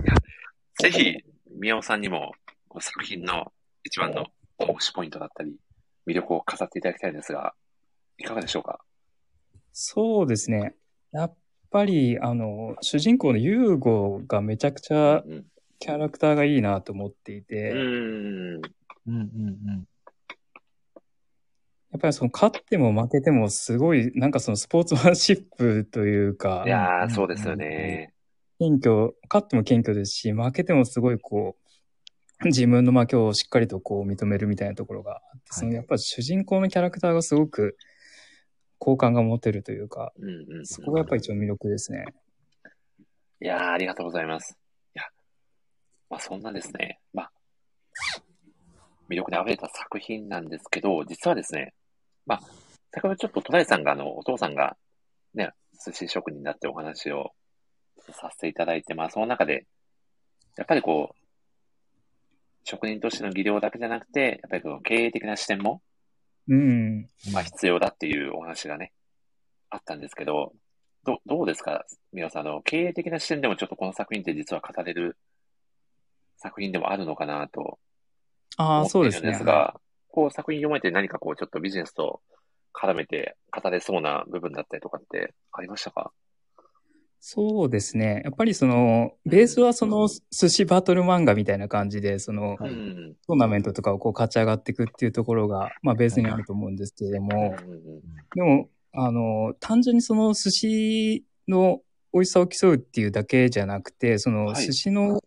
Speaker 1: いやぜひ、宮尾さんにも、この作品の一番の推しポイントだったり、魅力を語っていただきたいんですが、いかがでしょうか
Speaker 5: そうですね。やっぱり、あの、主人公のユーゴがめちゃくちゃ
Speaker 1: うん。
Speaker 5: キャラクターがいいなと思っていて、
Speaker 1: う
Speaker 5: や
Speaker 1: ーん。
Speaker 2: うんうん
Speaker 5: っぱりその勝っても負けてもすごい、なんかそのスポーツマンシップというか
Speaker 1: い、やー、そうですよね。
Speaker 5: 謙虚、勝っても謙虚ですし、負けてもすごいこう、自分の負けをしっかりとこう認めるみたいなところがあって、そのやっぱり主人公のキャラクターがすごく好感が持てるというか、
Speaker 1: うんうんうん。
Speaker 5: そこがやっぱり一応魅力ですね。
Speaker 1: いやー、ありがとうございます。いや、まあそんなですね、まあ、魅力で溢れた作品なんですけど、実はですね、まあ、先ほどちょっと戸谷さんが、あの、お父さんが、ね、寿司職人になってお話をさせていただいて、まあその中で、やっぱりこう、職人としての技量だけじゃなくて、やっぱりこの経営的な視点も、
Speaker 5: うん。
Speaker 1: まあ必要だっていうお話がね、あったんですけど、どどうですか皆さん、あの、経営的な視点でもちょっとこの作品って実は語れる作品でもあるのかなと
Speaker 5: あ
Speaker 1: 思
Speaker 5: あ、
Speaker 1: って
Speaker 5: そう
Speaker 1: い
Speaker 5: で
Speaker 1: るん
Speaker 5: す
Speaker 1: で
Speaker 5: ね。
Speaker 1: すが、こう作品読まれて何かこうちょっとビジネスと絡めて語れそうな部分だったりとかってありましたか
Speaker 5: そうですね。やっぱりその、ベースはその寿司バトル漫画みたいな感じで、そ
Speaker 2: は
Speaker 5: の
Speaker 1: う
Speaker 2: い
Speaker 1: ん。
Speaker 5: トーナメントとかをこう勝ち上がっていくっていうところが、まあベースにあると思うんですけれど
Speaker 1: うん
Speaker 5: も、
Speaker 1: うん
Speaker 5: でも、あの、単純にその寿司の美味しさを競うっていうだけじゃなくて、その
Speaker 1: はい
Speaker 5: 寿司の、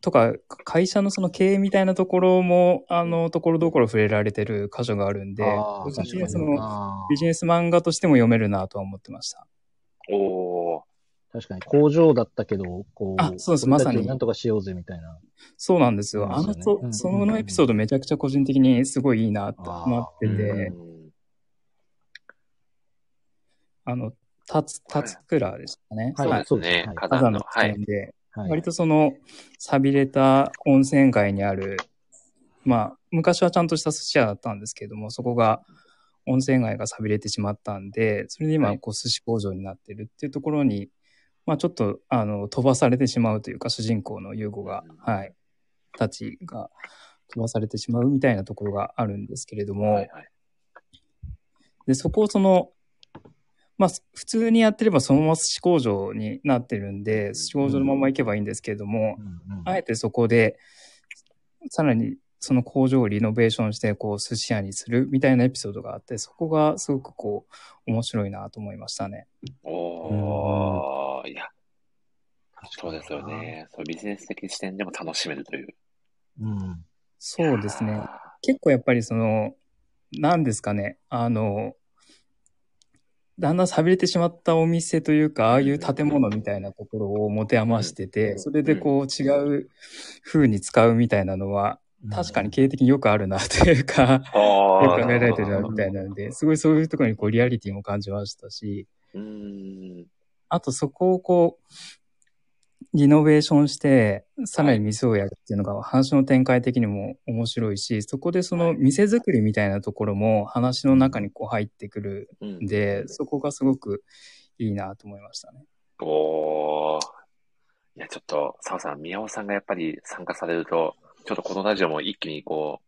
Speaker 5: とか、会社のその経営みたいなところも、あの、ところどころ触れられてる箇所があるんで、
Speaker 2: あー
Speaker 5: 個人的には
Speaker 1: 確か
Speaker 5: そ
Speaker 1: に
Speaker 2: うん。
Speaker 5: の、
Speaker 2: あ
Speaker 5: ビジネス漫画としても読めるなとは思ってました。
Speaker 1: うん。おー、
Speaker 2: あ、確かに工場だったけど、こう、
Speaker 5: あそう
Speaker 2: 俺
Speaker 5: です
Speaker 2: たち
Speaker 5: まさ
Speaker 2: を
Speaker 5: に
Speaker 2: なんとかしようぜみたいな。
Speaker 5: そうなんですよ。
Speaker 2: うん
Speaker 5: あの、
Speaker 2: そうね
Speaker 5: そ
Speaker 2: うん
Speaker 5: そのエピソードめちゃくちゃ個人的にすごいいいなと
Speaker 2: あー
Speaker 5: 思って
Speaker 1: う
Speaker 5: て、
Speaker 1: ん。
Speaker 5: あの、タツ、タツクラでしたね。
Speaker 1: そうですね、
Speaker 2: はい
Speaker 1: 火
Speaker 5: 火
Speaker 1: 山
Speaker 5: 山
Speaker 1: の。
Speaker 5: の
Speaker 1: は
Speaker 5: 近
Speaker 1: い。
Speaker 5: くで、
Speaker 2: はい。
Speaker 5: 割とその、錆びれた温泉街にある、まあ、昔はちゃんとした寿司屋だったんですけれども、そこが、温泉街が錆びれてしまったんで、それで
Speaker 1: は
Speaker 5: 今、
Speaker 1: い
Speaker 5: こう、寿司工場になってるっていうところに、まあ、ちょっと、あの、飛ばされてしまうというか、主人公の優吾が
Speaker 1: う、ん
Speaker 5: はい、たちが飛ばされてしまうみたいなところがあるんですけれども、
Speaker 1: はいはい。
Speaker 5: で、そこをその、まあ、す普通にやってればそのまま寿司工場になってるんで、寿司工場のまま行けばいいんですけれども
Speaker 2: う、んうん
Speaker 5: あえてそこで、さらにその工場をリノベーションして、こう、寿司屋にするみたいなエピソードがあって、そこがすごくこう、面白いなと思いましたね。
Speaker 1: おー、いや、
Speaker 2: 確か
Speaker 1: そう
Speaker 2: にな
Speaker 1: ですよね。そう、ビジネス的視点でも楽しめるという。
Speaker 2: うん。
Speaker 5: そうです
Speaker 1: い
Speaker 5: ね
Speaker 1: や。ー
Speaker 5: 結構やっぱりその、何ですかね、あの、だんだん寂れてしまったお店というか、ああいう建物みたいなところを持て余してて、それでこう違う風に使うみたいなのは、確かに経営的によくあるなというか、
Speaker 1: あ
Speaker 5: よ
Speaker 1: あ、
Speaker 5: く考えられてる
Speaker 1: な
Speaker 5: な
Speaker 1: ほど
Speaker 5: みたいなんで、すごいそういうところにこうリアリティも感じましたし、
Speaker 1: うーん。
Speaker 5: あとそこをこう、リノベーションして、さらに店をやるっていうのが話の展開的にも面白いし、そこでその店作りみたいなところも話の中にこう入ってくる
Speaker 1: うん
Speaker 5: んで、そこがすごくいいなと思いましたね。
Speaker 1: おー。いや、ちょっと、澤さん、宮尾さんがやっぱり参加されると、ちょっとこのラジオも一気にこう、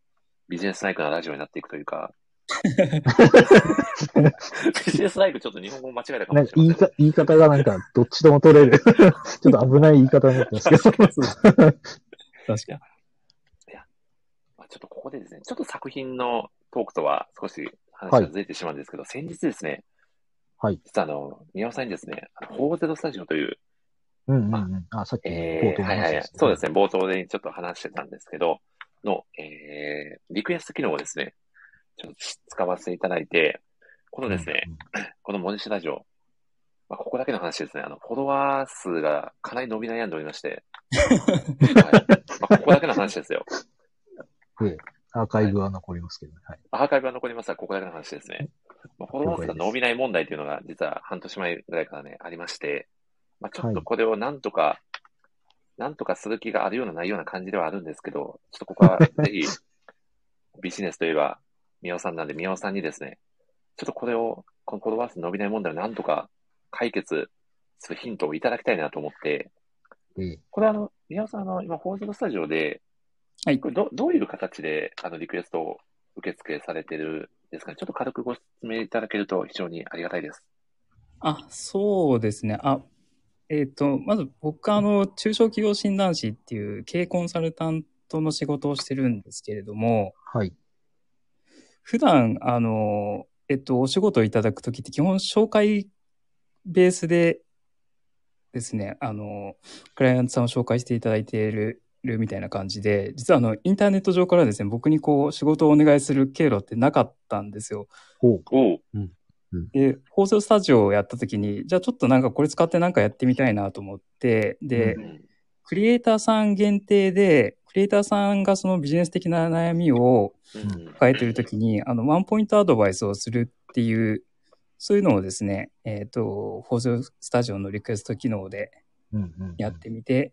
Speaker 1: ビジネスライクなラジオになっていくというか、 *laughs* ビジネスライクちょっと日本語間違えたか
Speaker 2: *laughs* なん
Speaker 1: も
Speaker 2: か
Speaker 1: しれ
Speaker 2: 言い
Speaker 1: ません。
Speaker 2: か言い方がなんか、どっちとも取れる。ち *laughs* ょっと危ない言い方になってますけど。
Speaker 5: 確かに。
Speaker 1: まあちょっとここでですね、ちょっと作品のトークとは少し話がずれてしまうんですけど、先日ですね、
Speaker 2: はい。
Speaker 1: 実はあの、宮尾さんにですね、あのホーゼドスタジオという、
Speaker 2: *laughs* うんうんうん。あ、さっきの
Speaker 1: ええ
Speaker 2: 冒頭の
Speaker 1: はい
Speaker 2: 話
Speaker 1: はい
Speaker 2: で
Speaker 1: はい
Speaker 2: す。ね。
Speaker 1: そうですね、冒頭でちょっと話してたんですけど、の、えー、リクエスト機能をですね、ちょっと使わせていただいて、このですね、
Speaker 2: うんうん
Speaker 1: このモニシラジオ、まあ、ここだけの話ですね、あの、フォロワー数がかなり伸び悩んでおりま
Speaker 2: *laughs*
Speaker 1: して、はいまあ、ここだけの話ですよ。
Speaker 2: アーカイブは残りますけどね。はい。
Speaker 1: アーカイブが残りますが、ここだけの話ですね。まあ、フォロワー数が伸びない問題というのが、実は半年前ぐらいからね、ありまして、まあ、ちょっとこれをなんとか、なんとかする気があるようなないような感じではあるんですけど、ちょっとここはぜ *laughs* ひ、ビジネスといえば、宮尾さんなんで、宮尾さんにですね、ちょっとこれを、このフォロワー数伸びない問題をなんとか解決するヒントをいただきたいなと思って、
Speaker 2: うん
Speaker 1: これあの、宮尾さん、あの、今、放送のスタジオで、
Speaker 5: はい
Speaker 1: これど、どういう形で、あの、リクエストを受付されてるんですかね。ちょっと軽くご説明いただけると非常にありがたいです。
Speaker 5: あ、そうですね。あ、えっ、と、まず僕あの、中小企業診断士っていう経営コンサルタントの仕事をしてるんですけれども、
Speaker 2: はい。
Speaker 5: 普段、あの、えっと、お仕事をいただくときって基本紹介ベースでですね、あの、クライアントさんを紹介していただいているみたいな感じで、実はあの、インターネット上からですね、僕にこう、仕事をお願いする経路ってなかったんですよ。
Speaker 2: ほう。
Speaker 1: おう
Speaker 5: で、放送スタジオをやったときに、じゃあちょっとなんかこれ使ってなんかやってみたいなと思って、で、
Speaker 1: うん
Speaker 5: クリエイターさん限定で、クリエイターさんがそのビジネス的な悩みを
Speaker 1: うん
Speaker 5: 抱えているときに、あの、ワンポイントアドバイスをするっていう、そういうのをですね、えっ、と、放送スタジオのリクエスト機能で
Speaker 2: うんうん。
Speaker 5: やってみて、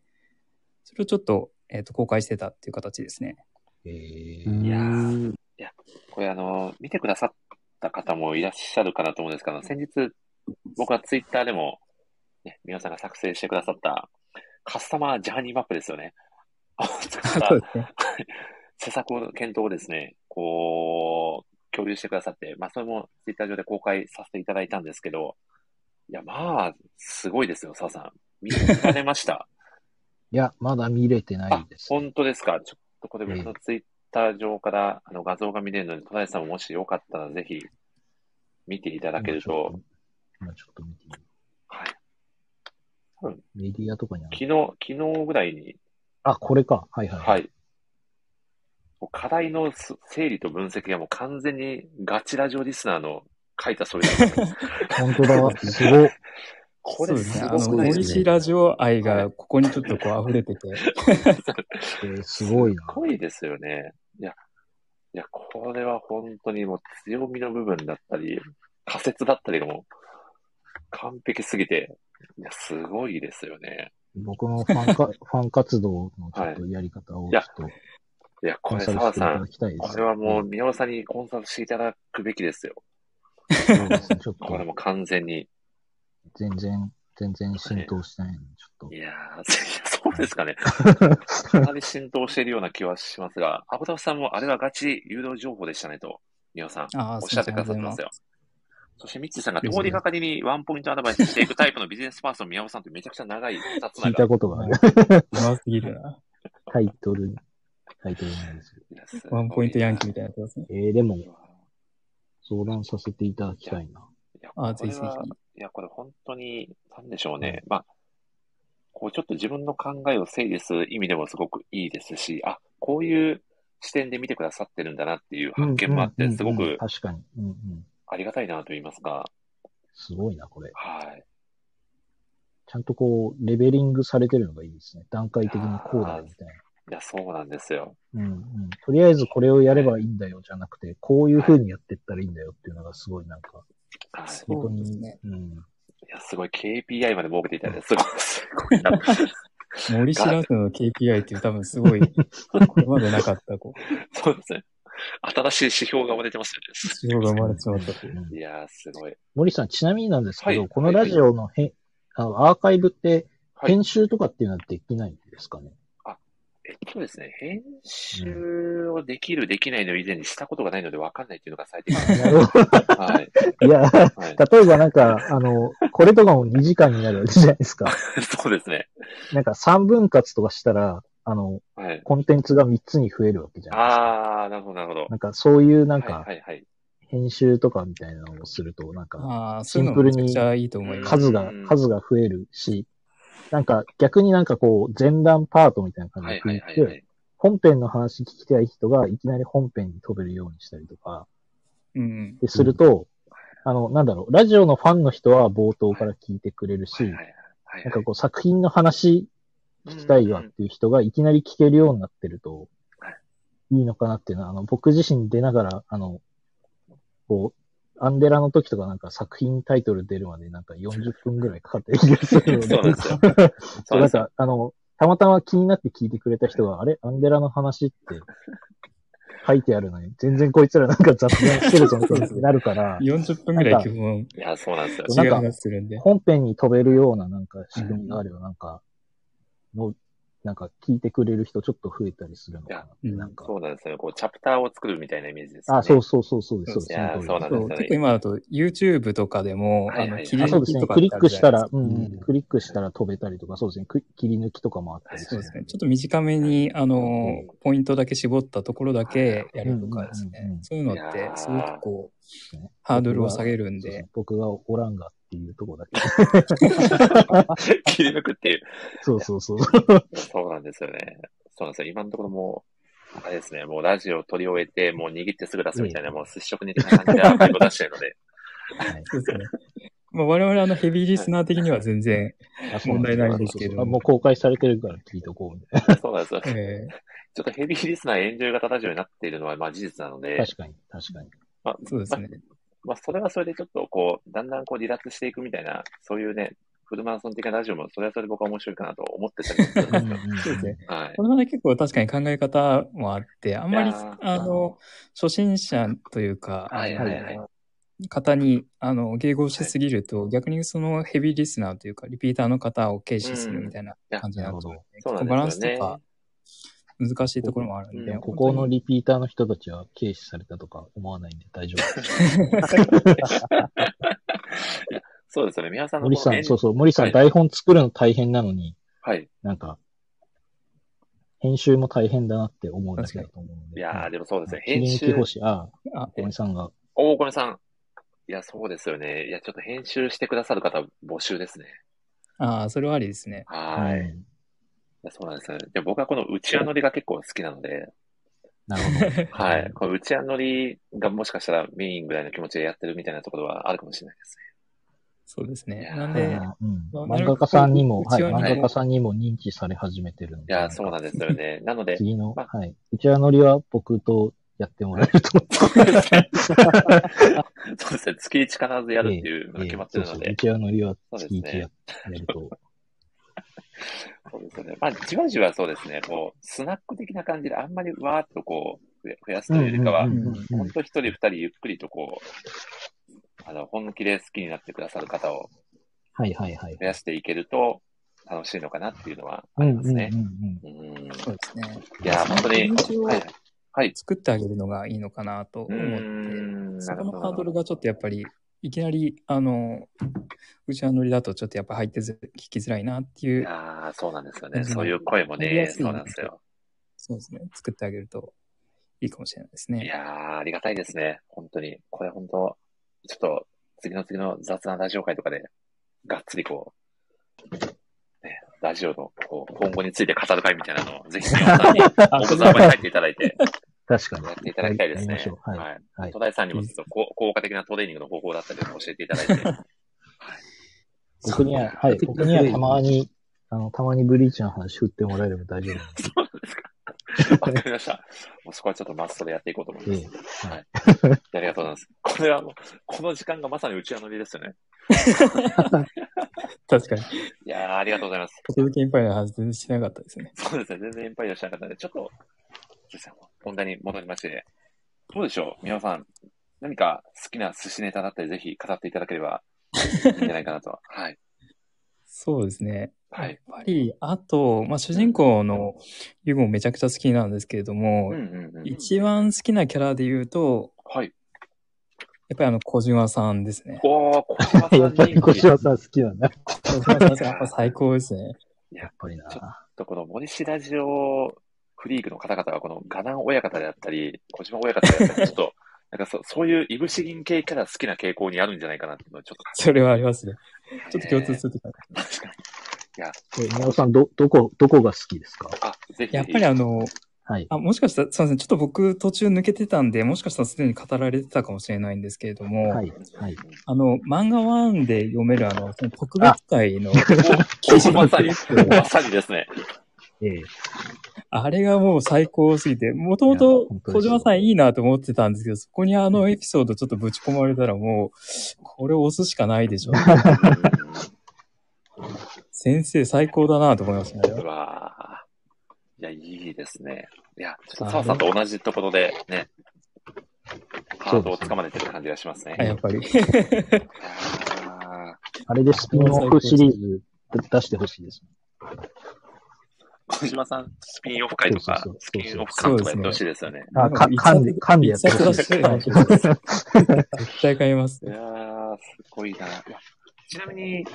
Speaker 5: それをちょっと、えっ、と、公開してたっていう形ですね。
Speaker 2: え
Speaker 3: う
Speaker 2: ー、
Speaker 3: ん
Speaker 1: いやーこれあの、見てくださった方もいらっしゃるかなと思うんですけど、先日、僕はツイッターでも、ね、皆さんが作成してくださった、カスタマージャーニーマップですよ
Speaker 5: *laughs*
Speaker 1: ね。作った
Speaker 5: そうですね。
Speaker 1: 施策の検討をですね、こう、共有してくださって、まあ、それもツイッター上で公開させていただいたんですけど、いや、まあ、すごいですよ、澤さん。見られま
Speaker 5: *laughs*
Speaker 1: した。
Speaker 2: いや、まだ見れてない
Speaker 1: あ
Speaker 2: で、す。
Speaker 1: 本当ですか。ちょっとこれ
Speaker 2: ええ
Speaker 1: 僕のツイッター上から、あの画像が見れるので、戸田さんももしよかったらぜひ見ていただけると、
Speaker 2: 今ちょっと見てみる。
Speaker 1: はい、
Speaker 2: メディアとかにあ
Speaker 1: 昨
Speaker 2: る。
Speaker 1: 日、昨日ぐらいに、
Speaker 2: あ、これか。はいはい。
Speaker 1: はい。もう課題のす整理と分析がもう完全にガチラジオリスナーの書いたそれだった。
Speaker 5: *laughs*
Speaker 2: 本当だ。すごっ。
Speaker 1: こ
Speaker 5: そう
Speaker 1: れ
Speaker 5: ですすね。あ
Speaker 1: ご
Speaker 5: の、
Speaker 1: くないですか
Speaker 5: 森
Speaker 3: すね
Speaker 5: 氏ラジオ愛
Speaker 1: は
Speaker 5: がここにちょっとこう溢れてて、
Speaker 2: えーすごいな。
Speaker 1: すごいですよね。いや、いや、これは本当にもう強みの部分だったり、仮説だったりがもう完璧すぎて、いや、すごいですよね。
Speaker 2: 僕のファンかファン活動のちょっとやり方を
Speaker 1: い
Speaker 2: ちょ
Speaker 1: や
Speaker 2: っと
Speaker 1: いや、
Speaker 2: コ
Speaker 1: こ
Speaker 2: ン
Speaker 1: れ、
Speaker 2: サル
Speaker 1: 澤
Speaker 2: してい
Speaker 1: さ
Speaker 2: ただ
Speaker 1: ん、
Speaker 2: きたいです。
Speaker 1: これはもう、
Speaker 2: ん
Speaker 1: 宮尾さんにコンサルしていただくべきですよ。
Speaker 2: そうですねちょっ
Speaker 1: これ
Speaker 2: と
Speaker 1: も完全に。
Speaker 2: 全然、全然浸透してないので、ちょっ
Speaker 1: いやー、そうですかね。かなり浸透しているような気はしますが、アボタフさんもあれはガチ誘導情報でしたねと、宮尾さん、
Speaker 5: ああ、
Speaker 1: おっしゃってくださってますよ。そして、ミッチーさんが通りがかりにワンポイントアドバイスしていくタイプのビジネスパーソン、宮尾さんとめちゃくちゃ長い二つ
Speaker 2: と聞
Speaker 1: ないが
Speaker 2: たことがある。
Speaker 5: うますぎるな。
Speaker 2: タイトル、タイトルなんですよ。
Speaker 5: ワンポイントヤンキーみ
Speaker 1: た
Speaker 5: たいなやつですね。
Speaker 2: えー、でも
Speaker 1: い、な。
Speaker 2: 相談させていただきたいな。
Speaker 1: いや、
Speaker 5: あ
Speaker 1: こ
Speaker 5: あ、ぜ
Speaker 1: れ
Speaker 5: ひぜひ。
Speaker 1: は、いや、これ本当に、なんでしょうね。まあ、こうちょっと自分の考えを整理する意味でもすごくいいですし、あ、こういう視点で見てくださってるんだなっていう発見もあっ
Speaker 2: うん
Speaker 1: て、
Speaker 2: うんうん
Speaker 1: すごく
Speaker 2: 確かに。うんうん。
Speaker 1: ありがたいなと言いますか、
Speaker 2: すごいな、これ。
Speaker 1: はい。
Speaker 2: ちゃんとこう、レベリングされてるのがいいですね。段階的にこうだよみたい
Speaker 1: いや、そうなんですよ。
Speaker 2: な。うんうん。とりあえずこれをやればいいんだよじゃなくて、こういう風にやってったらいいんだよっていうのがすごいなんか、
Speaker 1: はい。
Speaker 5: そうですね。
Speaker 2: うん。
Speaker 1: いや、すごい KPI まで設けていただいて、すごい、すごいな。
Speaker 5: 森知らずの KPI っていう多分す *laughs* ごい、これまでなかった、こう、
Speaker 1: そうですね。新しい指標が生まれてますよね。
Speaker 5: 仕様が生まれてしまったという。
Speaker 2: うん
Speaker 1: いやー、すごい。
Speaker 2: 森さん、ちなみになんですけど、
Speaker 1: はい
Speaker 2: このラジオのへん、あの、アーカイブって、
Speaker 1: はい
Speaker 2: 編集とかっていうのはできないんで
Speaker 1: *laughs*
Speaker 2: すかね、
Speaker 1: えっとですね、編集をできる、できないの以前にしたことがないので分かんないっていうのが最適です。
Speaker 2: なるほど
Speaker 1: *laughs* はい。
Speaker 2: いや、
Speaker 1: はい。
Speaker 2: 例えばなんか、あの、これとかも2時間になるわけじゃないですか。
Speaker 1: そうですね。
Speaker 2: なんか3分割とかしたら、あの、
Speaker 1: はい。
Speaker 2: コンテンツが3つに増えるわけじゃないですか。
Speaker 1: あー、なるほど、なるほど。
Speaker 2: なんかそういうなん
Speaker 1: はい、は
Speaker 2: か、
Speaker 1: い、はい。
Speaker 2: 編集とかみたいなのをすると、なんか、
Speaker 5: ああ、そういうのもめちゃくちゃいいと思います。
Speaker 2: 数が
Speaker 1: うん、
Speaker 2: 数が増えるし、なんか逆になんかこう、前段パートみたいな感じ
Speaker 1: はい、
Speaker 2: で
Speaker 1: は
Speaker 2: 区切
Speaker 1: い、
Speaker 2: っ
Speaker 1: はい、は
Speaker 2: て、
Speaker 1: い。
Speaker 2: 本編の話聞きたい人がいきなり本編に飛べるようにしたりとか、
Speaker 5: うん。
Speaker 2: ですると、あの、なんだろう、ラジオのファンの人は冒頭から聞いてくれるし、
Speaker 1: はい、はい、はい。
Speaker 2: なんかこう作品の話聞きたいわっていう人がいきなり聞けるようになってると
Speaker 1: はい、
Speaker 2: いいのかなっていうのは、あの、僕自身出ながら、あの、こう、アンデラの時とかなんか作品タイトル出るまでなんか40分ぐらいかかってる気がする
Speaker 1: *laughs*
Speaker 2: ので
Speaker 1: そうなんですよ。そ
Speaker 2: *laughs* そ
Speaker 1: うう
Speaker 2: な
Speaker 1: で
Speaker 2: ん
Speaker 1: す
Speaker 2: か、あの、たまたま気になって聞いてくれた人が、あれアンデラの話って書いてあるのに、全然こいつらなんか雑談してるぞみたいになるから、
Speaker 5: 40分ぐらい基本、
Speaker 1: いや、そうなんですよ。
Speaker 5: 違う話するんで。
Speaker 2: 本編に飛べるようななんか仕組みがあればなんか、の、なんか聞いてくれる人ちょっと増えたりするのかなって。
Speaker 5: いや
Speaker 2: なんか、
Speaker 1: そうなんですよね。こう、チャプターを作るみたいなイメージです、ね。
Speaker 2: あ、そうそうそうそうです。そう
Speaker 5: い
Speaker 2: です。
Speaker 1: や
Speaker 2: その通りです
Speaker 1: そうなんです
Speaker 5: そう結構今だと YouTube とかでも、
Speaker 1: はいはいはい
Speaker 5: あの切り
Speaker 2: あそうで
Speaker 5: 抜き
Speaker 2: すね。
Speaker 5: とか
Speaker 2: クリックしたら、
Speaker 5: って
Speaker 2: う
Speaker 5: ある
Speaker 2: ん
Speaker 5: じゃないですか、
Speaker 2: うん、クリックしたら飛べたりとか、そうですね。く切り抜きとかもあったりす
Speaker 5: そう
Speaker 2: る
Speaker 5: ですね。ちょっと短めに、あの
Speaker 1: うん、
Speaker 5: ポイントだけ絞ったところだけやるとかで
Speaker 2: う
Speaker 5: す
Speaker 2: んうんうん
Speaker 5: ね
Speaker 2: う。ん
Speaker 5: そういうのって、すごくこう、ハードルを下げるん
Speaker 2: そうそう
Speaker 5: で、
Speaker 2: 僕がおらんがっていうとこ
Speaker 5: *laughs*
Speaker 2: だけ。
Speaker 1: *laughs* 切り抜くっていう。
Speaker 2: そうそうそう。
Speaker 1: そうなんですよね。そうなんですよ。今のところもう、あれですね、もうラジオ取り終えて、もう握ってすぐ出すみたいな、もう寿司職人的な感じでアーカイブを出してるので、
Speaker 2: はい
Speaker 5: そうですね。まあ、我々、あの、ヘビーリスナー的には全然、
Speaker 2: あそう
Speaker 5: 問題ないんですけど
Speaker 2: そうそうそうあもう公開されてるから聞いとこうみたい
Speaker 1: そうなんですよ。
Speaker 5: え
Speaker 1: ちょっとヘビーリスナーエンジョイ型ラジオになっているのは、まあ事実なので
Speaker 2: な。、確かに、確
Speaker 5: *laughs*
Speaker 2: かに。
Speaker 1: まあ
Speaker 5: ー、そうですね。
Speaker 1: まあ、それはそれでちょっとこう、だんだんこう離脱していくみたいな、そういうね、フルマラソン的なラジオも、それはそれで僕は面白いかなと思ってたりするんですよ。
Speaker 5: そうですね。
Speaker 1: はい
Speaker 5: こ。れはね、結構確かに考え方もあって、あんまり
Speaker 1: いやー、
Speaker 5: あの、初心者というか、
Speaker 1: はい
Speaker 5: あの
Speaker 1: はいはい
Speaker 5: 方に、あの、迎合しすぎると、逆にそのヘビーリスナーというか、リピーターの方を軽視するみたいな感じになると思うんで、
Speaker 1: そう
Speaker 5: 結
Speaker 1: な
Speaker 5: 構バラ
Speaker 1: ん
Speaker 5: ン
Speaker 1: で
Speaker 5: ス
Speaker 1: すよ
Speaker 5: と
Speaker 1: ね。
Speaker 5: か難しいところもあるんで、
Speaker 1: うん
Speaker 2: ここのリピーターの人たちは軽視されたとか思わないんで大丈夫です。
Speaker 1: そうですよね。皆さんの
Speaker 2: 森さ
Speaker 1: エン
Speaker 2: ん、そうそう、森さ
Speaker 1: はい
Speaker 2: ん台本作るの大変なのに、
Speaker 1: はい。
Speaker 2: なんか、編集も大変だなって思うだけだと思うの
Speaker 1: い
Speaker 2: で。
Speaker 1: やー、でもそうです
Speaker 2: は
Speaker 1: ね
Speaker 2: い。
Speaker 1: 編
Speaker 2: 切り抜き
Speaker 1: 集。
Speaker 2: 欲しい。あ
Speaker 5: あ
Speaker 2: あ、森さんが。
Speaker 1: 大米さん。いや、そうですよね。いや、ちょっと編集してくださる方募集ですね。
Speaker 5: ああ、それはありですね。
Speaker 1: はーい。い
Speaker 2: うん
Speaker 1: やそうなんですよね。で、僕はこの内輪乗りが結構好きなので、
Speaker 2: なるほど。
Speaker 1: *laughs* はい。この内輪乗りがもしかしたらメインぐらいの気持ちでやってるみたいなところはあるかもしれないです
Speaker 5: そうです
Speaker 1: い
Speaker 5: ね
Speaker 1: や。ー
Speaker 5: なん
Speaker 2: う
Speaker 1: *laughs*
Speaker 5: で、
Speaker 2: んうん
Speaker 5: まあな
Speaker 2: 漫
Speaker 5: るべく
Speaker 2: 画家さんにも、
Speaker 5: こう
Speaker 2: はい、
Speaker 5: 内輪
Speaker 1: に
Speaker 2: 漫
Speaker 1: も
Speaker 2: 画家さんにも認知され始めてるの
Speaker 1: ね。
Speaker 2: で。
Speaker 1: いや、そうなんですよ *laughs* ね。なので、
Speaker 2: 次の、
Speaker 1: まあ
Speaker 2: はい。うちわのりは僕とやってもらえると思って。
Speaker 1: そうですね。月1必ずやるっていうのが決まってるの
Speaker 2: ええそうそうう
Speaker 1: で、
Speaker 2: ちわのりは
Speaker 1: そ
Speaker 2: 月
Speaker 1: うですね
Speaker 2: 1や,、やると。
Speaker 1: そうですよね。まあ、じわじわそうですね。こう、スナック的な感じであんまりわーっとこう、増やすというよりかは、
Speaker 2: うんうんうんうん
Speaker 1: ほんと一人二人ゆっくりとこう、あの、本気で好きになってくださる方を
Speaker 2: はいはいはい。
Speaker 1: 増やしていけると楽しいのかなっていうのは
Speaker 2: う
Speaker 1: あ
Speaker 2: ん
Speaker 1: り
Speaker 2: うん
Speaker 1: ま
Speaker 2: う
Speaker 1: す
Speaker 2: ん
Speaker 1: ね。
Speaker 2: うん。
Speaker 1: うん。
Speaker 5: そうですね。
Speaker 1: いや、本当に、
Speaker 5: 気持ちを
Speaker 1: はい。はい。
Speaker 5: 作ってあげるのがいいのかなと
Speaker 1: うー
Speaker 5: 思って、
Speaker 1: ん、
Speaker 5: そ
Speaker 1: なる
Speaker 5: こ
Speaker 1: ほ
Speaker 5: の
Speaker 1: ど。
Speaker 5: ハードルがちょっとやっぱり、いきなり、あの、うちはノリだとちょっとやっぱ入ってず聞きづらいなってい、
Speaker 1: いうやーそうなんですよね。
Speaker 5: 感じに
Speaker 1: そういう声も
Speaker 5: 入りや
Speaker 1: ね、
Speaker 5: すい
Speaker 1: そうなんですよ。
Speaker 5: そうですね、作ってあげるといいかもしれないです
Speaker 1: い
Speaker 5: ね。
Speaker 1: やーありがたいですね。本当に。これ本当、ちょっと、次の次の雑談ラジオ会とかで、がっつりこう、ね、ラジオのこう今後について語る会みたいなのを、ぜひ、皆さ
Speaker 5: *laughs*
Speaker 1: んに、
Speaker 2: あ、
Speaker 1: お子
Speaker 2: そ
Speaker 1: 様に
Speaker 2: れは
Speaker 1: 入っていただいて、
Speaker 2: 確かに
Speaker 1: や。っていただきたいです
Speaker 2: や
Speaker 1: ね
Speaker 2: りましょ。うはい
Speaker 1: はい。
Speaker 2: はい
Speaker 1: 戸。田井さんにもちょっとこう効果的なトレーニングの方法だったりも教えてい
Speaker 2: *laughs*
Speaker 1: ただいて。
Speaker 2: 僕には、はい。僕にはたまに、あの、たまにブリーチの話振ってもらえれば大丈夫なんで。
Speaker 1: わかりました。もうそこはちょっとマストでやっていこうと思い *laughs* ます。
Speaker 2: え
Speaker 1: ありがとうございます。これはもう、この時間がまさにうちわのりですよね。
Speaker 5: 確かに。
Speaker 1: いやーありがとうございます。
Speaker 5: ポテトキンパイの話全然しなかったですね。
Speaker 1: そうですね、全然エンパイアしなかったので、ちょっと、そうですね本題に戻りまして、どうでしょう、宮尾さん、何か好きな寿司ネタだったり、ぜひ語っていただければいいんじゃないかなと。はい。
Speaker 5: そうですね。
Speaker 1: は
Speaker 5: やっ
Speaker 1: い。
Speaker 5: ぱり、あと、まあ、主人公のユゴめちゃくちゃ好きなんですけれど
Speaker 1: うん
Speaker 5: も、
Speaker 1: うんうん。
Speaker 5: 一番好きなキャラで言うと、
Speaker 1: はい。
Speaker 5: やっぱりあの、小島さんですね。
Speaker 1: おー、小島さ
Speaker 2: え
Speaker 1: ん
Speaker 2: *laughs* やっぱり
Speaker 1: 人
Speaker 2: 小
Speaker 1: 気。ちょ
Speaker 2: 島さん好きなんだ。やっ
Speaker 5: 小島さん *laughs* やっぱ最高ですね。
Speaker 2: ぱりな。
Speaker 1: ちょっとこの森氏ラジオフリークの方々は、このガナン親方であったり、小島親方であったり、ちょっ *laughs* と、なんかそそういういぶし銀系キャラ好きな傾向にあるんじゃないかなっていうのはちょっと
Speaker 5: それはありますね。
Speaker 1: 感
Speaker 5: ちょ
Speaker 1: じ
Speaker 5: っと
Speaker 1: て
Speaker 5: 共通するとこある
Speaker 1: 確かに。
Speaker 2: え、宮尾さん、ど、どこ、どこが好きですか
Speaker 1: あ、ぜひぜひ。
Speaker 5: やっぱりあの、
Speaker 2: はい。
Speaker 5: あ、もしかしたら、すいません、ちょっと僕途中抜けてたんで、もしかしたらすでに語られてたかもしれないんですけれども、
Speaker 2: はい。はい。
Speaker 5: あの、漫画ワンで読めるあの、その特別会の、
Speaker 1: お、小島さんに、 *laughs* まさにですね。
Speaker 2: ええ。
Speaker 5: あれがもう最高すぎて、もとも
Speaker 2: い
Speaker 5: と
Speaker 2: や本当で
Speaker 5: 小
Speaker 2: すよ
Speaker 5: 島さんいいなと思ってたんですけど、そこにあのエピソードちょっとぶち込まれたらもう、これ押すしかな
Speaker 2: *laughs*
Speaker 5: いでしょ。先生最高だなと思いました
Speaker 1: う
Speaker 5: ね。
Speaker 1: わぁ。いや、いいですね。いや、ちょっと
Speaker 5: あ
Speaker 1: 澤さんと同じところでね、ハートをつかまれてる感じがしますね。
Speaker 5: あやっぱり。
Speaker 1: あ
Speaker 2: あれでスピンオフシリーズ出してほしいです。
Speaker 1: 小島さん、スピンオフ会とか
Speaker 2: そ
Speaker 1: ス
Speaker 2: うそう、そうそう
Speaker 1: ピンオフ館とかやってほしいですよね。
Speaker 2: あ、か、噛んで、噛んでやってほしい。
Speaker 5: 一冊出して絶対買います
Speaker 1: い。やー、すごいな。ちなみに、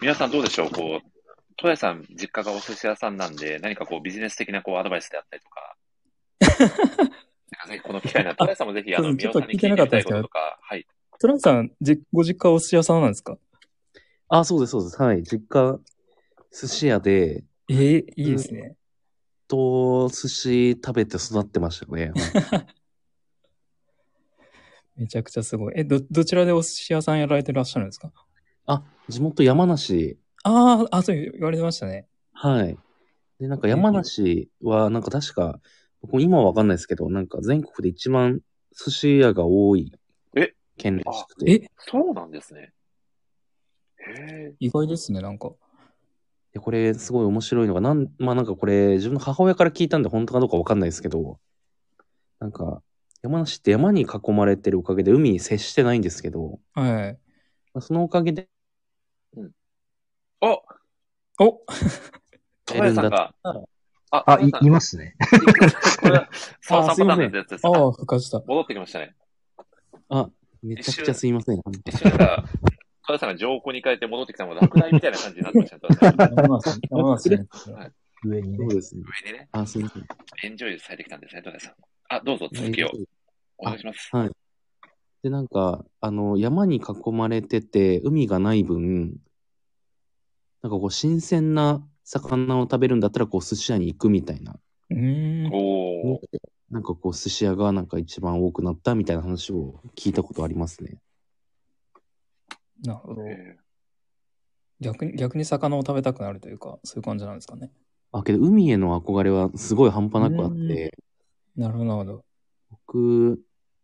Speaker 1: 皆さんどうでしょうこう、戸谷さん、実家がお寿司屋さんなんで、何かこう、ビジネス的なこう、アドバイスであったりとか。なんかね、この機会な、戸谷さんもぜひ、あ
Speaker 5: そ
Speaker 1: の、
Speaker 5: うで
Speaker 1: 宮
Speaker 5: す
Speaker 1: 尾さんに聞いてみたいこととか、はい。
Speaker 5: トランさん、じご実家はお寿司屋さんなんですか
Speaker 3: あ、そうです、そうです。はい。実家、寿司屋で、
Speaker 5: えー、いいですね。
Speaker 3: と、寿司食べて育ってましたね。
Speaker 5: *laughs* めちゃくちゃすごい。え、ど、どちらでお寿司屋さんやられてらっしゃるんですか
Speaker 3: あ、地元山梨。
Speaker 5: ああ、あ、そう言われてましたね。
Speaker 3: はい。で、なんか山梨は、なんか確か、僕も今はわかんないですけど、なんか全国で一番寿司屋が多い
Speaker 1: え
Speaker 3: 県らしくて。
Speaker 5: え
Speaker 3: い
Speaker 1: そうなんですね。へ
Speaker 5: 意外ですね、なんか。
Speaker 3: やこれすごい面白いのが、なん、まあなんかこれ自分の母親から聞いたんで本当かどうかわかんないですけど、なんか山梨って山に囲まれてるおかげで海に接してないんですけど、
Speaker 5: はい。
Speaker 3: まあそのおかげで
Speaker 1: ーあ、
Speaker 5: お
Speaker 1: 戸谷さんが、あ、
Speaker 2: あ、
Speaker 1: 戸谷
Speaker 2: い
Speaker 1: さ、ん
Speaker 2: いますね。
Speaker 1: これは、沢さんパターンのやつですね。
Speaker 5: ああ、復活
Speaker 2: *laughs*
Speaker 5: した。
Speaker 1: 戻ってきましたね。
Speaker 3: あ、めちゃくちゃすいません。
Speaker 1: 一瞬なんか、戸田さんが情報に変えて戻ってきたのが落第みたいな感じになってましたね。戸田さん
Speaker 5: 山梨山梨ね
Speaker 2: *laughs* 上に
Speaker 3: そう
Speaker 2: ね。
Speaker 3: ですね。
Speaker 1: 上にね、
Speaker 3: あ、すいません。
Speaker 1: エンジョイされてきたんですね、戸田さん。あ、どうぞ続きをお願いします。
Speaker 3: はい。で、なんか、あの、山に囲まれてて、海がない分、なんかこう、新鮮な魚を食べるんだったら、こう、寿司屋に行くみたいな。
Speaker 5: うーん。
Speaker 1: おー、
Speaker 3: なんかこう、寿司屋がなんか一番多くなったみたいな話を聞いたことありますね。
Speaker 5: なるほど。
Speaker 1: え
Speaker 5: 逆に、逆に魚を食べたくなるというか、そういう感じなんですかね。
Speaker 3: あ、けど、海への憧れはすごい半端なくあって、
Speaker 5: なるほど、なるほど。
Speaker 3: 僕、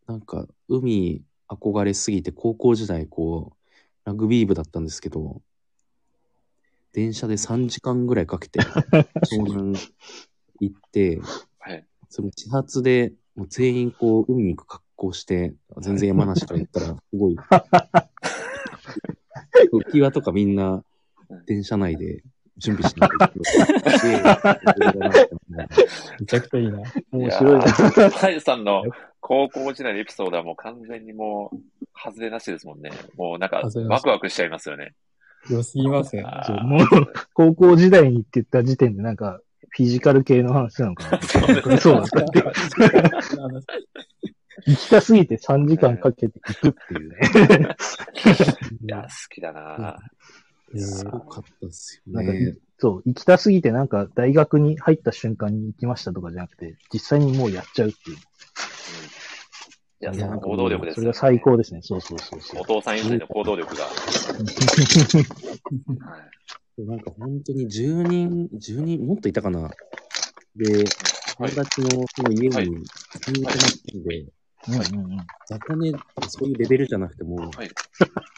Speaker 3: なんか、海憧れすぎて、高校時代、こう、ラグビー部だったんですけど、電車で3時間ぐらいか
Speaker 1: *laughs*
Speaker 3: けて、湘南行って、
Speaker 1: はい
Speaker 3: その始発で、もう全員こう、海に行く格好して、全然山梨から行ったら、す
Speaker 1: *laughs*
Speaker 3: ごい、浮き輪とかみんな、電車内で準備しないとい
Speaker 1: *laughs*
Speaker 3: けない
Speaker 5: めちゃくちゃいいな。
Speaker 2: 面白いな。
Speaker 1: ー、戸谷さんの高校時代のエピソードはもう完全にもう、外れなしですもんね。もうなんか
Speaker 5: 外れ、な
Speaker 1: ワ
Speaker 5: し
Speaker 1: クワクしちゃいますよね。
Speaker 5: 良すぎますよ。
Speaker 1: あ
Speaker 2: そう
Speaker 1: ー
Speaker 2: もう、高校時代にって言った時点でなんか、フィジカル系の話なのかな。そうなんだ。行きたすぎて3時間かけて行くっていうね。
Speaker 1: *laughs* いや、好きだな
Speaker 3: すごかったですよ
Speaker 2: なんか
Speaker 3: ね。
Speaker 2: そう、行きたすぎてなんか大学に入った瞬間に行きましたとかじゃなくて、実際にもうやっちゃうっていう。
Speaker 1: いや、
Speaker 2: い
Speaker 1: そ
Speaker 2: や
Speaker 1: の行動力です
Speaker 2: そ
Speaker 1: よ
Speaker 2: れ
Speaker 1: ね、
Speaker 2: が最高ですね。そうそうそうそ
Speaker 1: お
Speaker 2: う。
Speaker 1: 父さん譲りの行動力が。はい
Speaker 3: なんか本当に10人、10人、もっといたかな。で、友
Speaker 1: はい
Speaker 3: 達のその家に
Speaker 1: はい
Speaker 3: 住み込まって
Speaker 2: う
Speaker 3: んで、
Speaker 2: んうんうん。
Speaker 3: 雑魚寝、そういうレベルじゃなくても、
Speaker 1: はい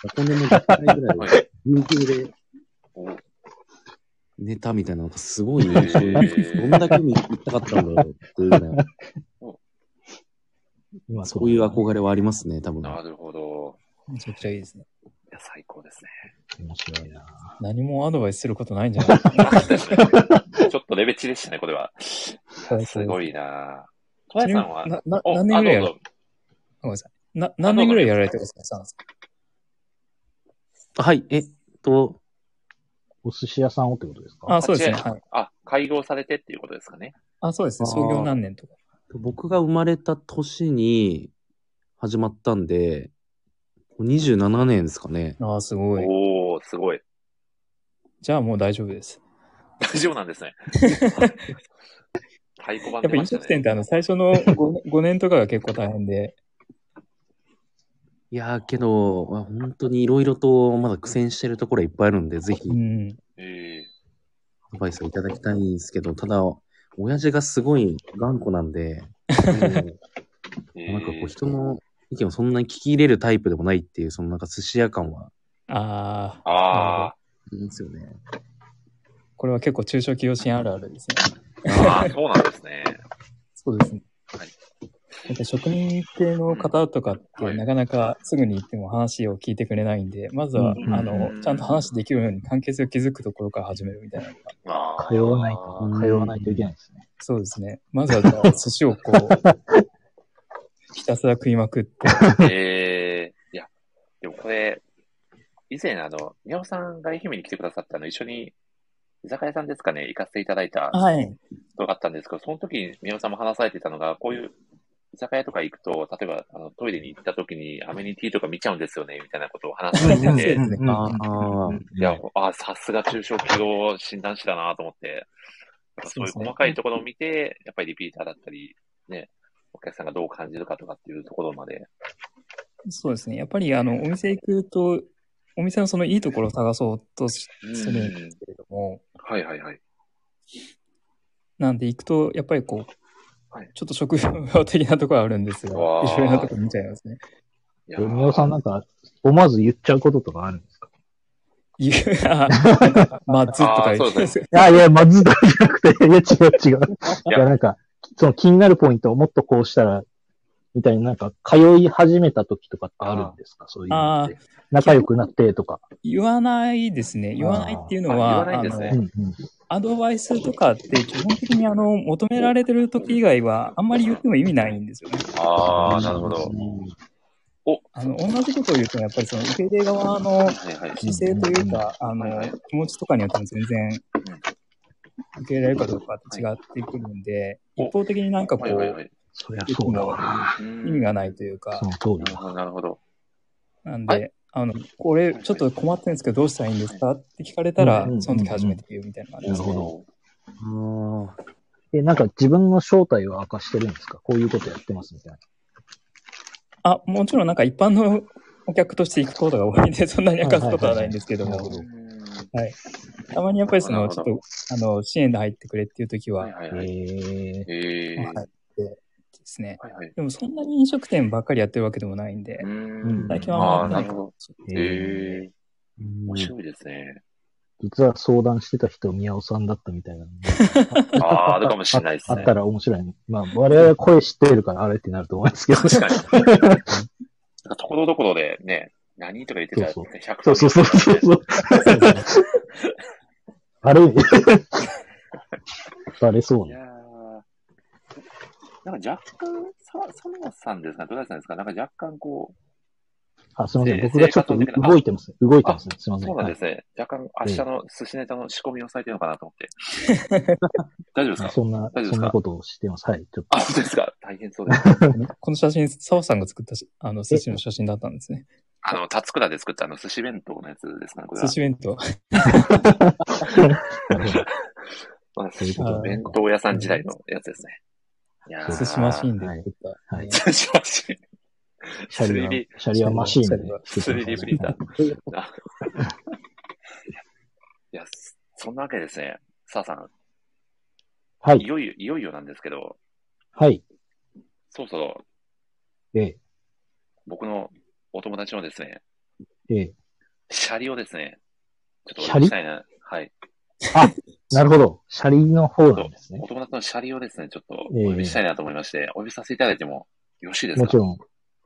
Speaker 3: 雑魚寝の10回ぐらい
Speaker 1: は
Speaker 3: を
Speaker 1: い。
Speaker 3: 有給で
Speaker 1: おー
Speaker 3: 寝たみたいなのがすごい印象に、どんだけに行ったかったんだろうっ
Speaker 1: *laughs*
Speaker 3: ていうような、
Speaker 2: 今
Speaker 3: そういう
Speaker 2: れ。
Speaker 3: 憧れはありますね、多分。
Speaker 1: なるほど。
Speaker 5: めちゃくちゃいいですね。
Speaker 1: いや、最高ですね。 *laughs*
Speaker 2: 面白いな。
Speaker 5: 何もアドバイスすることないんじゃない
Speaker 1: なかったですねちょっとレベチでしたね、これは。すごいなぁ。トヤさんは、
Speaker 5: なな
Speaker 1: お
Speaker 5: 何年ぐらいや
Speaker 1: あ
Speaker 5: る
Speaker 1: どうぞ
Speaker 5: ごめんなさい。な、何年ぐらいやられてるんですか
Speaker 3: はい、えっと、
Speaker 2: お寿司屋さんをってことですか
Speaker 5: あ、そうですね。はい。
Speaker 1: あ、開業されてっていうことですかね。
Speaker 5: あ、そうですね。創業何年とか。
Speaker 3: 僕が生まれた年に始まったんで、27年ですかね。
Speaker 5: ああ、すごい。
Speaker 1: おー、すごい。 *laughs*
Speaker 5: じゃあもう大丈夫です。
Speaker 1: 大丈夫なんです
Speaker 5: *laughs*
Speaker 1: ね。太鼓判
Speaker 5: や
Speaker 1: 出
Speaker 5: っぱ
Speaker 1: ま
Speaker 5: 飲
Speaker 1: した
Speaker 5: 食店
Speaker 1: ね。
Speaker 5: ってあの、最初の 5, *laughs* 年5年とかが結構大変で。
Speaker 3: いやーけど、まあ本当にいろいろとまだ苦戦してるところはいっぱいあるんで、ぜひ
Speaker 5: う
Speaker 3: ア
Speaker 5: ん。
Speaker 1: ええ
Speaker 3: ドバイスをいただきたいんですけど、ただ、親父がすごい頑固なんで、
Speaker 1: ええ
Speaker 3: なんかこう人の意見をそんなに聞き入れるタイプでもないっていう、そのなんか寿司屋感は
Speaker 5: ああ、
Speaker 1: あ
Speaker 3: あるんですよね。
Speaker 5: これは結構中小企業支援あるあるですね。
Speaker 3: *laughs*
Speaker 1: ーあー、そうなんですね。
Speaker 5: そうですね。やっぱ職人系の方とかって、
Speaker 1: はい
Speaker 5: なかなかすぐに行っても話を聞いてくれないんで、まずは、
Speaker 2: うん
Speaker 5: あの
Speaker 1: う、ん
Speaker 5: ちゃんと話できるように関係性を築くところから始めるみたいなのが。
Speaker 1: あー
Speaker 2: 通わないと、通わないといけないですね。
Speaker 5: そうですね。
Speaker 1: *laughs*
Speaker 5: まずは、じゃあ、寿司をこう、ひたすら食いまくって。
Speaker 1: ええいや、でもこれ、以前あの、宮尾さんが愛媛に来てくださったあの、一緒に、居酒屋さんですかね、行かせていただいた
Speaker 5: はい。
Speaker 1: ことがあったんですけど、その時に宮尾さんも話されてたのが、こういう居酒屋とか行くと、例えばあのトイレに行った時にアメニティとか見ちゃうんですよね、みたいなことを話されて
Speaker 5: うん
Speaker 1: て、
Speaker 5: うん
Speaker 3: ああ、
Speaker 1: いや、あ、さすが中小企業診断士だなと思って、やっぱそういう
Speaker 5: そうですね
Speaker 1: 細かいところを見て、やっぱりリピーターだったり、ね、お客さんがどう感じるかとかっていうところまで。
Speaker 5: そうですね。やっぱり、あの、お店行くと、お店のそのいいところを探そうとしするんですけれども、
Speaker 1: はいはいはい。
Speaker 5: なんで行くと、やっぱりこう、
Speaker 1: はい
Speaker 5: ちょっと職業的なところはあるんですよ。い
Speaker 1: わー
Speaker 5: ろいろなところ見ちゃいますね。
Speaker 1: いやー
Speaker 2: 宮尾さんなんか、思わず言っちゃうこととかあるんですか
Speaker 5: いや、なんかまずと
Speaker 1: あ
Speaker 5: か言
Speaker 1: ー
Speaker 5: っ
Speaker 1: そうで
Speaker 5: て
Speaker 1: す
Speaker 2: いやいや、まずとかじゃなくて、いや、違う違う。いや、なんか、その気になるポイントをもっとこうしたら、みたいになんか、通い始めた時とかってあるんですかそういうのって。仲良くなってとか。
Speaker 5: 言わないですね。言わないっていうのは、
Speaker 1: あーあ言わないんですね
Speaker 5: あ
Speaker 2: う
Speaker 5: の
Speaker 2: んうん。
Speaker 5: アドバイスとかって基本的にあの求められてる時以外はあんまり言っても意味ないんですよね。
Speaker 1: ああ、なるほど。
Speaker 5: あの同じことを言ってもやっぱりその受け入れ側の
Speaker 1: はいはい。
Speaker 5: 姿勢というか、あ
Speaker 1: はいはい
Speaker 5: の気持ちとかによっても全然受け入れられるかどうかって違ってくるんで、
Speaker 1: はい
Speaker 5: 一方的になんかこ
Speaker 1: はいはいは
Speaker 5: う
Speaker 1: い。
Speaker 2: そりゃそうだわな。
Speaker 1: うん
Speaker 5: 意味がないというか
Speaker 2: そ、の通り
Speaker 1: なる
Speaker 2: だ。
Speaker 1: ほど、なるほど。
Speaker 5: なん
Speaker 1: は
Speaker 5: で、あの、これちょっと困ってるんですけどどうしたらいいんですかって聞かれた
Speaker 2: うんう
Speaker 5: ら
Speaker 2: んうんう、ん
Speaker 5: その時初めて言うみたいな感じ
Speaker 2: な
Speaker 5: で
Speaker 2: る
Speaker 5: す
Speaker 2: ほ
Speaker 5: ね。
Speaker 2: ど。
Speaker 3: ああ。
Speaker 2: え、なんか自分の正体を明かしてるんですかこういうことやってますみたいな。
Speaker 5: あ、もちろんなんか一般のお客として行くことが多いんで、そんなに明かすことはないんですけど
Speaker 2: なるほ
Speaker 5: も
Speaker 2: ど、
Speaker 5: たまにやっぱりそ
Speaker 1: な
Speaker 5: の、
Speaker 1: る
Speaker 5: ち
Speaker 1: ほ
Speaker 5: ょ
Speaker 1: ど
Speaker 5: っと、あの、支援で入ってくれっていう時は
Speaker 1: はい、はい
Speaker 2: え
Speaker 1: はい。
Speaker 2: ー、
Speaker 1: ええ
Speaker 5: まあ入ってですね。
Speaker 1: はいはい。
Speaker 5: でもそんなに飲食店ばっかりやってるわけでもないんで
Speaker 1: う、
Speaker 2: うん
Speaker 1: ん。
Speaker 5: 最近
Speaker 1: あ
Speaker 5: はあ
Speaker 1: あ、
Speaker 5: んま
Speaker 1: な
Speaker 5: り
Speaker 1: るほど。
Speaker 2: えー
Speaker 1: ええ
Speaker 3: うん
Speaker 1: 面白いですね。
Speaker 2: 実は相談してた人、宮尾さんだったみたいなの
Speaker 1: あ
Speaker 2: も。
Speaker 1: あ、あるかもしれないです
Speaker 2: あ
Speaker 1: ね
Speaker 2: っ。たら面白いね。まあ、我々は声知ってるからあれってなると思いますけど。
Speaker 1: 確かに。
Speaker 2: *laughs*
Speaker 1: なんかところどころでね、何とか言ってたら、
Speaker 2: そう
Speaker 1: 100
Speaker 2: そうそうそうそうそう。あれバレそう
Speaker 1: いや
Speaker 2: ね。
Speaker 1: ーなんか若干、さ、サモさんですかどうだったんですかなんか若干こ
Speaker 2: あ、すみません。
Speaker 1: えー
Speaker 2: 僕がちょっと
Speaker 1: 生活の時の
Speaker 2: 動いてますね。動いてますね。すみ
Speaker 1: う、
Speaker 2: ません。
Speaker 1: そうなんですすね。若干明日の寿司ネタの仕込みをされてるのかなと思って。
Speaker 2: *laughs*
Speaker 1: 大丈夫ですか
Speaker 2: そんな
Speaker 1: 大丈夫です、か
Speaker 2: そんなことをしてます。はい。ちょっ
Speaker 1: あ、
Speaker 2: と。
Speaker 1: そうですか。大変そうです。
Speaker 5: この写真、澤さんが作ったしあの、寿司の写真だったんですね。
Speaker 1: あの、タツクラで作ったあの寿司弁当のやつですかねこれは
Speaker 5: 寿司弁
Speaker 2: *laughs*
Speaker 5: 当。
Speaker 2: なるほど
Speaker 1: まあ寿司
Speaker 5: そういうこと
Speaker 1: *laughs* 弁当屋さん時代のやつですね。いや
Speaker 5: 寿司マシー
Speaker 1: ン。
Speaker 5: ンで作った。
Speaker 2: はい
Speaker 1: 寿司マシン。
Speaker 2: シャリ
Speaker 1: 3D
Speaker 2: は、シャリはマシーンで。
Speaker 1: 3D プリンター。あいや、そそんなわけでですね、さあさん、
Speaker 2: はいい。
Speaker 1: よいよ、いよいよなんですけど、
Speaker 2: はい。
Speaker 1: そろそろ
Speaker 2: え
Speaker 1: 僕のお友達のですね、
Speaker 2: え、え
Speaker 1: シャリをですね、ちょっ
Speaker 2: シ
Speaker 1: と
Speaker 2: ャ
Speaker 1: お
Speaker 2: リ
Speaker 1: 見せしたいな。はい。
Speaker 2: え。なるほど。シャリの方なんですね
Speaker 1: お。友達のシャリをですね、ちょっと
Speaker 2: ええ
Speaker 1: お呼びしたいなと思いまして、お呼びさせていただいてもよろしいですか
Speaker 2: もちろん、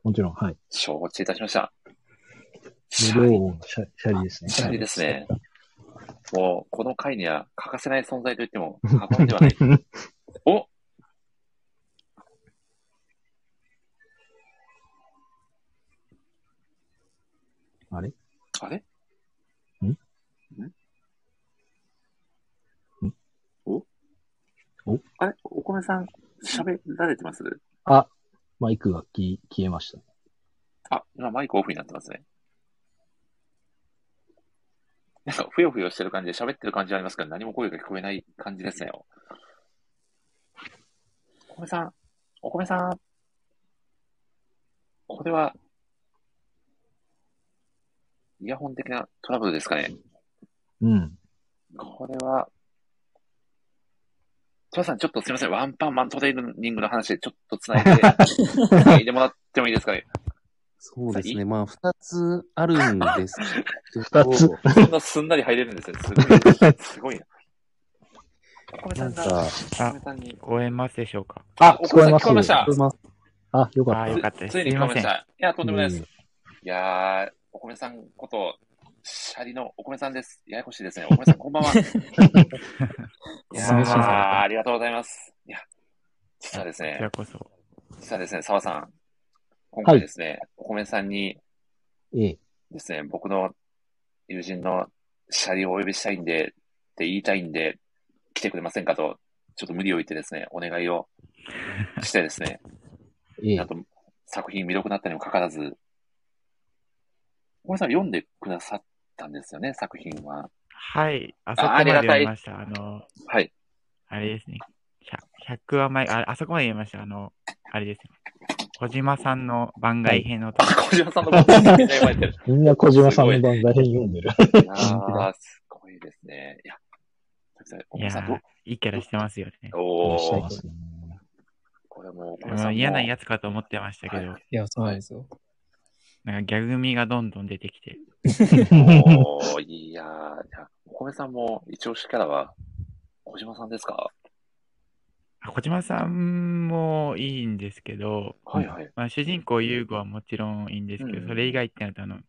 Speaker 2: もちろん、はい。
Speaker 1: 承知いたしました。シ
Speaker 2: 無
Speaker 1: ャ
Speaker 2: 料
Speaker 1: リ、
Speaker 2: 王のシャシャリですね。
Speaker 1: シャリですね。もう、この回には欠かせない存在と言っても過言ではない。
Speaker 2: *laughs*
Speaker 1: お
Speaker 2: あれ
Speaker 1: あれ
Speaker 2: *laughs* ん
Speaker 1: ん
Speaker 2: ん
Speaker 1: お
Speaker 2: お
Speaker 1: あれお米さん、喋られてます
Speaker 2: あ、マイクが消え消えました。
Speaker 1: あ、今マイクオフになってますね。なんか、ふよふよしてる感じで喋ってる感じはありますけど、何も声が聞こえない感じですね。お米さん、お米さん。これは、イヤホン的なトラブルですかね。
Speaker 2: うん。
Speaker 1: これは、トラさん、ちょっとすみません。ワンパンマントレーニングの話でちょっとつない *laughs* で、つないでもらってもいいですかね。
Speaker 3: そうですね。まあ、二つあるんですけど。
Speaker 2: 二つ
Speaker 1: そんなすんなり入れるんですね。すごい。すごいな。お米さ
Speaker 3: なんん
Speaker 1: が、
Speaker 3: か、
Speaker 1: お米さんに。
Speaker 6: 聞こえますでしょうか
Speaker 2: あ、
Speaker 1: お
Speaker 2: 聞こえます。
Speaker 1: 聞こえました
Speaker 3: ま
Speaker 2: あ、よか
Speaker 6: あ
Speaker 2: っ
Speaker 6: ーよかったです。
Speaker 1: つい
Speaker 6: す
Speaker 1: に
Speaker 6: い
Speaker 1: ごめ
Speaker 6: ま
Speaker 1: ん
Speaker 6: せ。
Speaker 1: なんさい。いや、とんでもないです。
Speaker 2: うん
Speaker 1: いやー、お米さんこと、シャリのお米さんです。ややこしいですね。お米さん、こんばんは。いや
Speaker 5: すごい審査だ
Speaker 1: ー、ありがとうございます。いや、実はです
Speaker 6: こち
Speaker 1: ね
Speaker 6: ら、こそ。
Speaker 1: 実はですね、澤さん、今回ですね、お米さんに
Speaker 2: た。ええ。
Speaker 1: ですね、僕の友人のシャリをお呼びしたいんで、って言いたいんで、来てくれませんかと、ちょっと無理を言ってですね、お願いをしてですね、
Speaker 2: ええ
Speaker 1: あ。と作品魅力だったにもかかわらず、小林さん読んでくださったんですよね、作品は。
Speaker 6: はい。あそこ
Speaker 1: あ
Speaker 6: まで
Speaker 1: ありがた
Speaker 6: 読
Speaker 1: い
Speaker 6: みました。あの、
Speaker 1: はい。
Speaker 6: あれですね。100話前、ああそこまで読みました。あの、あれですね。小島さんの番外編のとこ、
Speaker 1: 小島さんのこと全然読まれてる。
Speaker 2: みんな小島さんの番外編読んでる。
Speaker 1: いやー、すごいですね。いや、小
Speaker 6: いや
Speaker 1: 林さんど
Speaker 6: ー、いいキャラしてますよね。
Speaker 1: お
Speaker 2: *laughs* しゃい
Speaker 1: ー
Speaker 2: ま、すね。
Speaker 1: これもう、小林
Speaker 6: あ
Speaker 1: さんも
Speaker 6: の嫌なやつかと思ってましたけど、
Speaker 1: はい
Speaker 5: や、そうなんですよ。。
Speaker 6: なんかギャグ味がどんどん出てきて、
Speaker 1: おー、いやー、いやお米さんも一押しキャラは、小島さんですか
Speaker 6: あ小島さんもいいんですけど、
Speaker 1: はいはい。
Speaker 6: まあ、主人公優吾はもちろんいいんですけど、
Speaker 1: うん
Speaker 6: それ以外ってなると、あの、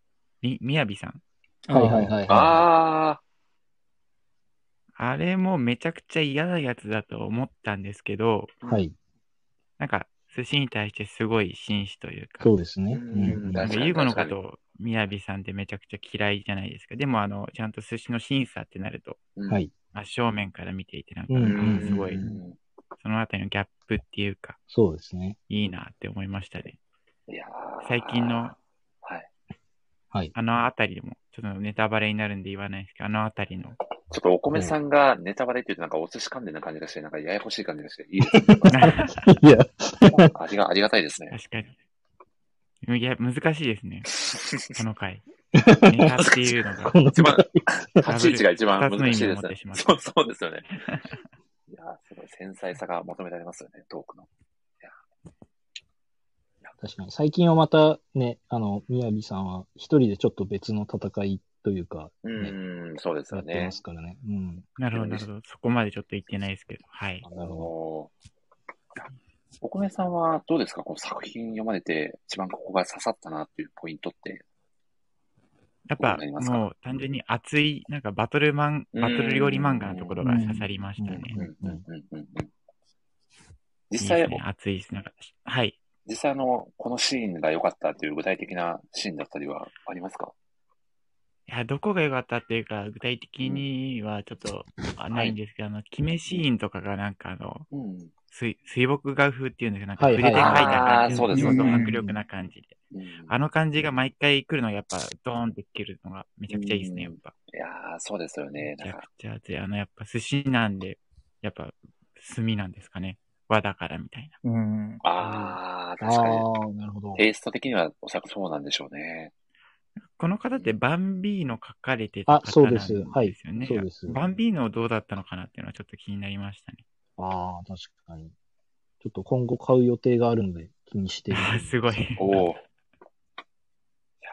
Speaker 6: み、みやびさん。
Speaker 2: はいはいはいいは
Speaker 1: あ
Speaker 6: あれもめちゃくちゃ嫌なやつだと思ったんですけど、
Speaker 2: い。はい。
Speaker 6: なんか、寿司に対してすごい紳士というか、
Speaker 2: そうです
Speaker 1: ー、
Speaker 2: ね。
Speaker 1: う
Speaker 2: うん
Speaker 1: ん、
Speaker 2: うん
Speaker 6: なん
Speaker 1: 確
Speaker 6: か、
Speaker 1: かに
Speaker 6: 優吾のこ
Speaker 1: 確か
Speaker 6: とを、みやびさんってめちゃくちゃ嫌いじゃないですか。でも、あの、ちゃんと寿司の審査ってなると、
Speaker 1: に
Speaker 2: はい。
Speaker 6: 真正面から見ていて、なんか、
Speaker 2: うん
Speaker 6: うんすごい、
Speaker 1: うん
Speaker 6: そのあたりのギャップっていうか、
Speaker 2: そうですね。
Speaker 6: いいなって思いましたね。
Speaker 1: いやー
Speaker 6: 最近の、
Speaker 1: はい。
Speaker 6: あのあたりも、ちょっとネタバレになるんで言わないですけど、あのあた
Speaker 2: *laughs*
Speaker 6: りの、
Speaker 1: ちょっとお米さんがネタバレって言うとなんかお寿司関連な感じがして、なんかややこしい感じがして、いいです
Speaker 2: *laughs*
Speaker 1: ね。
Speaker 6: 確
Speaker 2: いや、
Speaker 1: ありが、ありがたいです
Speaker 6: *laughs*
Speaker 1: ね。
Speaker 6: かに。いや、難しいですね。この
Speaker 2: *laughs*
Speaker 6: 回。ネタっていうのが
Speaker 2: こ、の
Speaker 1: 一番、
Speaker 6: ダブル
Speaker 1: 立ち位置が一番難しいで
Speaker 6: 二つの意味を持って
Speaker 1: す
Speaker 6: し
Speaker 1: ね。
Speaker 6: まった
Speaker 1: そう、そうですよね。いやーすごい繊細さが求められますよね、トークの。
Speaker 2: 確かに。最近はまたね、あの、みやびさんは一人でちょっと別の戦いというか、
Speaker 1: うーん、そうです
Speaker 2: や
Speaker 1: よ
Speaker 2: って
Speaker 1: ね
Speaker 2: ま。すからね。うん。
Speaker 6: なるほど、なるほど。そこまでちょっと言ってないですけど、はい。
Speaker 2: な
Speaker 1: あ
Speaker 2: るほど。
Speaker 1: のーお米さんはどうですかこの作品読まれて、一番ここが刺さったなっていうポイントって。どう
Speaker 6: やっぱ
Speaker 1: なりますか
Speaker 6: もう単純に熱い、なんかバトルマン、
Speaker 1: うん
Speaker 6: バトル料理漫画のところが刺さりましたね。
Speaker 2: うん
Speaker 1: うんうんうんうん
Speaker 6: い
Speaker 1: 実
Speaker 6: い
Speaker 1: 際
Speaker 6: です、ね、熱いですね。はい。
Speaker 1: 実際あの、このシーンが良かったという具体的なシーンだったりはありますか
Speaker 6: いや、どこが良かったっていうか、具体的にはちょっとあないんですけど、あの、決めシーンとかがなんかあの、
Speaker 1: うん。
Speaker 6: 水水墨画風っていうんですか、なんか
Speaker 2: はいは
Speaker 6: 筆
Speaker 2: い
Speaker 6: で描いた
Speaker 1: あ
Speaker 6: 感
Speaker 1: ー
Speaker 6: じ、
Speaker 1: そうです
Speaker 6: 見事
Speaker 5: うん
Speaker 6: 迫力な感じで。
Speaker 1: うん、い
Speaker 6: あの感じが毎回来るのがやっぱドーンって来るのがめちゃくちゃいいですね、やっぱ。
Speaker 1: やー、そうですよね
Speaker 6: め。
Speaker 1: な
Speaker 6: ち
Speaker 1: ん
Speaker 6: ゃ
Speaker 1: か
Speaker 6: く、ちゃ熱い。あの、やっぱ寿司なんで、やっぱ炭なんですかね。和だからみたいな。
Speaker 5: うん。
Speaker 1: あー、
Speaker 2: あ
Speaker 1: 確かに。
Speaker 2: あ、なるほど。
Speaker 1: テイスト的にはおそらくそうなんでしょうね。
Speaker 6: この方ってバンビーノ書かれてた
Speaker 2: あ、
Speaker 6: 方
Speaker 2: そ
Speaker 6: な
Speaker 2: うんで
Speaker 6: です
Speaker 2: す
Speaker 6: よね。。
Speaker 2: はい。そうです。
Speaker 6: バンビーノどうだったのかなっていうのはちょっと気になりましたね。 *laughs*
Speaker 2: ああ、確かに。ちょっと今後買う予定があるので気に
Speaker 1: *laughs*
Speaker 2: してる
Speaker 6: あす
Speaker 2: *laughs*
Speaker 6: ごい。
Speaker 1: おお。いや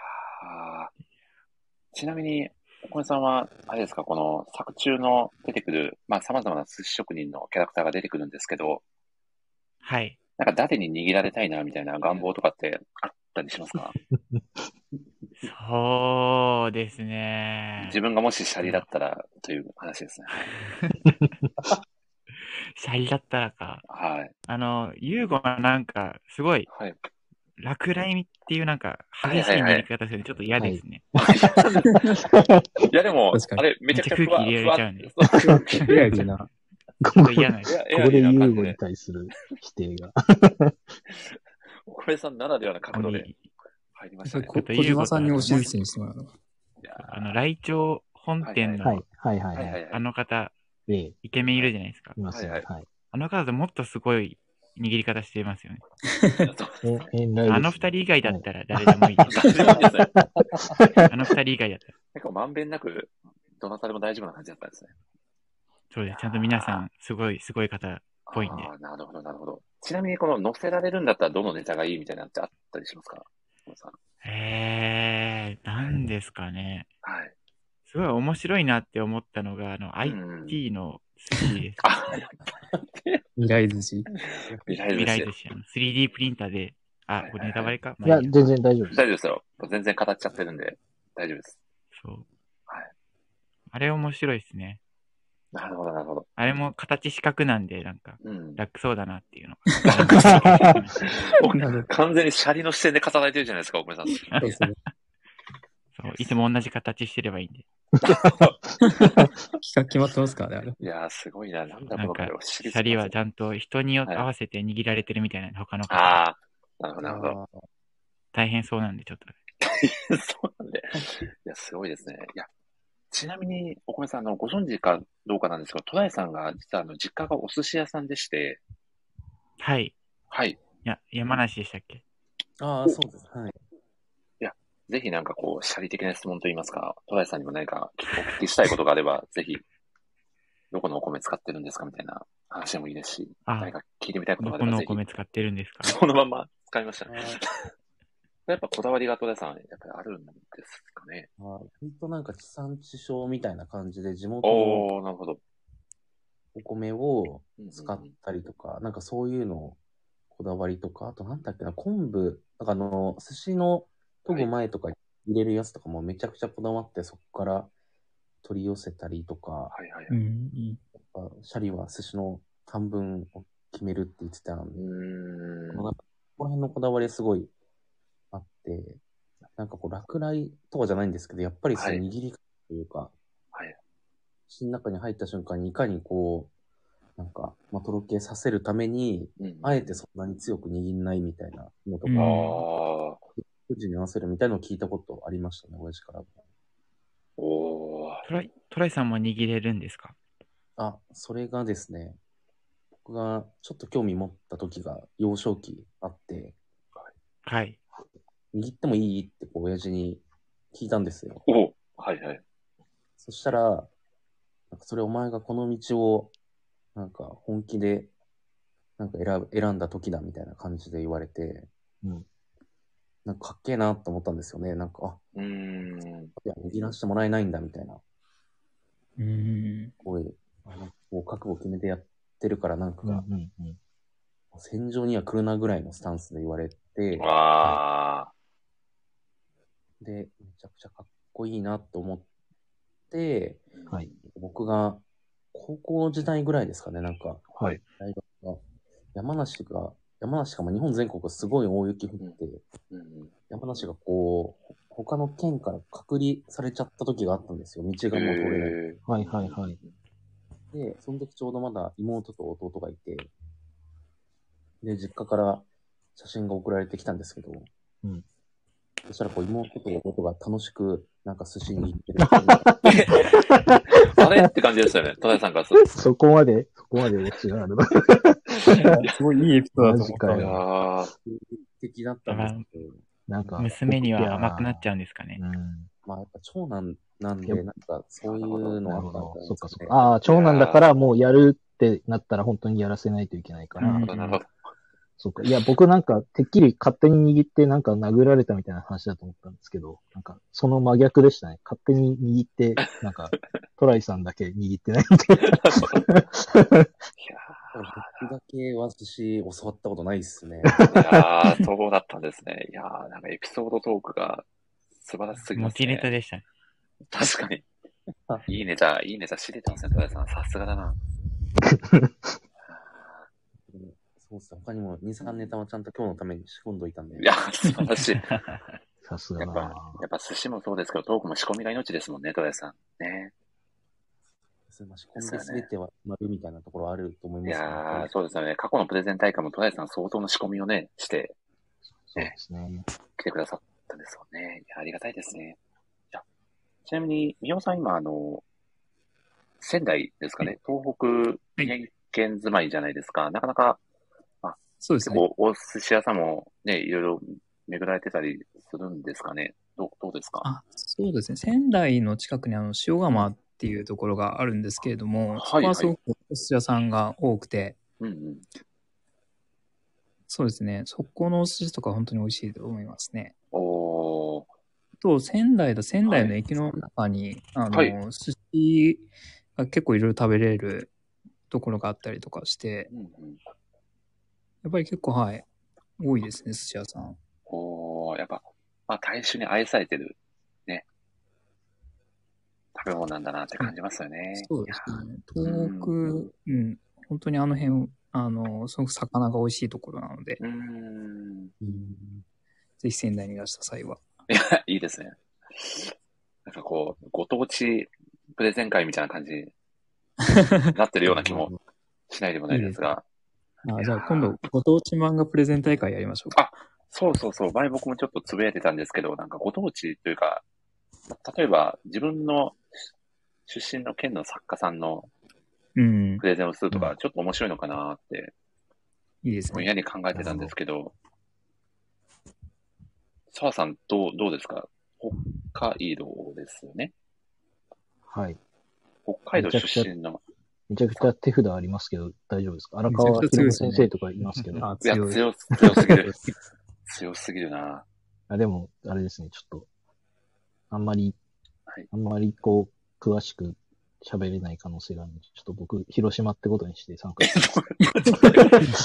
Speaker 1: ーちなみに、お米さんは、あれですか、この作中の出てくる、まあ様々な寿司職人のキャラクターが出てくるんですけど、
Speaker 6: はい。
Speaker 1: なんか誰に握られたいなみたいな願望とかってあったりしますか
Speaker 6: そうですね。
Speaker 1: 自分がもしシャリだったらという話ですね。
Speaker 6: シャリだったらか。
Speaker 1: はい。
Speaker 6: あの、ユーゴはなんか、すごい、
Speaker 1: はい。 *laughs*
Speaker 6: 落雷っていうなんか、
Speaker 1: い
Speaker 6: 激し
Speaker 1: はい
Speaker 6: い
Speaker 1: はい
Speaker 6: 握り方するんで、ちょっと嫌ですね。
Speaker 1: いやでも
Speaker 5: 確か、に
Speaker 1: あれ、めちゃくちゃ
Speaker 6: めっちゃ空気入れ
Speaker 1: ふ
Speaker 6: られち
Speaker 1: わ
Speaker 6: ゃうんで
Speaker 1: ふわっそう
Speaker 5: リアルな。
Speaker 2: ここ
Speaker 6: ちょっと嫌
Speaker 2: で、
Speaker 6: な
Speaker 2: *laughs*
Speaker 1: いやい
Speaker 2: こ
Speaker 1: や
Speaker 2: こで
Speaker 1: いや
Speaker 2: ユ
Speaker 1: 感
Speaker 2: ーゴ
Speaker 1: じ
Speaker 2: に
Speaker 1: で。
Speaker 2: 対する否定
Speaker 6: *laughs*
Speaker 2: が。
Speaker 1: お米さんならではの角度で入りましたね。
Speaker 5: こ小島さんにおしずにしてもらうの。
Speaker 1: いや
Speaker 6: あの、来庁本店
Speaker 2: はい
Speaker 6: の、、
Speaker 2: はい、はい、
Speaker 1: は
Speaker 2: はい
Speaker 1: はい
Speaker 2: い。
Speaker 1: はい。
Speaker 6: あの方、
Speaker 2: ええ、
Speaker 6: イケメンいるじゃないですか
Speaker 2: い。ますね。
Speaker 1: は
Speaker 2: はいい。
Speaker 6: あの方ともっとすごい握り方していますよね。
Speaker 2: え、え、ないです。
Speaker 6: あの二人以外だったら誰でもいいで
Speaker 1: *laughs*
Speaker 6: す。
Speaker 1: 大丈夫ですね。
Speaker 6: *laughs* あの二人以外だったら。
Speaker 1: 結構まんべんなく、どなたでも大丈夫な感じだったんですね。
Speaker 6: そうです。ちゃんと皆さん、すごい、すごい方。ぽいね
Speaker 1: ああ、なるほど、なるほど。ちなみに、この乗せられるんだったらどのネタがいいみたいなのってあったりしますかお米さん
Speaker 6: えー、なんですかね。
Speaker 1: はい。
Speaker 6: すごい面白いなって思ったのが、あの、
Speaker 1: うん
Speaker 6: IT の寿司です。
Speaker 1: あ、やっぱり
Speaker 5: 未来寿司。
Speaker 1: 未来
Speaker 6: 未来
Speaker 1: ですよ。
Speaker 6: 寿司、あの 3D プリンターで、
Speaker 1: はい
Speaker 6: あ
Speaker 1: は、い
Speaker 6: これネタバレか。
Speaker 2: いや、
Speaker 6: まあいいや
Speaker 2: 全然大丈夫です。
Speaker 1: 大丈夫ですよ。全然語っちゃってるんで、大丈夫です。
Speaker 6: そう。
Speaker 1: はい
Speaker 6: あれ面白いですね。
Speaker 1: なるほど、なるほど。
Speaker 6: あれも形四角なんで、なんか、
Speaker 1: うん。
Speaker 6: 楽そうだなっていうの
Speaker 5: 楽
Speaker 6: が。
Speaker 1: *laughs* 僕
Speaker 5: なる
Speaker 1: 完全にシャリの視点で語られてるじゃないですか、おめさん。
Speaker 5: そうですね。
Speaker 6: そう、いつも同じ形してればいいんで。
Speaker 5: 企画決まってますからね、あれ。
Speaker 1: いやー、すごいな。なんだこ
Speaker 6: なん
Speaker 1: の
Speaker 6: か
Speaker 1: 会話。シ
Speaker 6: シャリはちゃんと人によって
Speaker 1: はい
Speaker 6: 合わせて握られてるみたいなんで、他の方は
Speaker 1: ああ、なるほど、なるほど。
Speaker 6: 大変そうなんで、ちょっと。
Speaker 1: *laughs* そうなんで。いや、すごいですね。いや、ちなみに、お米さん、あの、ご存知かどうかなんですけど、トライさんが、実は、あの、実家がお寿司屋さんでして、
Speaker 6: はい。い
Speaker 1: はい。
Speaker 6: や、山梨でしたっけ
Speaker 3: ああ、そうです。はい。
Speaker 1: ぜひなんかこう、シャリ的な質問といいますか、トライさんにも何かお聞きしたいことがあれ
Speaker 6: *laughs*
Speaker 1: ば、ぜひ、どこのお米使ってるんですかみたいな話でもいいですし、
Speaker 6: あ
Speaker 1: 何か聞いてみたいこと
Speaker 6: ど
Speaker 1: があ
Speaker 6: こ
Speaker 1: れば、
Speaker 6: のお
Speaker 1: ぜひ、
Speaker 6: 米使ってるんですか
Speaker 1: そのまま使いましたね。 *laughs* やっぱこだわりがトライさん、やっぱりあるんですかね。
Speaker 3: あーほんとなんか地産地消みたいな感じで、地元の
Speaker 1: おー、なるほど。
Speaker 3: お米を
Speaker 1: うんうんうん
Speaker 3: 使ったりとか、なんかそういうのこだわりとか、あとなんだっけな、昆布、なんかあの、寿司の研ぐ前とか入れるやつとかもめちゃくちゃこだわって、そこから取り寄せたりとか、
Speaker 1: はいはいは
Speaker 5: う
Speaker 1: い。
Speaker 5: ん、いい。
Speaker 3: やっぱシャリは寿司の半分を決めるって言ってたんで、
Speaker 1: うー
Speaker 3: こ
Speaker 1: ん。
Speaker 3: の辺のこだわりすごいあって、なんかこう、落雷とかじゃないんですけど、やっぱりその
Speaker 1: はい
Speaker 3: 握り方というか、
Speaker 1: はい
Speaker 3: 口の中に入った瞬間にいかにこう、なんか、まあ、とろけさせるために、
Speaker 1: うん
Speaker 3: あえてそんなに強く握んないみたいなのとか、
Speaker 5: うん
Speaker 1: ああ、
Speaker 3: 富士に合わせるみたいなのを聞いたことありましたね、親父から。
Speaker 1: おー。
Speaker 6: トライ、トライさんも握れるんですか
Speaker 3: あ、それがですね、僕がちょっと興味持った時が幼少期あって、
Speaker 6: はい。
Speaker 3: 握ってもいいってこう親父に聞いたんですよ。
Speaker 1: おはいはい。
Speaker 3: そしたら、なんかそれお前がこの道を、なんか本気で、なんか選ぶ選んだ時だみたいな感じで言われて、
Speaker 2: うん
Speaker 3: なんかかっけえなと思ったんですよね。なんか、
Speaker 1: うーん。
Speaker 3: あ、いや、握らせてもらえないんだみたいな。
Speaker 5: うん。
Speaker 3: こういう、あなんかこう覚悟決めてやってるから、なんか、
Speaker 2: うんうんうん
Speaker 3: 戦場には来るなぐらいのスタンスで言われて、
Speaker 1: あ
Speaker 3: で、めちゃくちゃかっこいいなと思って、
Speaker 2: はい。
Speaker 3: 僕が高校時代ぐらいですかね、なんか、
Speaker 2: はい。
Speaker 3: 大学が、山梨が、山梨が、まあ、日本全国すごい大雪降って、
Speaker 1: ー。うん
Speaker 3: 山梨がこう、ほ他の県から隔離されちゃった時があったんですよ。道がもう通れない。
Speaker 1: へー
Speaker 2: はいはいはい。
Speaker 3: で、その時ちょうどまだ妹と弟がいて、で、実家から写真が送られてきたんですけど、
Speaker 2: うん
Speaker 3: そしたらこう妹と弟が楽しく、なんか寿司に行ってるっていうのが。
Speaker 1: *laughs*
Speaker 2: *laughs*
Speaker 1: あれって感じですよね。戸田さんからする
Speaker 2: そこまで、そこまでオチがあるな。
Speaker 5: すごいいいエピソードだと思った
Speaker 1: と。いや
Speaker 5: わ。
Speaker 1: ー
Speaker 3: 的だったんですけど、
Speaker 2: *laughs* なんか、
Speaker 6: 娘には甘くなっちゃうんですかね。
Speaker 2: うん。
Speaker 3: まあやっぱ長男なんで、
Speaker 2: いや
Speaker 3: なんかそういうの
Speaker 2: な
Speaker 3: は
Speaker 2: る
Speaker 3: あ
Speaker 2: ほ
Speaker 3: ったん
Speaker 2: ど。そっか
Speaker 3: です
Speaker 2: そ
Speaker 3: ね
Speaker 2: っか。ああ、長男だからもうやるってなったら本当にやらせないといけないか
Speaker 1: な
Speaker 2: ら
Speaker 1: る。ほど、なるほど。
Speaker 2: そっか。いや、僕なんか、てっきり勝手に握って、なんか殴られたみたいな話だと思ったんですけど、なんか、その真逆でしたね。勝手に握って、なんか、トライさんだけ
Speaker 1: *laughs*
Speaker 2: 握ってないみたいな。
Speaker 3: 僕だけは寿司教わったことないっ
Speaker 1: *laughs*
Speaker 3: す
Speaker 1: い
Speaker 3: ね。
Speaker 1: やー、そうだったんですね。いやー、なんかエピソードトークが素晴らしすぎま
Speaker 6: 持
Speaker 1: す
Speaker 6: ちネタ
Speaker 1: ね。
Speaker 6: でしたね。
Speaker 1: 確かに。いいネタ、いいネタ知れてますね、戸田さん。さすがだな。
Speaker 3: そうっすね。他にも2、3ネタはちゃんと今日のために仕込んどいたんで。
Speaker 1: いやー、素晴ら
Speaker 6: *laughs*
Speaker 1: しい。や
Speaker 2: さすがだ
Speaker 1: っぱ、や
Speaker 2: な。
Speaker 1: っぱ寿司もそうですけど、トークも仕込みが命ですもんね、戸田さん。ね。
Speaker 3: そうまあ仕込んで全ては埋まるみたいなところあると思い
Speaker 1: い
Speaker 3: ますね
Speaker 1: やー、そうですよね。過去のプレゼン大会も戸田さん相当の仕込みをね、して
Speaker 2: そうですね。
Speaker 1: 来てくださったんですよね。いや、ありがたいですね。いやちなみに、宮本さん今、あの、仙台ですかね、東北、宮城県住まいじゃないですか。なかなか、
Speaker 5: そうで
Speaker 1: 結
Speaker 5: すね。
Speaker 1: 構、お寿司屋さんもね、いろいろ巡られてたりするんですかね。どうどうですか
Speaker 5: あ、そうですね。仙台の近くにあの塩釜っていうところがあるんですけれど
Speaker 1: はい
Speaker 5: も、そこはすごくお寿司屋さんが多くて、
Speaker 1: うんうん。
Speaker 5: そうですね。そこのお寿司とか本当に美味しいと思いますね。
Speaker 1: おー、
Speaker 5: あと、仙台だ、仙台の駅の中に、あの、
Speaker 1: はい
Speaker 5: 寿司が結構いろいろ食べれるところがあったりとかして、
Speaker 1: うんうん。
Speaker 5: やっぱり結構、はい、多いですね、寿司屋さん。
Speaker 1: おー、やっぱ、まあ、大衆に愛されてる、ね、食べ物なんだなって感じますよね。
Speaker 5: そうですね。
Speaker 1: うん
Speaker 5: 東北、うん、本当にあの辺、あの、すごく魚が美味しいところなので、
Speaker 1: うーん。
Speaker 5: ぜひ仙台に出した際は。
Speaker 1: いや、 *laughs* いいですね。なんかこう、ご当地プレゼン会みたいな感
Speaker 5: *laughs*
Speaker 1: じになってるような気もしないでもないですが、
Speaker 5: あじゃあ今度、ご当地漫画プレゼン大会やりましょうか。
Speaker 1: そうそうそう、前僕もちょっとつぶやいてたんですけど、なんかご当地というか、例えば自分の出身の県の作家さんの
Speaker 5: うん、
Speaker 1: プレゼンをするとか、ちょっと面白いのかなって、
Speaker 5: いいです
Speaker 1: ぼん
Speaker 5: ね。
Speaker 1: やり考えてたんですけど、澤さん、どう、どうですか北海道ですよね。
Speaker 2: はい。
Speaker 1: 北海道出身の、
Speaker 2: めちゃくちゃ手札ありますけど、大丈夫ですか荒川博夢先生とかいますけど。
Speaker 5: あ、
Speaker 1: いや、
Speaker 5: 強い。
Speaker 1: 強、強すぎる。強すぎるな
Speaker 2: あ、でも、あれですね、ちょっと、あんまり、
Speaker 1: はい
Speaker 2: あんまりこう、詳しく喋れない可能性があるので、ちょっと僕、広島ってことにして参加します。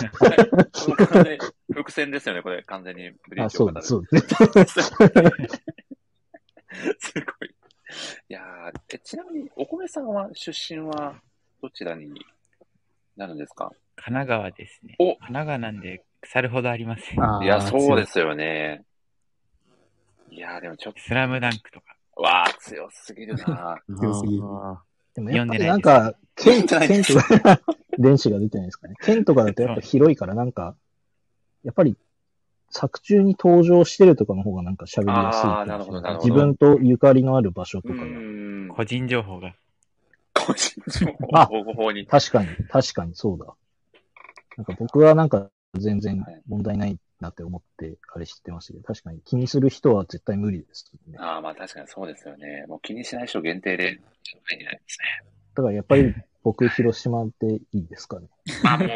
Speaker 1: これ伏線ですよね、これ、完全にブリー *laughs*
Speaker 2: あ、
Speaker 1: チを
Speaker 2: そ
Speaker 1: 語
Speaker 2: うで
Speaker 1: る。
Speaker 2: す、そうです
Speaker 1: すごい。いやーえちなみに、お米さんは、出身は、どちらになるんですか
Speaker 6: 神奈川ですね。
Speaker 1: お
Speaker 6: 神奈川なんで腐るほどありません。
Speaker 5: あー。
Speaker 1: いや、そうですすよね。いやーでもちょっ
Speaker 6: スラムダンクとか。
Speaker 1: と、わー、強すぎるな
Speaker 3: 強すぎる。
Speaker 2: でもやっぱりな
Speaker 6: 読
Speaker 2: んん
Speaker 6: でな
Speaker 2: か、県、
Speaker 1: 読んでないで
Speaker 2: 県
Speaker 1: す
Speaker 2: とか、 *laughs* 電子が出てないですかね。県とかだとやっぱ広いから、なんか、やっぱり、作中に登場してるとかの方がなんか喋りやすいかもしれい。
Speaker 1: あーなるほどなるほど
Speaker 2: 自分とゆかりのある場所と
Speaker 1: う
Speaker 2: かが。
Speaker 1: ーん。
Speaker 6: 個人情報が。
Speaker 1: 個人情報
Speaker 2: あ
Speaker 1: 保護法に。
Speaker 2: 確かに、確かにそうだ。なんか僕はなんか全然問題ないなって思って、あれ知ってましたけど、確かに気にする人は絶対無理ですね。
Speaker 1: ああ、まあ確かにそうですよね。もう気にしない人限定で、ちょっと入れないですね。
Speaker 2: だからやっぱり僕、広島でいいですか
Speaker 1: *laughs*
Speaker 2: ね。
Speaker 1: まあもう、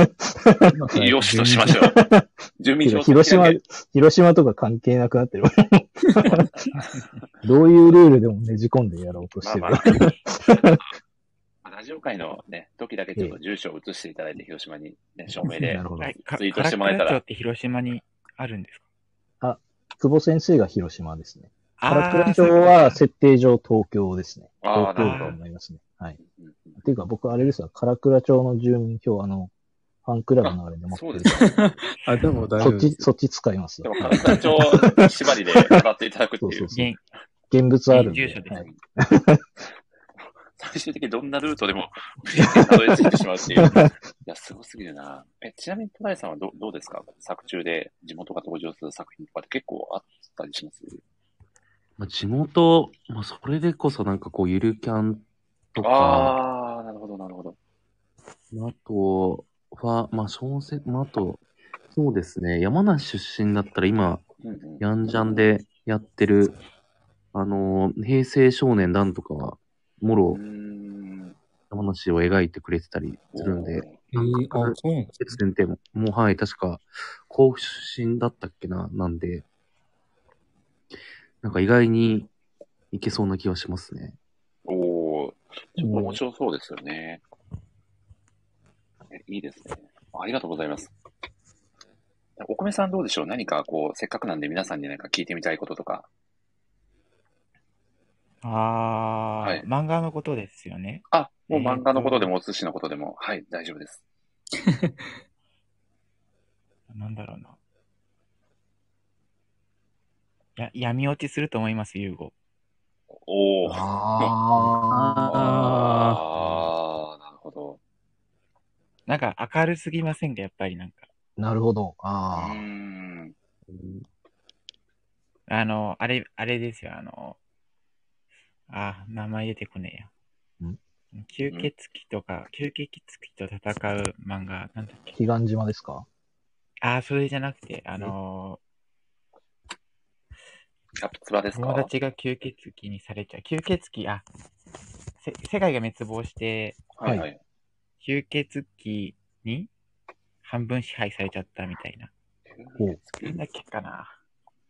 Speaker 1: *laughs* よしとしましょう。
Speaker 2: *laughs*
Speaker 1: 住民票
Speaker 2: 広島、広島とか関係なく
Speaker 1: *laughs*
Speaker 2: なってる。どういうルールでもねじ込んでやろうとし
Speaker 1: ま
Speaker 2: て
Speaker 1: あ
Speaker 2: る。
Speaker 1: まあ。
Speaker 2: *laughs*
Speaker 1: まあラジオ界のね、時だけちょっと住所を移していただいて、広島に、ね、署名で
Speaker 2: な。るほど
Speaker 6: え。か
Speaker 1: ツイートしてもらえたら
Speaker 6: 唐倉町って広島にあるんですか
Speaker 2: 久保先生が広島ですね。
Speaker 6: あ
Speaker 2: カ倉
Speaker 6: ー
Speaker 2: 町は設定上東京ですね。
Speaker 1: ああ、なる
Speaker 2: 東京
Speaker 1: ほ
Speaker 2: 都
Speaker 1: ど
Speaker 2: になりますね。はい。
Speaker 1: うんうん
Speaker 2: っていうか、僕、あれですわ、唐倉町の住民票、あの、ファンクラブのあれで持って
Speaker 1: そう
Speaker 2: る
Speaker 1: で。すか。
Speaker 5: あ、でも大丈
Speaker 2: そ
Speaker 5: 夫
Speaker 2: っち、
Speaker 5: です。
Speaker 2: そっち使います
Speaker 1: で
Speaker 2: わ
Speaker 1: も、カルタ町縛りで払っていただくっていう。
Speaker 2: そうそう
Speaker 6: 現
Speaker 2: 現物あるん
Speaker 6: 現
Speaker 2: で。
Speaker 6: 住所です
Speaker 2: はい。
Speaker 1: 最終的にどんなルートでも、たどり着いてしまうって
Speaker 3: *laughs*
Speaker 1: いう。いや、すごすぎるな。え、ちなみに、戸田井さんはどどうですか作中で地元が登場する作品とかって結構あったりします
Speaker 3: まあ、地元、まあ、それでこそなんかこう、ゆるキャンとか、あ
Speaker 1: ああ、なるほど、なるほど。
Speaker 3: とは、まあ、小説、まあ、あと、そうですね、山梨出身だったら今、
Speaker 1: うんうん、
Speaker 3: ヤンジャンでやってる、あのー平成少年団とかは、も
Speaker 1: う
Speaker 3: ろ
Speaker 1: ーん。
Speaker 3: 山梨を描いてくれてたりするんで、
Speaker 5: えー、あ、そうなんです
Speaker 3: 先生も、もうはい、確か、甲府出身だったっけな、なんで、なんか意外にいけそうな気はしますね。
Speaker 1: おおーちょっと面白そうですよね。えいいですね。あありがとうございます。お米さんどうでしょう何かこう、せっかくなんで皆さんに何か聞いてみたいこととか。
Speaker 6: ああ、
Speaker 1: はい
Speaker 6: 漫画のことですよね。
Speaker 1: あ、もう漫画のことでも、お寿司のことでも、はい、大丈夫です。
Speaker 6: なんだろうな。や、闇落ちすると思います、ユーゴ。
Speaker 1: おおあ
Speaker 2: あ
Speaker 3: あ
Speaker 1: あー、なるほど。
Speaker 6: なんか明るすぎませんか、やっぱりなんか。
Speaker 2: ー、なるほど。
Speaker 1: うー
Speaker 2: ああ、
Speaker 1: ん。
Speaker 6: あの、あれ、あれですよ、あの、あー、名前出てこねえや
Speaker 2: ん。
Speaker 6: 吸血鬼とか、吸血鬼と戦う漫画、なんだっけ。
Speaker 2: 彼岸島ですか
Speaker 6: ああ、それじゃなくて、あの
Speaker 1: キャプツバで
Speaker 6: ー、
Speaker 1: す
Speaker 6: 友
Speaker 1: か
Speaker 6: 達が吸血鬼にされちゃう。吸血鬼、あ、せ世界が滅亡して、
Speaker 1: はいはい。
Speaker 6: 吸血鬼に半分支配されちゃったみたいな。
Speaker 2: おう
Speaker 6: なんだっけかな。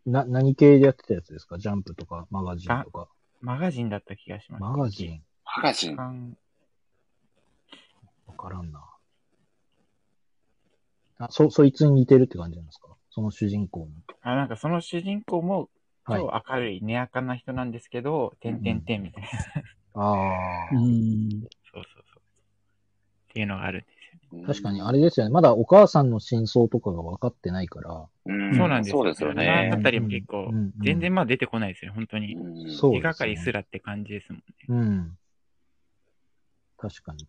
Speaker 2: な、何系でやってたやつですかジャンプとか、マガジンとか。
Speaker 6: マガジンだった気がします。
Speaker 2: マガジン。
Speaker 1: マガジン。
Speaker 6: ン
Speaker 2: からんな。あ、そ、そいつに似てるって感じなんですかその主人公
Speaker 6: あ、なんかその主人公も、
Speaker 2: の。はい。
Speaker 6: 超明るい、ねあかな人なんですけど、てんてんてんみたいな。
Speaker 2: あ
Speaker 5: うん。
Speaker 6: そうそうそう。っていうのがあるんですよね。
Speaker 2: あ。確かに、あ
Speaker 1: れ、
Speaker 2: れですよね。まだお母さんの真相とかが分かってないから。
Speaker 1: うん
Speaker 6: そうなんですよ。
Speaker 1: そうですよ
Speaker 6: あの
Speaker 1: ね。
Speaker 6: あたりも結構
Speaker 2: うん、うん
Speaker 6: 全然まあ出てこないですよ、本当に。
Speaker 1: うん
Speaker 2: そうですね
Speaker 6: 手がかりすらって感じですもんね。
Speaker 2: うん。確かに。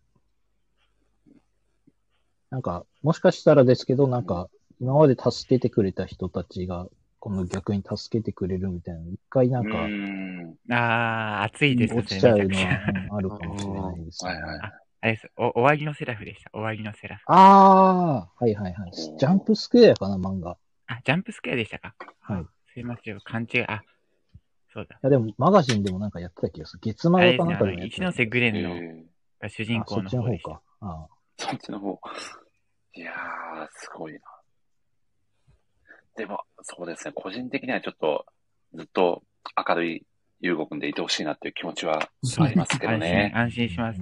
Speaker 2: なんか、もしかしたらですけど、なんか、今まで助けてくれた人たちが、今度逆に助けてくれるみたいな、一回なんか
Speaker 1: う、ん
Speaker 6: あー、熱いですね。
Speaker 2: 落ちちゃう
Speaker 6: め
Speaker 2: の
Speaker 6: ちゃくちゃ
Speaker 2: はあるかもしれないですね。
Speaker 1: はいはい。
Speaker 6: あれです。お、終わりのセラフでした。終わりのセラフ。
Speaker 2: ああ、はいはいはい。ジャンプスクエアかな、漫画。い
Speaker 6: あ、ジャンプスクエアでしたか。
Speaker 2: はい。
Speaker 6: すいません、勘違い。あ、そうだ。
Speaker 2: や、でも、マガジンでもなんかやってた気がする。月
Speaker 6: あ
Speaker 2: 漫
Speaker 6: れ
Speaker 2: 画
Speaker 6: です
Speaker 2: かな
Speaker 6: ね、
Speaker 2: ん
Speaker 6: あ
Speaker 2: か
Speaker 6: の、
Speaker 2: でもやって
Speaker 6: 一
Speaker 2: た
Speaker 6: ノ瀬グ
Speaker 1: え
Speaker 6: レンの
Speaker 1: ー
Speaker 6: が主人
Speaker 2: あそ
Speaker 6: 公
Speaker 2: っ
Speaker 6: の
Speaker 2: ちの
Speaker 6: 方
Speaker 2: 方
Speaker 6: でした。
Speaker 2: か。あ
Speaker 1: そっちの方。いやー、すごいな。でも、そうですね。個人的にはちょっと、ずっと明るい優吾くんでいてほしいなっていう気持ちはありますけど
Speaker 6: 安心、
Speaker 1: ね。
Speaker 6: 安
Speaker 2: あ
Speaker 6: 心します。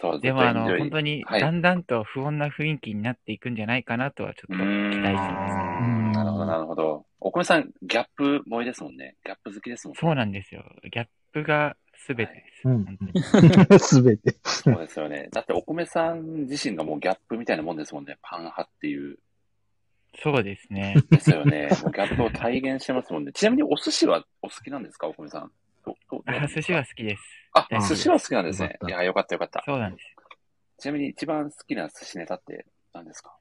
Speaker 1: そう
Speaker 6: でも、あの、
Speaker 1: ずっとエンジョ
Speaker 6: 本当
Speaker 1: イ
Speaker 6: に、
Speaker 1: はい
Speaker 6: だんだんと不穏な雰囲気になっていくんじゃないかなとは、ちょ
Speaker 1: う
Speaker 6: っと期
Speaker 1: ー
Speaker 6: 待してま
Speaker 1: ん。なるほど、なるほど。お米さん、ギャップ萌えですもんね。ギャップ好きですもんね
Speaker 6: す。。そうなんですよ。ギャップが全てです。
Speaker 2: うん
Speaker 6: 本当に。
Speaker 2: *laughs* すべて。
Speaker 1: そうですよね。だってお米さん自身がもうギャップみたいなもんですもんね。パン派っていう。
Speaker 6: そうで
Speaker 2: *laughs*
Speaker 6: すね。
Speaker 1: ですよ
Speaker 6: *laughs*
Speaker 1: ね。もうギャップを体現してますもんね。ちなみにお寿司はお好きなんですかお米さん。どど
Speaker 6: あ、寿司は好きです。
Speaker 1: あ
Speaker 6: 大好き、
Speaker 1: 寿司は好きなんです
Speaker 2: よ
Speaker 1: ね
Speaker 2: か。っ
Speaker 1: い
Speaker 2: た
Speaker 1: や、よかったよかった。
Speaker 6: そうなんです。
Speaker 1: ちなみに一番好きな寿司ネタって何ですか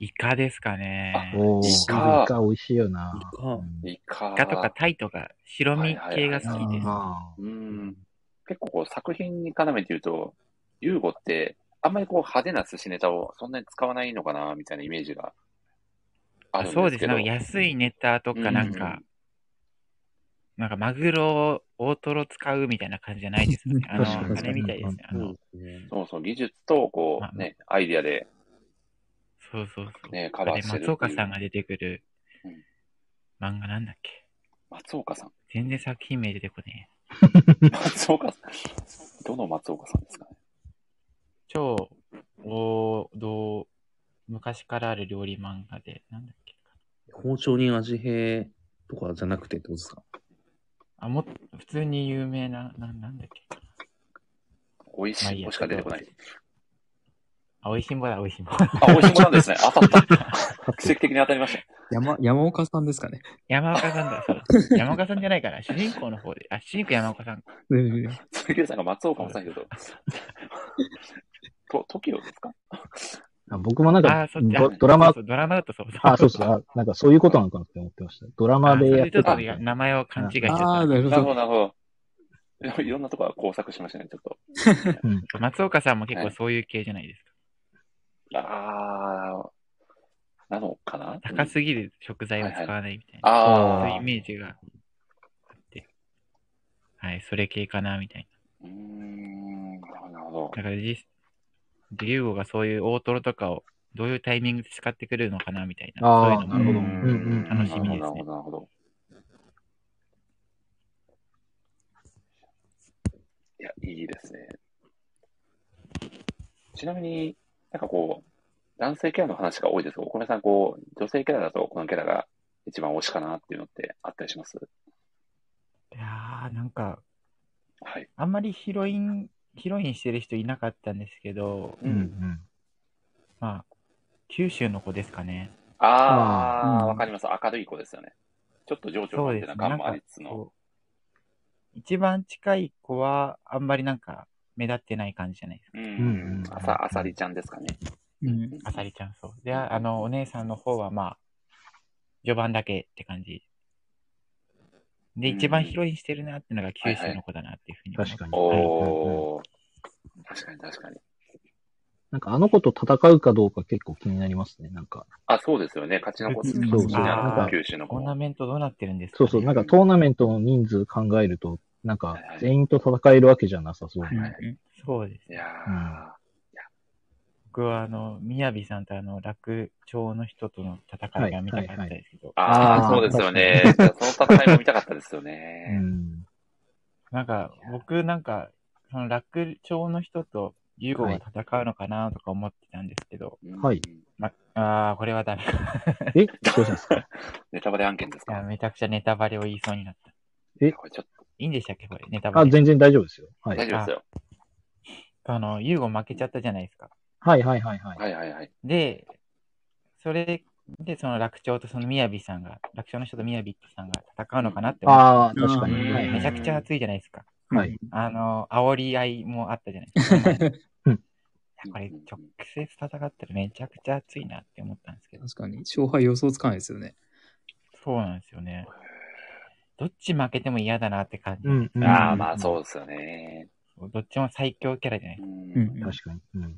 Speaker 6: イカですかね。
Speaker 2: おー、
Speaker 1: イ
Speaker 2: イ
Speaker 1: カ
Speaker 2: カ美味しいよな。
Speaker 3: イカ
Speaker 2: うん
Speaker 1: イカ。
Speaker 6: イカとかタイとか白身系が好きです。
Speaker 2: あー
Speaker 1: うん。結構こう作品に絡めて言うと、ユーゴってあんまりこう派手な寿司ネタをそんなに使わないのかな、みたいなイメージがあ
Speaker 6: あ
Speaker 1: るん
Speaker 6: そう
Speaker 1: で
Speaker 6: ですす。
Speaker 1: け
Speaker 6: な
Speaker 1: ど。
Speaker 6: んか安いネタと
Speaker 1: う
Speaker 6: か、
Speaker 1: ん
Speaker 6: なんか、なんかマグロを大トロ使うみたいな感じじゃないですよね。あの、
Speaker 2: 確かに
Speaker 6: あれみたいですね。あの、
Speaker 1: そうそう、技術と、こ
Speaker 6: まあ
Speaker 1: う、ね、アイディアで、
Speaker 6: そうそうそう。
Speaker 1: ね、カ
Speaker 6: あ
Speaker 1: バー
Speaker 6: れ、
Speaker 1: してるっていう。
Speaker 6: 松岡さんが出てくる
Speaker 1: うん
Speaker 6: 漫画なんだっけ
Speaker 1: 松岡さん。
Speaker 6: 全然作品名出てこねえ。
Speaker 1: 松岡さん。どの松岡さんですかね。
Speaker 6: 超王道、昔からある料理漫画で、なんだっけ
Speaker 3: 包丁に味変とかじゃなくてってことですか
Speaker 6: あ、もっと普通に有名な、ななんだっけ
Speaker 1: 美味
Speaker 6: まあ
Speaker 1: し
Speaker 6: いい
Speaker 1: い
Speaker 6: や
Speaker 1: 子しか出てこない。
Speaker 6: あ、美味しんぼだ、美味しんぼ。
Speaker 1: あ、美味しい子なんですね。当たった。奇跡的に当たりました。
Speaker 5: 山、山岡さんですかね。
Speaker 6: *laughs* 山岡さんだ、そう。山岡さんじゃないから、主人公の方で。あ、主人公山岡さん。
Speaker 5: うん
Speaker 1: 杉浦さんが松岡もさんけ
Speaker 6: *laughs*
Speaker 1: ど。と、時をですか
Speaker 2: あ僕もなん
Speaker 6: あ
Speaker 2: か
Speaker 6: ー、そっちあ
Speaker 2: ド、ドラマ
Speaker 6: そう、そうドラマだとそう。
Speaker 2: あ、そうそう、あなんかそういうことなのかなって思ってました。ドラマ
Speaker 6: あそ
Speaker 2: でや
Speaker 6: れ
Speaker 2: っ
Speaker 6: でちょ
Speaker 2: て
Speaker 6: っと
Speaker 2: た
Speaker 6: い
Speaker 2: みた
Speaker 6: や
Speaker 2: いな。
Speaker 6: 名前を勘違いしちゃっ
Speaker 5: ああ、
Speaker 6: た。
Speaker 5: な
Speaker 6: *laughs*
Speaker 5: るほ
Speaker 1: なるほど、
Speaker 5: ど。
Speaker 1: なるほど。でもいろんなとこが工作しましたね、ちょっと。
Speaker 6: 松岡さんも結構そういう系じゃないですか。
Speaker 1: あー、なのかな
Speaker 6: 高すぎる食材を使わないみたいな。そういう
Speaker 1: あ
Speaker 6: イメージがあって。はい、それ系かな、みたい
Speaker 1: ー。うーん、なるほどなるほど。
Speaker 6: な。だから実、竜王がそういう大トロとかをどういうタイミングで使ってくれるのかな、みたいな。
Speaker 2: あー
Speaker 6: そういうの
Speaker 2: なるほど
Speaker 6: も。
Speaker 2: うんうん
Speaker 6: 楽しみです
Speaker 1: なる
Speaker 6: ね
Speaker 1: ほど、なるほど。いや、いいですね。ちなみになんかこう、男性キャラの話が多いですが、お米さん、こう、女性キャラだとこのキャラが一番推しかなっていうのってあったりします
Speaker 6: いやー、なんか、
Speaker 1: はい。
Speaker 6: あんまりヒロイン、ヒロインしてる人いなかったんですけど、
Speaker 2: うん、うん。
Speaker 6: まあ、九州の子ですかね。
Speaker 1: あー、
Speaker 5: うん
Speaker 1: わかります。明るい子ですよね。ちょっと情緒
Speaker 6: そう
Speaker 1: 不安定
Speaker 6: ですね。
Speaker 1: な
Speaker 6: な
Speaker 1: 感
Speaker 6: ん
Speaker 1: もあ
Speaker 6: か
Speaker 1: りつつの。
Speaker 6: こう一番近い子は、あんまりなんか、目立ってない感じじゃないですか。
Speaker 1: う
Speaker 2: うん
Speaker 1: ん
Speaker 2: う。ん
Speaker 1: あさ、あさりちゃんですかね。
Speaker 5: うん。
Speaker 6: あさりちゃん、そう。で、ああの、お姉さんの方は、まあ、序盤だけって感じ。で、
Speaker 1: うん
Speaker 6: 一番ヒロインしてるなっていうのが九州の子だなっていうふうに思って
Speaker 2: 確かに。うんうん
Speaker 1: おー。確かに確かに。
Speaker 2: なんかあの子と戦うかどうか結構気になりますね。なんか。
Speaker 1: あ、そうですよね。勝ち残って
Speaker 5: うん
Speaker 1: 勝ち
Speaker 2: そう
Speaker 1: に
Speaker 2: そう
Speaker 1: なる
Speaker 2: なんか
Speaker 1: 九州の子
Speaker 6: オーナ
Speaker 1: も。
Speaker 6: メントどうなってるんですか、
Speaker 2: そ
Speaker 6: ね、
Speaker 2: うそう。なんかトーナメントの人数考えると、なんか全員と戦えるわけじゃなさそう。
Speaker 1: はいはい
Speaker 6: そうです。
Speaker 1: いや
Speaker 2: うん
Speaker 6: 僕は、あの、宮城さんとあの、楽町の人との戦いが見たかったですけど、
Speaker 1: ー。ああ、
Speaker 2: あー
Speaker 1: そうですよね。じゃあその戦いも見たかったですよ
Speaker 2: う
Speaker 1: ね。
Speaker 2: ん。
Speaker 6: なんか、僕なんか、その楽町の人とユーゴが戦うのかなとか思ってたんですけど、
Speaker 2: はい
Speaker 6: ま、あーこれはダメか。
Speaker 2: えどうしたんですか
Speaker 1: ネタバレ案件です
Speaker 6: いや
Speaker 1: か
Speaker 6: めちゃくちゃネタバレを言いそうになった。
Speaker 2: え
Speaker 1: これちょっと
Speaker 6: いいんでしたっけこれ、ネタバ
Speaker 2: あ、
Speaker 6: レ。
Speaker 2: 全然大丈夫ですよ。は
Speaker 1: 大
Speaker 2: い。
Speaker 1: 丈夫ですよ。
Speaker 6: あの、ユーゴ負けちゃったじゃないですか。
Speaker 2: はいはいはいはい。
Speaker 1: はいはいはい。
Speaker 6: で、それで、その楽長とその宮城さんが、楽長の人と宮城さんが戦うのかなって思っ
Speaker 2: ああ、確かに。
Speaker 5: うん
Speaker 2: はい
Speaker 6: て、
Speaker 2: は
Speaker 6: め
Speaker 2: い
Speaker 6: ちゃくちゃ熱いじゃないですか。
Speaker 2: はい。
Speaker 6: あの、煽り合いもあったじゃないですか。
Speaker 2: うん
Speaker 6: *laughs* いやこれ、直接戦ったらめちゃくちゃ熱いなって思ったんですけど、
Speaker 5: 確かに、勝敗予想つかないですよね。
Speaker 6: そうなんですよね。どっち負けても嫌だなって感じ。
Speaker 2: うんうん
Speaker 1: ああ、まあそうですよね。
Speaker 6: どっちも最強キャラじゃないで
Speaker 1: う
Speaker 6: す
Speaker 1: ん
Speaker 5: うん
Speaker 2: 確かに。うん。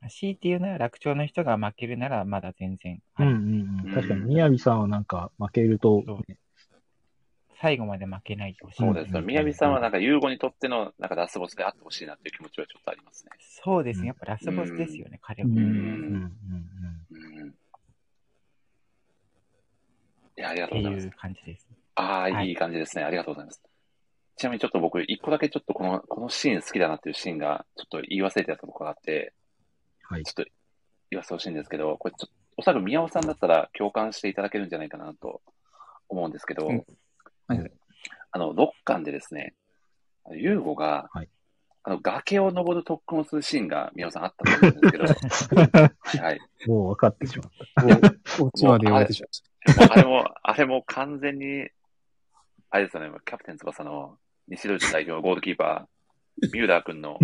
Speaker 6: か。強いて言うなら楽長の人が負けるならまだ全然、
Speaker 2: う
Speaker 6: は
Speaker 2: ん
Speaker 6: い
Speaker 2: うんうん。確かに、宮城さんはなんか負けると、
Speaker 6: そう最後まで負けないでほしい。
Speaker 1: そうですよ。宮城さんはなんか、ユーゴにとっての、なんかラスボスであってほしいなっていう気持ちはちょっとありますね。
Speaker 6: そうですね。やっぱラスボスですよね、彼は。
Speaker 5: う
Speaker 1: うん。
Speaker 2: うんうんうんん。
Speaker 1: うん。いや、ありが
Speaker 6: っ
Speaker 1: と
Speaker 6: て
Speaker 1: うございま
Speaker 6: い
Speaker 1: す
Speaker 6: う。感じです。
Speaker 1: ああ、
Speaker 6: はい
Speaker 1: いい感じですね。ありがとうございます。ちなみにちょっと僕、一個だけちょっとこの、このシーン好きだなっていうシーンが、ちょっと言い忘れてたところがあって、 *laughs*
Speaker 2: はい
Speaker 1: ちょっと言わせてほしいんですけど、これちょっと、おそらく宮尾さんだったら共感していただけるんじゃないかなと思うんですけど、
Speaker 5: うんはいはい。
Speaker 1: あの、6巻でですね、ユーゴが、
Speaker 2: はい
Speaker 1: あの、崖を登る特訓をするシーンが、宮尾さんあったと思うん
Speaker 5: *laughs*
Speaker 1: ですけど、はい。
Speaker 2: もう分かってしまった。
Speaker 5: こっちまで言われてしま
Speaker 1: も
Speaker 5: った。
Speaker 1: うあれも、あれも完全に、あれですよね、キャプテン翼の西ドイツ代表ゴールキーパー、ミューダー君の、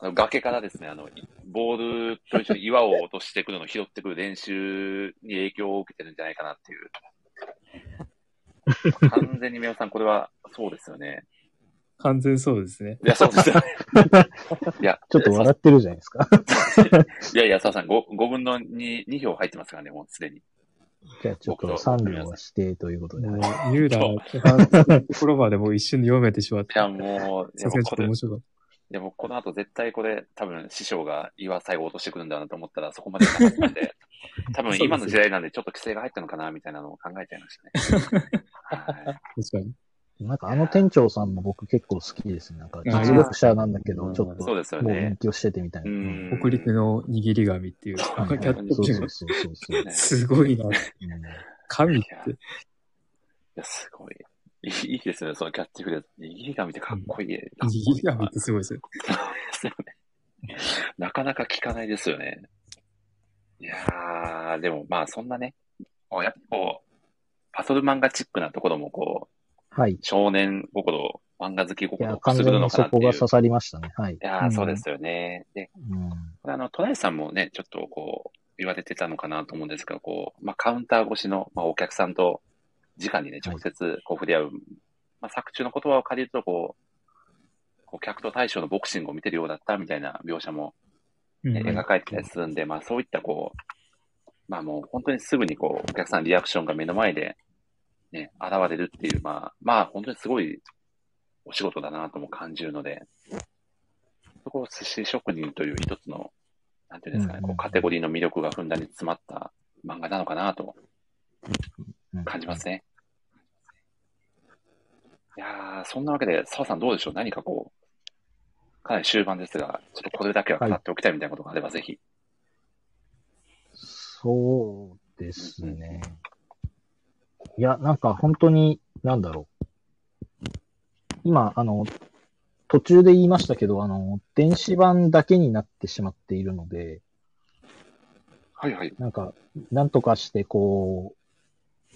Speaker 1: あの崖からですね、あの、ボールと一緒に岩を落としてくるのを拾ってくる練習に影響を受けてるんじゃないかなっていう。完全に皆さん、これはそうですよね。
Speaker 5: 完全そうですね。
Speaker 1: いや、そうですよね。いや、
Speaker 2: ちょっと笑ってるじゃないですか。
Speaker 1: いやいや、澤さん5、5分の2、2票入ってますからね、もうすでに。
Speaker 2: じゃあちょっと3秒は指定ということで。
Speaker 5: も
Speaker 2: は
Speaker 5: う
Speaker 2: い、
Speaker 5: ユーラー、ところまでもう一瞬で読めてしまっ
Speaker 1: いや、
Speaker 5: た。
Speaker 1: もう、い
Speaker 5: さ
Speaker 1: や
Speaker 5: す
Speaker 1: もう
Speaker 5: がにちょっ
Speaker 1: ことれ
Speaker 5: 面白かっ
Speaker 1: いや、もうこの後絶対これ、多分師匠が岩最後落としてくるんだなと思ったら、そこまでなかったんで、多分今の時代なんでちょっと規制が入ったのかな、みたいなのを考えちゃいましたね。はい
Speaker 5: た。確かに。
Speaker 2: なんかあの店長さんも僕結構好きですね。なんか実力者なんだけど、ちょっと
Speaker 1: そう
Speaker 2: も
Speaker 1: ですよ
Speaker 2: う勉
Speaker 1: ね。
Speaker 2: 強しててみたいな。
Speaker 1: うん
Speaker 5: 北陸の握り紙っていう、
Speaker 2: は
Speaker 5: あ
Speaker 2: い
Speaker 5: の
Speaker 2: はい
Speaker 5: キャッ
Speaker 2: そう
Speaker 5: チ
Speaker 2: そ
Speaker 5: が
Speaker 2: うそうそうそう。
Speaker 1: ね
Speaker 5: すごいな。
Speaker 2: うん
Speaker 5: 神って。
Speaker 1: いや、すごい。いいいいですね、そのキャッチフレーズ。握り紙ってかっこいい。かっこ
Speaker 5: 握
Speaker 1: いい
Speaker 5: り紙ってすごいですよ。
Speaker 1: ですよね。 *laughs* なかなか聞かないですよね。いやー、でもまあそんなね、こうやっぱこう、パズル漫画チックなところもこう、
Speaker 2: はい。い
Speaker 1: 少年心、漫画好き心
Speaker 2: や、
Speaker 1: をく
Speaker 2: 完
Speaker 1: す
Speaker 2: 全
Speaker 1: ぐるの
Speaker 2: に
Speaker 1: か
Speaker 2: そ
Speaker 1: なって
Speaker 2: こ
Speaker 1: いう。
Speaker 2: が
Speaker 1: い
Speaker 2: 刺さりましたね。はい。
Speaker 1: やーそうですよね。で、
Speaker 2: うん、
Speaker 1: これあの、トライさんもね、ちょっとこう、言われてたのかなと思うんですけど、こう、まあ、カウンター越しの、まあ、お客さんと、直にね、
Speaker 2: はい
Speaker 1: 直接、こう、触れ合う、まあ、作中の言葉を借りると、こう、こう客と対象のボクシングを見てるようだったみたいな描写も、
Speaker 5: うん
Speaker 1: ね描かれてたりするんで、まあ、そういったこう、まあ、もう本当にすぐにこう、お客さんのリアクションが目の前で、ね、現れるっていう、まあ、まあ、本当にすごいお仕事だなとも感じるので、そこを寿司職人という一つの、なんていうんですかね、
Speaker 2: うんう
Speaker 1: こ
Speaker 2: ん
Speaker 1: うカテゴリーの魅力がふんだんに詰まった漫画なのかなと
Speaker 2: うん
Speaker 1: 感じますね。いやー、そんなわけで、澤さんどうでしょう何かこう、かなり終盤ですが、ちょっとこれだけは語っておきたいみたいなことがあれば、ぜひ。
Speaker 2: そうですね。いや、なんか本当に、なんだろう。今、あの、途中で言いましたけど、あの、電子版だけになってしまっているので、
Speaker 1: はいはい。
Speaker 2: なんか、なんとかして、こ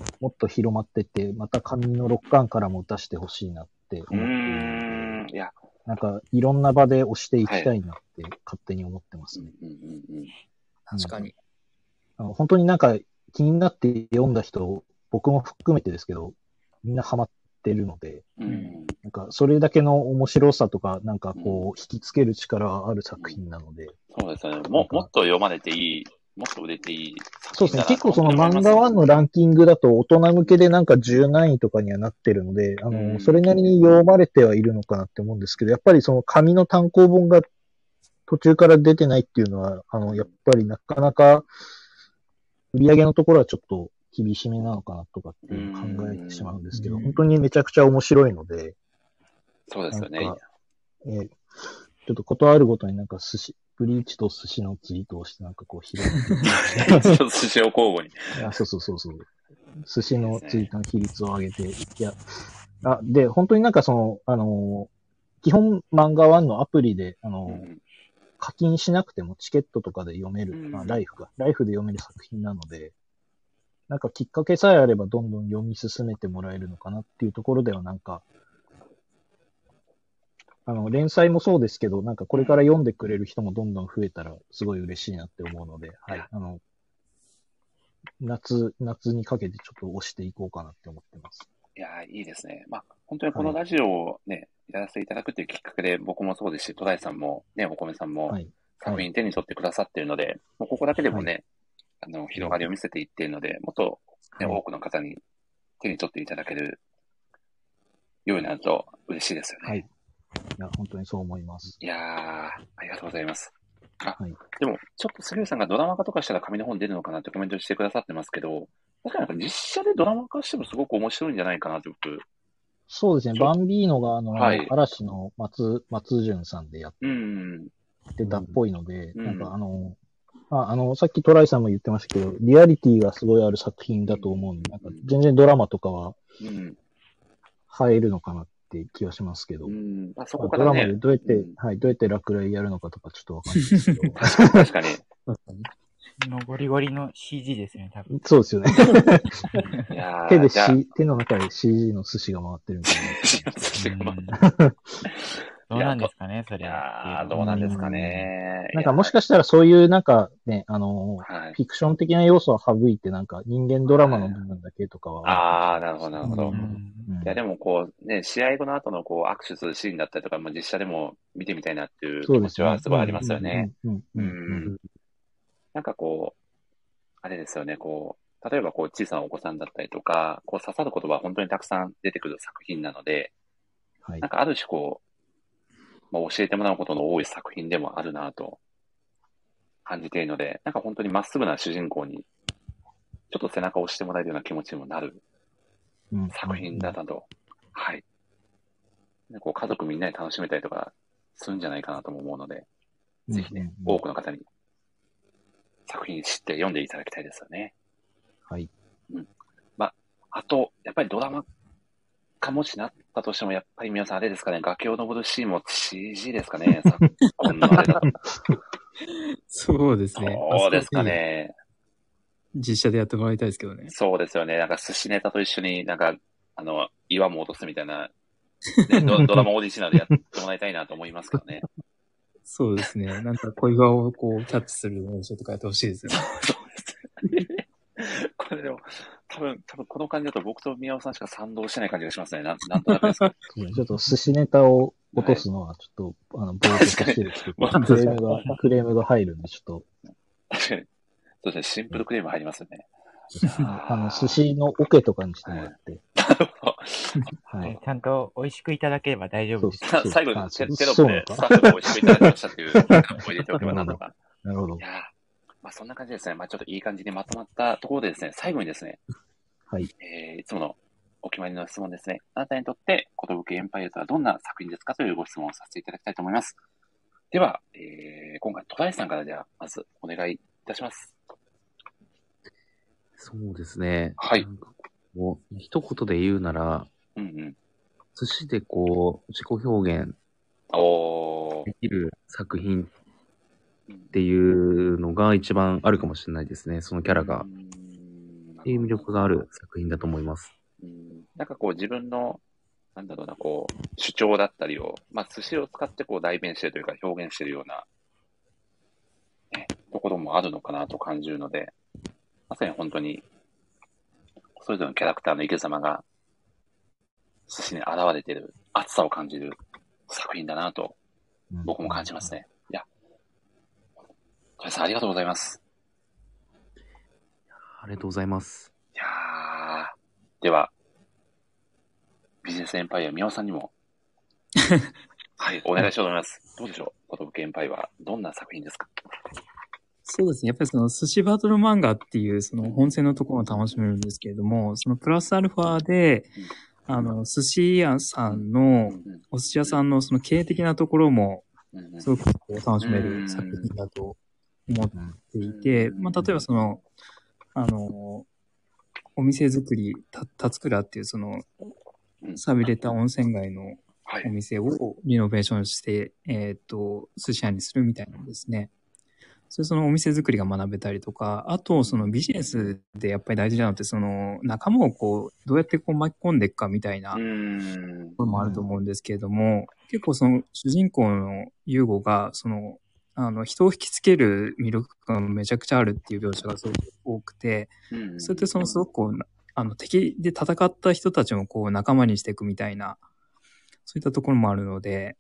Speaker 2: う、もっと広まってって、また紙の六巻からも出してほしいなって
Speaker 1: うー
Speaker 2: 思っているの
Speaker 1: ん
Speaker 2: で、、
Speaker 1: いや、
Speaker 2: なんか、いろんな場で押していきたいなって勝手に思ってます
Speaker 1: うん
Speaker 2: ね。
Speaker 1: うんうんうん。
Speaker 5: 確かに。
Speaker 2: あの本当になんか気になって読んだ人、僕も含めてですけど、みんなハマってるので、
Speaker 1: うんうん
Speaker 2: なんかそれだけの面白さとか、なんかこう、引きつける力がある作品なので、
Speaker 1: そうですよね。も
Speaker 2: なんか
Speaker 1: もっと読まれていい、もっと売れていい
Speaker 2: そ
Speaker 1: 作
Speaker 2: う
Speaker 1: 品だ、
Speaker 2: ですね
Speaker 1: な
Speaker 2: 結
Speaker 1: と
Speaker 2: 構その
Speaker 1: 思います
Speaker 2: 漫画1のランキングだと大人向けでなんか10何位とかにはなってるので、あ
Speaker 1: うん
Speaker 2: の、それなりに読まれてはいるのかなって思うんですけど、やっぱりその紙の単行本が途中から出てないっていうのは、あの、やっぱりなかなか売り上げのところはちょっと厳しめなのかなとかっていうのを考えてしまうんですけど、
Speaker 5: うん
Speaker 2: 本当にめちゃくちゃ面白いので、
Speaker 1: そうですよね。
Speaker 2: なんかえーちょっとことあるごとになんか寿司、ブリーチと寿司のツイートをしてなんかこう広がって
Speaker 1: ち
Speaker 2: い
Speaker 1: ょっと寿司を交互に。
Speaker 2: くあそうそうそうそう。寿司のツイートの比率を上げて、いや、あ、で、本当になんかその、あのー、基本漫画ワンのアプリで、あのー、課金しなくてもチケットとかで読める、
Speaker 1: うん
Speaker 2: まあ、ライフが、ライフで読める作品なので、なんかきっかけさえあればどんどん読み進めてもらえるのかなっていうところではなんか、あの、連載もそうですけど、なんかこれから読んでくれる人もどんどん増えたらすごい嬉しいなって思うので、はい、あの、夏、夏にかけてちょっと押していこうかなって思ってます。
Speaker 1: いやー、いいですね。まあ、本当にこのラジオをね、やらせていただくというきっかけで、僕もそうですし、戸田井さんも、ね、お米さんも
Speaker 2: はい、
Speaker 1: 作品手に取ってくださっているので、もうここだけでもね、あの、広がりを見せていっているので、もっと、ね
Speaker 2: はい
Speaker 1: 多くの方に手に取っていただけるようになると嬉しいですよね。
Speaker 2: はい。いや、本当にそう思います。
Speaker 1: いやー、ありがとうございます。あ、
Speaker 2: はい
Speaker 1: でも、ちょっと杉浦さんがドラマ化とかしたら紙の本出るのかなってコメントしてくださってますけど、確かになんか実写でドラマ化してもすごく面白いんじゃないかなって僕、
Speaker 2: そうですね、
Speaker 1: ちょ
Speaker 2: バンビーノが、あの、
Speaker 1: はい
Speaker 2: 嵐の松、松潤さんでやっ
Speaker 1: うん、
Speaker 2: てたっぽいので、
Speaker 1: うん
Speaker 2: なんかあの、まあ、あの、さっきトライさんも言ってましたけど、リアリティがすごいある作品だと思うんで、なんか全然ドラマとかは
Speaker 1: うん、
Speaker 2: 入るのかなって気はしますけど、
Speaker 1: うん、まあ、そ
Speaker 2: ま
Speaker 1: こか
Speaker 2: あドラ
Speaker 1: ら
Speaker 2: マで
Speaker 1: ね、
Speaker 2: どうやって、
Speaker 1: うん
Speaker 2: はい、どうやって落雷やるのかとかちょっとわかんないです
Speaker 1: *laughs*
Speaker 2: けど、
Speaker 1: 確かに。
Speaker 6: もうゴリゴリの CG ですよね、多分。
Speaker 2: そうですよね。
Speaker 1: いやー
Speaker 2: *laughs* 手で、
Speaker 1: じゃあ
Speaker 2: C、手の中で CG の寿司が回ってるみたいな。
Speaker 6: うんどうなんですかね、そ
Speaker 1: い
Speaker 6: れ
Speaker 1: やー、
Speaker 6: はってい
Speaker 1: ど
Speaker 6: の
Speaker 1: うな
Speaker 6: は。
Speaker 1: んですかね。
Speaker 2: なんかもし
Speaker 1: か
Speaker 2: かしたらそういうなんかね、あの
Speaker 1: はい。
Speaker 2: フィクション的な要素は省いて、なんか人間ドラマの部分だけとかは。
Speaker 1: あー、なるほど、なるほど。
Speaker 2: う
Speaker 6: うん
Speaker 2: うん
Speaker 1: いや、でもこう、ね、試合後の後のこう、握手するシーンだったりとか、も実写でも見てみたいなっていう
Speaker 2: そ
Speaker 1: 気
Speaker 2: う
Speaker 1: 持
Speaker 2: です
Speaker 1: ち
Speaker 2: ね
Speaker 1: はすごいありますよね。。
Speaker 2: うんうん
Speaker 1: う
Speaker 2: うんうん
Speaker 1: んなんかこう、あれですよね、こう、例えばこう、小さなお子さんだったりとか、こう、刺さる言葉は本当にたくさん出てくる作品なので、
Speaker 2: はい
Speaker 1: なん。かある種こう、まあ、教えてもらうことの多い作品でもあるなと感じているので、なんか本当にまっすぐな主人公に、ちょっと背中を押してもらえるような気持ちにもなる
Speaker 2: うん
Speaker 1: 作品だ。など、はい。でこう家族みんなで楽しめたりとかするんじゃないかなとも思うので、
Speaker 2: うん
Speaker 1: ぜひね、
Speaker 2: うんうん
Speaker 1: 多くの方に作品知って読んでいただきたいですよね。
Speaker 2: はい。
Speaker 1: あと、やっぱりドラマ化もしなったとしても、やっぱり皆さんあれですかね、崖を登るシーンも CG ですかね、 *laughs* 昨今のあれだと。
Speaker 5: そうですね。
Speaker 1: そうですか
Speaker 5: あ。
Speaker 1: ね。
Speaker 5: そこに実写でやってもらいたいですけどね。
Speaker 1: そうですよね。なんか寿司ネタと一緒になんか、あの、岩も落とすみたい *laughs* な、ねドドラマオーディショナルでやってもらいたいなと思いますけどね。
Speaker 5: そうですね。なんか小岩をこうキャッチする練習とかやってほしいですよね。
Speaker 1: そうです。これでも、多分、多分この感じだと僕と宮尾さんしか賛同してない感じがしますね。なんなんとなくですけど。
Speaker 2: そうですねちょっと寿司ネタを落とすのは、ちょっと、あの、暴力してるちょ
Speaker 1: まあ
Speaker 2: っとクレームが、クレームが入るんで、ちょっと、
Speaker 1: 確かに。そうですね、シンプルクレーム入りますよね。
Speaker 2: あの、寿司のオケとかにしてもらって、は
Speaker 6: え
Speaker 2: い。
Speaker 6: ちゃんと美味しくいただければ大丈夫です。
Speaker 2: そう
Speaker 1: *laughs* 最後
Speaker 2: あ
Speaker 1: に
Speaker 2: そ
Speaker 1: テ
Speaker 2: う
Speaker 1: テロップでスタッフが美味しくいただきましたっていう思い出ておけばなんとか。
Speaker 2: なるほど
Speaker 1: い。やーまあそんな感じですね。まあちょっといい感じにまとまったところでですね、最後にですね、
Speaker 2: はい。
Speaker 1: えーいつものお決まりの質問ですね。あなたにとって、ことぶきエンパイアとはどんな作品ですかというご質問をさせていただきたいと思います。では、えー今回、戸田井さんからでは、まずお願いいたします。
Speaker 3: そうですね。
Speaker 1: はい
Speaker 3: なんかこう一言で言うなら、
Speaker 1: うんうん。
Speaker 3: 寿司でこう、自己表現
Speaker 1: おー
Speaker 3: できる作品
Speaker 1: うん
Speaker 3: っていうのが一番あるかもしれないですね。そのキャラが
Speaker 1: う。ん
Speaker 3: っていう魅力がある作品だと思います。
Speaker 1: うんなんかこう自分の、なんだろうな、こう、主張だったりを、まあ、寿司を使ってこう代弁してるというか表現してるような、ね、ところもあるのかなと感じるので、まさに本当に、それぞれのキャラクターの生き様が、寿司に現れてる熱さを感じる作品だなと、僕も感じます
Speaker 2: ね。
Speaker 1: ね。いや、戸谷さんありがとうございます。
Speaker 3: ありがとうございます。
Speaker 1: いやーでは、ビジネスエンパイア、宮尾さんにも、はい、お願いしようと思います。どうでしょうことぶけエンパイはどんな作品ですか
Speaker 5: そうですね。やっぱりその寿司バトル漫画っていうその本線のところも楽しめるんですけれども、そのプラスアルファで、あの、寿司屋さんの、
Speaker 1: うん
Speaker 5: お寿司屋さんのその経営的なところも
Speaker 1: うん
Speaker 5: すごくこう楽しめる作品だと思っていて、
Speaker 1: うん
Speaker 5: まあ、例えばその、あの、お店作り、た、たつくらっていうその、
Speaker 1: うん
Speaker 5: 寂れた温泉街の
Speaker 1: は
Speaker 5: お
Speaker 1: い。
Speaker 5: 店をリノベーションして、えっ、と、寿司屋にするみたいなんですね。それそのお店作りが学べたりとか、あとそのビジネスでやっぱり大事なのって、その仲間をこう、どうやってこう巻き込んでいくかみたいな
Speaker 1: うーん
Speaker 5: ところもあると思うんですけれども、結構その主人公のユーゴが、その、あの、人を引きつける魅力がめちゃくちゃあるっていう描写がすごく多くて、
Speaker 1: うん。
Speaker 5: それってそのすごくこう、あの、敵で戦った人たちもこう仲間にしていくみたいな、そういったところもあるので、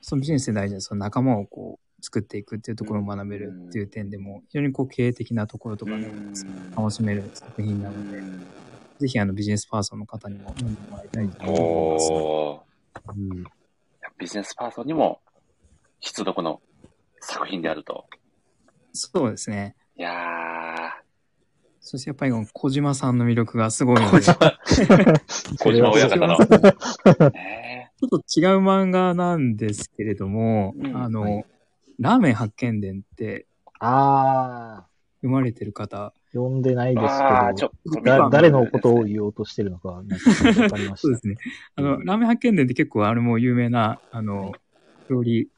Speaker 5: そのビジネスで大事なその仲間をこう作っていくっていうところを学べるっていう点でも、非常にこう経営的なところとかね、楽しめる作品なので、ぜひあのビジネスパーソンの方にも読んでもらいたいと思います。
Speaker 1: おー。
Speaker 3: うん。
Speaker 1: ビジネスパーソンにも必読の作品であると。
Speaker 5: そうですね。
Speaker 1: いやー、
Speaker 5: そしてやっぱりこの小島さんの魅力がすごいの
Speaker 1: 小
Speaker 5: で、ちょ
Speaker 1: 島小島親方の。ね
Speaker 5: っと違う漫画なんですけれども、
Speaker 1: うん
Speaker 5: あの、
Speaker 3: はい
Speaker 5: ラーメン発見伝って
Speaker 2: ああ、
Speaker 5: 読まれてる方、
Speaker 2: 読んで *laughs* ないです
Speaker 1: あー
Speaker 2: け
Speaker 1: ちょ
Speaker 2: ど
Speaker 1: っ、と見
Speaker 2: だ
Speaker 1: た
Speaker 2: 誰のことを言おうとしてるのか、わかりま
Speaker 5: そう
Speaker 2: した。
Speaker 5: ですね。あの、ラーメン発見伝って結構あれも有名な、あの、料理、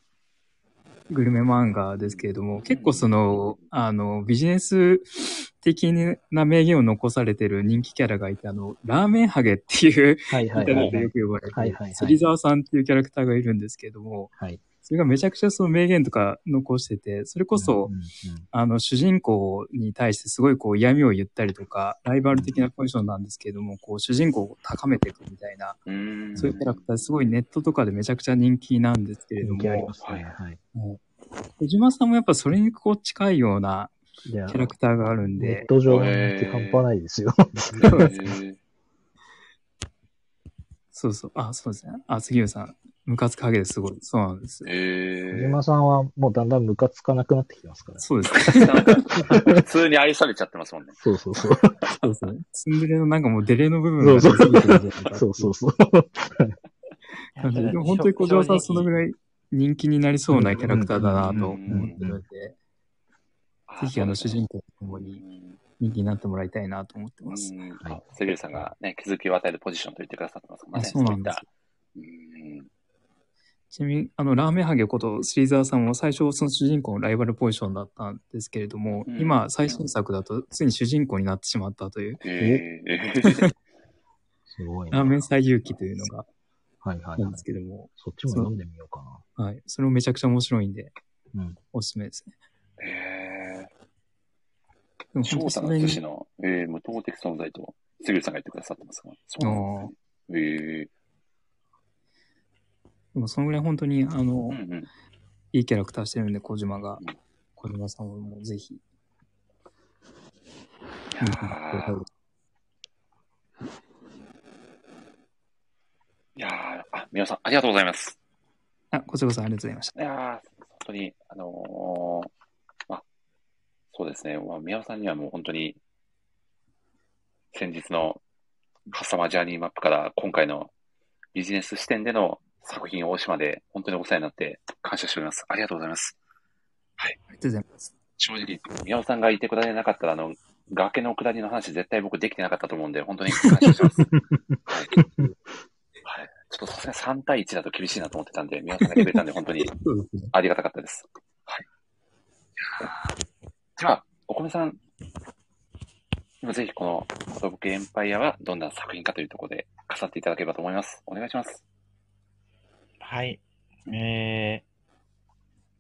Speaker 5: グルメ漫画ですけれども、結構その、あの、ビジネス的な名言を残されてる人気キャラがいて、あの、ラーメンハゲっていう、
Speaker 2: はいは
Speaker 5: み
Speaker 2: い
Speaker 5: たい
Speaker 2: は
Speaker 5: ないと
Speaker 2: は
Speaker 5: よ
Speaker 2: い。
Speaker 5: く呼ばれ
Speaker 2: はいはいは
Speaker 5: て
Speaker 2: い
Speaker 5: る、芹沢さんっていうキャラクターがいるんですけれども、
Speaker 2: はい。
Speaker 5: それがめちゃくちゃその名言とか残してて、それこそ、
Speaker 2: うんうん
Speaker 5: あの、主人公に対してすごいこう嫌味を言ったりとか、ライバル的なポジションなんですけれども、こう、主人公を高めていくみたいな、
Speaker 1: うーん
Speaker 5: そういうキャラクター、すごいネットとかでめちゃくちゃ人気なんですけ
Speaker 2: う
Speaker 5: れ
Speaker 2: ん
Speaker 5: ど
Speaker 2: 人気ありま
Speaker 5: も、
Speaker 2: すね。はい。
Speaker 5: 小島さんもやっぱそれにこう近いようない
Speaker 2: や
Speaker 5: キャ、ラクターがあるん
Speaker 2: ネッ
Speaker 5: で、
Speaker 2: ト上の人気半端ないですよ。
Speaker 1: ー
Speaker 5: そうそう、あ、そうですね。あ、杉浦さん、ムカつくハゲですごい、そうなんで
Speaker 2: 小
Speaker 5: す。
Speaker 1: え
Speaker 2: 島さんはもうだんだんムカつかなくなってきてますから。
Speaker 5: そうですね。
Speaker 1: ー、普通に愛されちゃってますもんね。
Speaker 2: そうそうそう。
Speaker 5: そうですね。ツンデレのなんかもうデレの部分
Speaker 2: そ
Speaker 5: が
Speaker 2: うそう
Speaker 5: 出すぎてるんじゃないかっていう
Speaker 2: そうそうそう。
Speaker 5: 感じで、でも本当に小島さんそのぐらい人気になりそうなキャラクターだなと思ってるので、ぜひあの主人公と共に
Speaker 1: うん
Speaker 5: 人気になってもらいたいなと思ってます。
Speaker 1: うんあ杉浦さんがね、気づきを与えるポジションと言ってくださってますもんね。
Speaker 5: あそうなんです
Speaker 1: そういった
Speaker 5: ちなみに、あの、ラーメンハゲこと、スリーザーさんも最初、その主人公のライバルポジションだったんですけれども、
Speaker 1: うん
Speaker 5: 今、最新作だと、ついに主人公になってしまったという、
Speaker 1: うんえー、
Speaker 2: すごいな。
Speaker 5: ラーメン最優記というのが
Speaker 2: はいはい
Speaker 5: あ
Speaker 2: は
Speaker 5: るん
Speaker 2: い
Speaker 5: です。けども、
Speaker 2: そっちも読んでみようか
Speaker 5: はい。それもめちゃくちゃ面白いんで、
Speaker 2: うん
Speaker 5: おすすめですね。
Speaker 1: え
Speaker 5: で
Speaker 1: ー、
Speaker 5: も
Speaker 1: 翔
Speaker 5: 本
Speaker 1: 太
Speaker 5: 当にそ
Speaker 1: の
Speaker 5: れ
Speaker 1: 寿
Speaker 5: に
Speaker 1: 司の、えー、無党的存在と杉浦さんが言ってくださってますが、そうなんですね。えー
Speaker 5: でもそのぐらい本当に、あの、
Speaker 1: うんうん
Speaker 5: いいキャラクターしてるんで、小島が
Speaker 1: うん。
Speaker 5: 小島さんももうぜひ。
Speaker 1: ーいやーあ、皆さん、ありがとうございます。
Speaker 5: あ、こちらこそありがとうございました。
Speaker 1: いやー本当に、あのーまあ、そうですね、まあ、宮尾さんにはもう本当に、先日のカスタマージャーニーマップから、今回のビジネス視点での作品を大島で、本当にお世話になって、感謝しております。ありがとうございます。
Speaker 5: ありがとうございます。
Speaker 1: 正直、宮尾さんがいてくれなかったら、あの、崖の下りの話、絶対僕できてなかったと思うんで、本当に感謝してます。はい。はいちょっとさすがに3対1だと厳しいなと思ってたんで、宮尾さんがいてくれたんで、本当に
Speaker 5: そうですね。
Speaker 1: ありがたかったです。はい。では、お米さん、今ぜひこの、コトブエンパイアはどんな作品かというところで、語っていただければと思います。お願いします。
Speaker 6: はい。え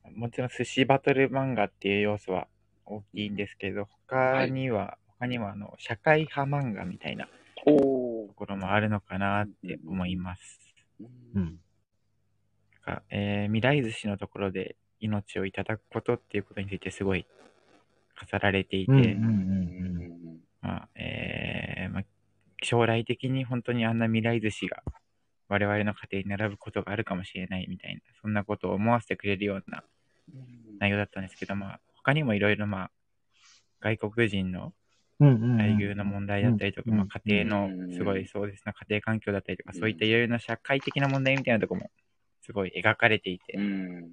Speaker 6: ー、もちろん寿司バトル漫画っていう要素は大きいんですけど、他には、他にはあの、社会派漫画みたいな
Speaker 1: おー
Speaker 6: と。ころもあるのかなって思います。
Speaker 2: な。うん。
Speaker 6: なんかえー未来寿司のところで命をいただくことっていうことについてすごい語られていて、
Speaker 2: うん
Speaker 1: うんうん
Speaker 6: まあえーまあ、将来的に本当にあんな未来寿司が我々の家庭に並ぶことがあるかもしれないみたいな、そんなことを思わせてくれるような内容だったんですけど、まあ、他にもいろいろまあ、外国人の
Speaker 2: うんうん。
Speaker 6: 待遇の問題だったりと
Speaker 2: う
Speaker 6: か、
Speaker 2: ん
Speaker 6: まあ、家庭
Speaker 1: うん
Speaker 6: の、すご
Speaker 1: うん
Speaker 6: いそうですね、家庭環境だったりとか、
Speaker 1: うん
Speaker 6: そういったいろいろな社会的な問題みたいなところも、すごい描かれていて、
Speaker 1: うん。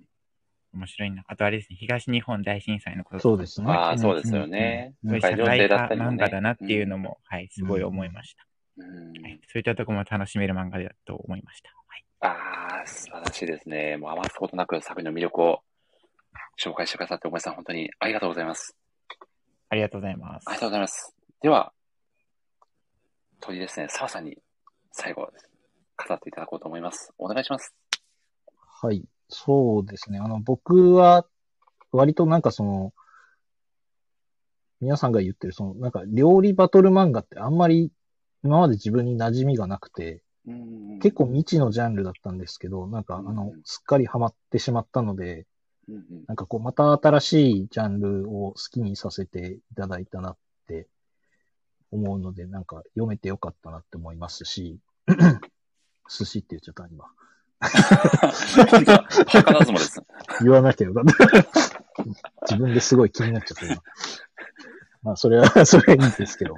Speaker 6: 面白いな。あとあれですね、東日本大震災のこととか
Speaker 2: そうですね。
Speaker 1: ああ、そうですよね。
Speaker 6: そういう
Speaker 1: 社
Speaker 6: 社
Speaker 1: 会
Speaker 6: 会
Speaker 1: だっ
Speaker 6: 科
Speaker 1: たりも
Speaker 6: 漫
Speaker 1: ね
Speaker 6: 画だなっていうのも、はい、すごい思いました、
Speaker 1: うん
Speaker 6: はい。そういったところも楽しめる漫画だと思いました。はい、
Speaker 1: ああ、素晴らしいですね。もう余すことなく作品の魅力を紹介してくださって、小林さん、本当にありがとうございます。
Speaker 6: ありがとうございます
Speaker 1: あり。がとうございます。では、鳥ですね、澤さんに最後、語っていただこうと思います。お願いします。
Speaker 2: はい。そうですね。あの、僕は、割となんかその、皆さんが言ってる、その、なんか料理バトル漫画ってあんまり今まで自分に馴染みがなくて、結構未知のジャンルだったんですけど、なんかあの、すっかりハマってしまったので、
Speaker 1: うんうん、
Speaker 2: なんかこう、また新しいジャンルを好きにさせていただいたなって思うので、なんか読めてよかったなって思いますし、 *clears throat* 寿司って言っちゃった、今。
Speaker 1: 本当だ、宝相撲です。
Speaker 2: 言わなきゃよ *laughs* かった。自分ですごい気になっちゃった今。まあ、それは、 *laughs* それはいいんですけど。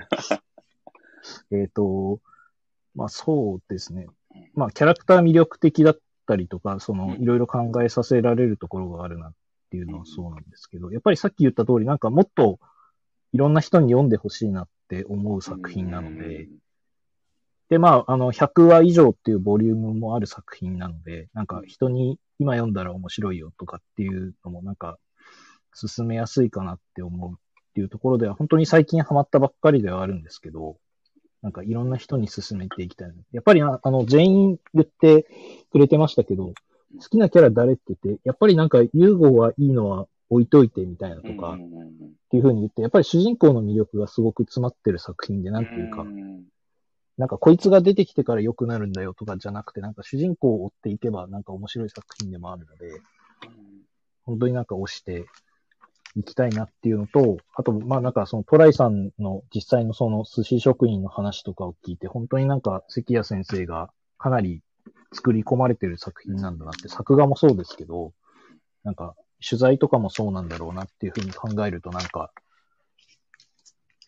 Speaker 2: えっと、まあそうですね。まあ、キャラクター魅力的だったりとか、その、いろいろ考えさせられるところがあるなっていうのはそうなんですけど、やっぱりさっき言った通り、なんかもっといろんな人に読んでほしいなって思う作品なので、で、まあ、あの、100話以上っていうボリュームもある作品なので、なんか人に今読んだら面白いよとかっていうのもなんか進めやすいかなって思うっていうところでは、本当に最近ハマったばっかりではあるんですけど、なんかいろんな人に進めていきたいな。やっぱりなあの、全員言ってくれてましたけど、好きなキャラ誰って言って、やっぱりなんかユーゴはいいのは置いといてみたいなとか
Speaker 1: う
Speaker 2: っ
Speaker 1: んうんうん
Speaker 2: ていう風に言って、やっぱり主人公の魅力がすごく詰まってる作品で、なんていうか、
Speaker 1: ん
Speaker 2: なんかこいつが出てきてから良くなるんだよとかじゃなくて、なんか主人公を追っていけばなんか面白い作品でもあるので、本当になんか推していきたいなっていうのと、あと、まあなんかそのトライさんの実際のその寿司職人の話とかを聞いて、本当になんか関谷先生がかなり作り込まれてる作品なんだなって、作画もそうですけど、なんか取材とかもそうなんだろうなっていうふうに考えるとなんか、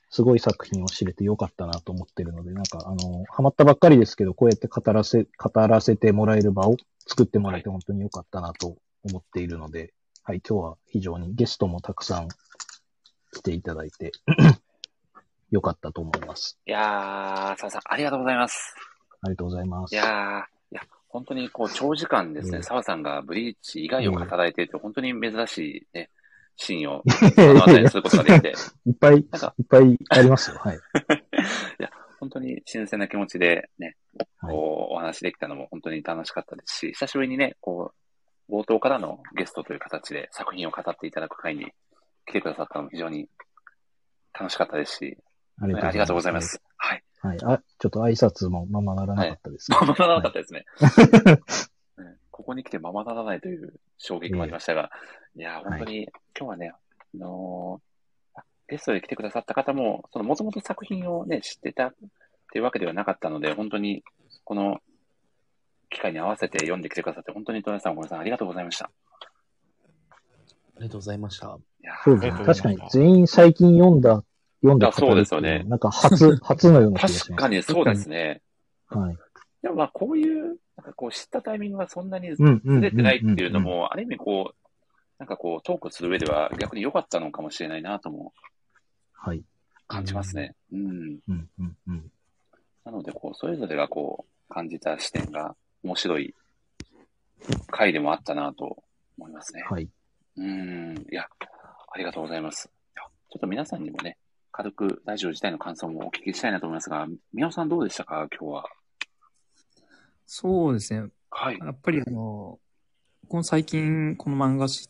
Speaker 2: すごい作品を知れてよかったなと思ってるので、なんか、あの、ハマったばっかりですけど、こうやって語らせ、語らせてもらえる場を作ってもらえて本当によかったなと思っているので、はい、今日は非常にゲストもたくさん来ていただいて、 *clears throat* よかったと思います。
Speaker 1: いやー、澤さん、ありがとうございます。
Speaker 2: ありがとうございます。
Speaker 1: いやー、いや、本当にこう、長時間です
Speaker 2: う
Speaker 1: ね、
Speaker 2: ん
Speaker 1: 澤さんがブリーチ以外を語られていると、本当に珍しいね、シーンを
Speaker 2: いや
Speaker 1: 目
Speaker 2: い
Speaker 1: の当たり
Speaker 2: やい
Speaker 1: に
Speaker 2: や
Speaker 1: することができて、
Speaker 2: いっぱい、いっ
Speaker 1: なんか
Speaker 2: ぱいありますよ。
Speaker 1: *laughs*
Speaker 2: はい。
Speaker 1: 本当に新鮮な気持ちでね、
Speaker 2: はい、
Speaker 1: こう、お話できたのも本当に楽しかったですし、久しぶりにね、こう、冒頭からのゲストという形で作品を語っていただく会に来てくださったのも非常に楽しかったですし、
Speaker 2: あ
Speaker 1: ありがとうございま。す。はい。
Speaker 2: はい。あ、ちょっと挨拶もままならなかったですけ
Speaker 1: ま
Speaker 2: ど、
Speaker 1: まならなかったです
Speaker 2: *laughs*
Speaker 1: ね。うんここに来てままならないという衝撃もありましたが、いやー、本当に、今日はね、あのーゲストで来てくださった方も、その、もともと作品をね、知ってたっていうわけではなかったので、本当に、この機会に合わせて読んできてくださって、本当に戸谷さん、ごめんさん、ありがとうございました。
Speaker 3: ありがとうございました。
Speaker 1: いやー
Speaker 2: そうですね。
Speaker 6: ありがとうご
Speaker 2: 確
Speaker 6: ざ
Speaker 2: か
Speaker 6: い
Speaker 2: に
Speaker 6: ました
Speaker 2: 全員最近読んだ、読んだ
Speaker 1: あそうですよね
Speaker 2: なん
Speaker 1: *laughs*
Speaker 2: か初、初のような気がし
Speaker 1: 確
Speaker 2: ます。
Speaker 1: かにそうですね。
Speaker 2: はい。
Speaker 1: でもまあ、こういう、なんかこう、知ったタイミングがそんなにず
Speaker 2: うんうんうんうんうん
Speaker 1: れてないっていうのも、ある意味こう、なんかこう、トークする上では逆に良かったのかもしれないなとも
Speaker 2: はい。
Speaker 1: 感じますね。うん。
Speaker 2: うんうんうん。
Speaker 1: なので、こう、それぞれがこう、感じた視点が面白い回でもあったなと思いますね。
Speaker 2: はい。
Speaker 1: うん。いや、ありがとうございます。いやちょっと皆さんにもね、軽くラジオ自体の感想もお聞きしたいなと思いますが、宮尾さんどうでしたか今日は。
Speaker 5: そうですね。
Speaker 1: はい。
Speaker 5: やっぱりあの、この最近この漫画知っ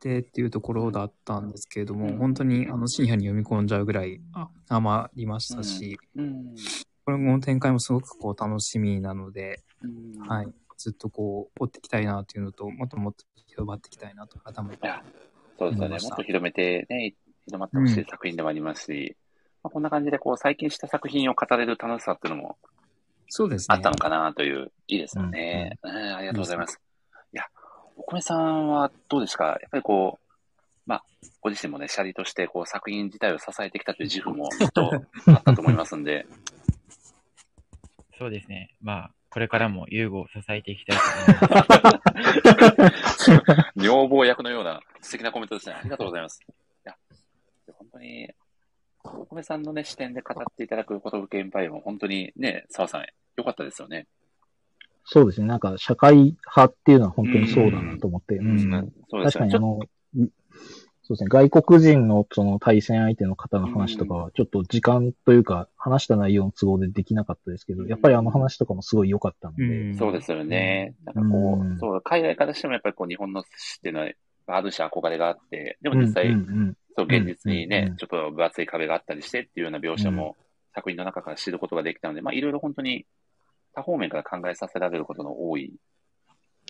Speaker 5: てっていうところだったんですけれども、
Speaker 1: うん
Speaker 5: 本当にあの深夜に読み込んじゃうぐらいあ余りましたし、
Speaker 1: うん。
Speaker 5: これの展開もすごくこう楽しみなので、
Speaker 1: うん
Speaker 5: はい。ずっとこう追っていきたいなというのと、もっともっと広まっていきたいなと改め
Speaker 1: い
Speaker 5: て。
Speaker 1: や、そうですよ
Speaker 5: 思
Speaker 1: ね。
Speaker 5: いまし
Speaker 1: も
Speaker 5: た
Speaker 1: っと広めてね、広まってほしい作品でもありますし、まあ、こんな感じでこう、最近した作品を語れる楽しさっていうのも
Speaker 5: そうです
Speaker 1: あ
Speaker 5: ね。
Speaker 1: ったのかなという、いいですよね。うん、ありがとうございます。いや、お米さんはどうですかやっぱりこう、まあ、ご自身もね、シャリとしてこう作品自体を支えてきたという自負もきっとあったと思いますんで、
Speaker 6: そうですね。まあ、
Speaker 1: *laughs*
Speaker 6: これからも優吾を支えていきたいと思います。
Speaker 1: 女房役素敵なコメントですね。ありがとうございます。いや、本当に、お米さんのね、視点で語っていただくこと受けんばいも本当にね、澤さん、良かったですよね。
Speaker 2: そうですね。なんか、社会派っていうのは本当にそうだなと思って。
Speaker 1: う
Speaker 2: うん
Speaker 1: そうですよね。
Speaker 2: 確かに
Speaker 1: ち
Speaker 2: あ
Speaker 1: ょ
Speaker 2: の、いそうですね、外国人のその対戦相手の方の話とか
Speaker 1: う
Speaker 2: は、ちょっと時間というか、話した内容の都合でできなかったですけど、やっぱりあの話とかもすごい良かったので、
Speaker 5: うん
Speaker 1: そうですよね。なんかこう、そう、海外からしてもやっぱりこう、日本の寿司っていうのは、ある種憧れがあって、でも実際、
Speaker 2: うんうん
Speaker 1: そう、現実に
Speaker 2: うんうん
Speaker 1: ね
Speaker 2: う、ん
Speaker 1: ちょっと分厚い壁があったりしてっていうような描写も作品の中から知ることができたので、まあいろいろ本当に多方面から考えさせられることの多い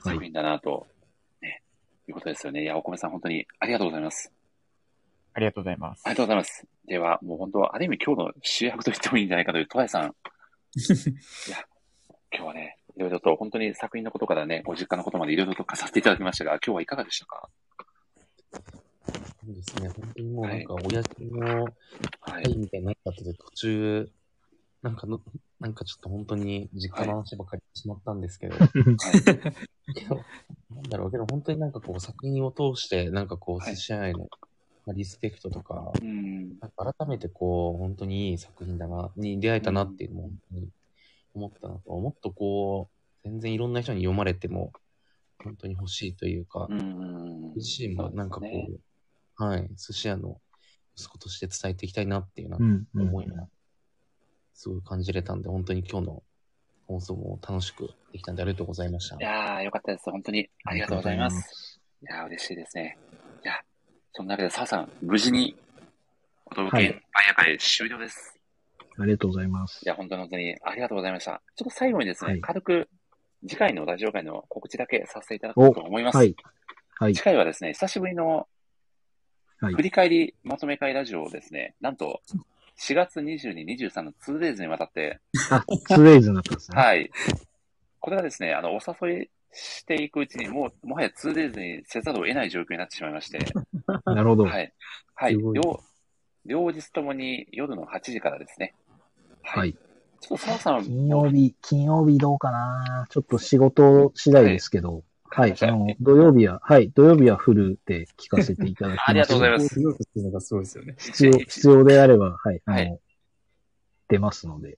Speaker 2: はい
Speaker 1: 作品だなと、ね、いうことですよね。いや、お米さん本当にありがとうございます。
Speaker 6: ありがとうございます
Speaker 1: あり。がとうございます。では、もう本当は、ある意味今日の主役と言ってもいいんじゃないかという、トワイさん。いや、今日はね、いろいろと本当に作品のことからね、ご実家のことまでいろいろと語っていただきましたが、今日はいかがでしたか
Speaker 3: そうですね。本当にもうなんか、親父の
Speaker 1: は
Speaker 3: 会
Speaker 1: い。
Speaker 3: みたいになっちゃってて、途中、なんかの、なんかちょっと本当に実家の話ばかりしてしまったんですけど、 *laughs* けどなんだろう、けど本当になんかこう作品を通して、なんかこう、
Speaker 1: はい
Speaker 3: 寿司屋へのまあリスペクトとか、
Speaker 1: うん。
Speaker 3: なんか改めてこう、本当にいい作品だな、に出会えたなっていうのも本当に思ったのと、もっとこう、全然いろんな人に読まれても、本当に欲しいというか、
Speaker 1: うん。
Speaker 3: 自身もなんかこ
Speaker 1: そ
Speaker 3: う、
Speaker 1: うですね
Speaker 3: はい、寿司屋の息子として伝えていきたいなっていうな
Speaker 2: うんうんうん
Speaker 3: 思いが、すごい感じれたんで、本当に今日の放送も楽しくできたんで、ありがとうございました。
Speaker 1: いやー、よかったです。本当にありがとうございます。。いやー、嬉しいですね。いや、そんなわけで、澤さん、無事に、お届
Speaker 2: は
Speaker 1: け、
Speaker 2: い
Speaker 1: バイヤ会終了です。
Speaker 2: ありがとうございます
Speaker 1: い。や、本当に本当にありがとうございました。ちょっと最後にですね、
Speaker 2: はい
Speaker 1: 軽く、次回のラジオ会の告知だけさせていただこうと思います。
Speaker 2: はい。はい
Speaker 1: 次。回はですね、久しぶりの
Speaker 2: はい
Speaker 1: 振。り返りまとめ会ラジオをですね、なんと、4月22、23の 2days にわたって、
Speaker 2: あ、ツーエイズになったんですね。
Speaker 1: はい。これがですね、あの、お誘いしていくうちに、もう、もはや 2days にせざるを得ない状況になってしまいまして、
Speaker 2: なるほど。は。
Speaker 1: はいい。はい。
Speaker 2: すごい
Speaker 1: 両、両日ともに夜の8時からですね。はい。ちょっと澤さんは、
Speaker 2: 金曜日、金曜日どうかなちょっと仕事次第ですけど、はい。あの、土曜日は、はい。土曜日はフルで聞かせていただきます。
Speaker 1: ありがとうございます
Speaker 5: す。っていうのがすごいですよね。
Speaker 1: *laughs*
Speaker 2: 必要、必要であれば、はい、あの、
Speaker 1: はい
Speaker 2: 出ますので。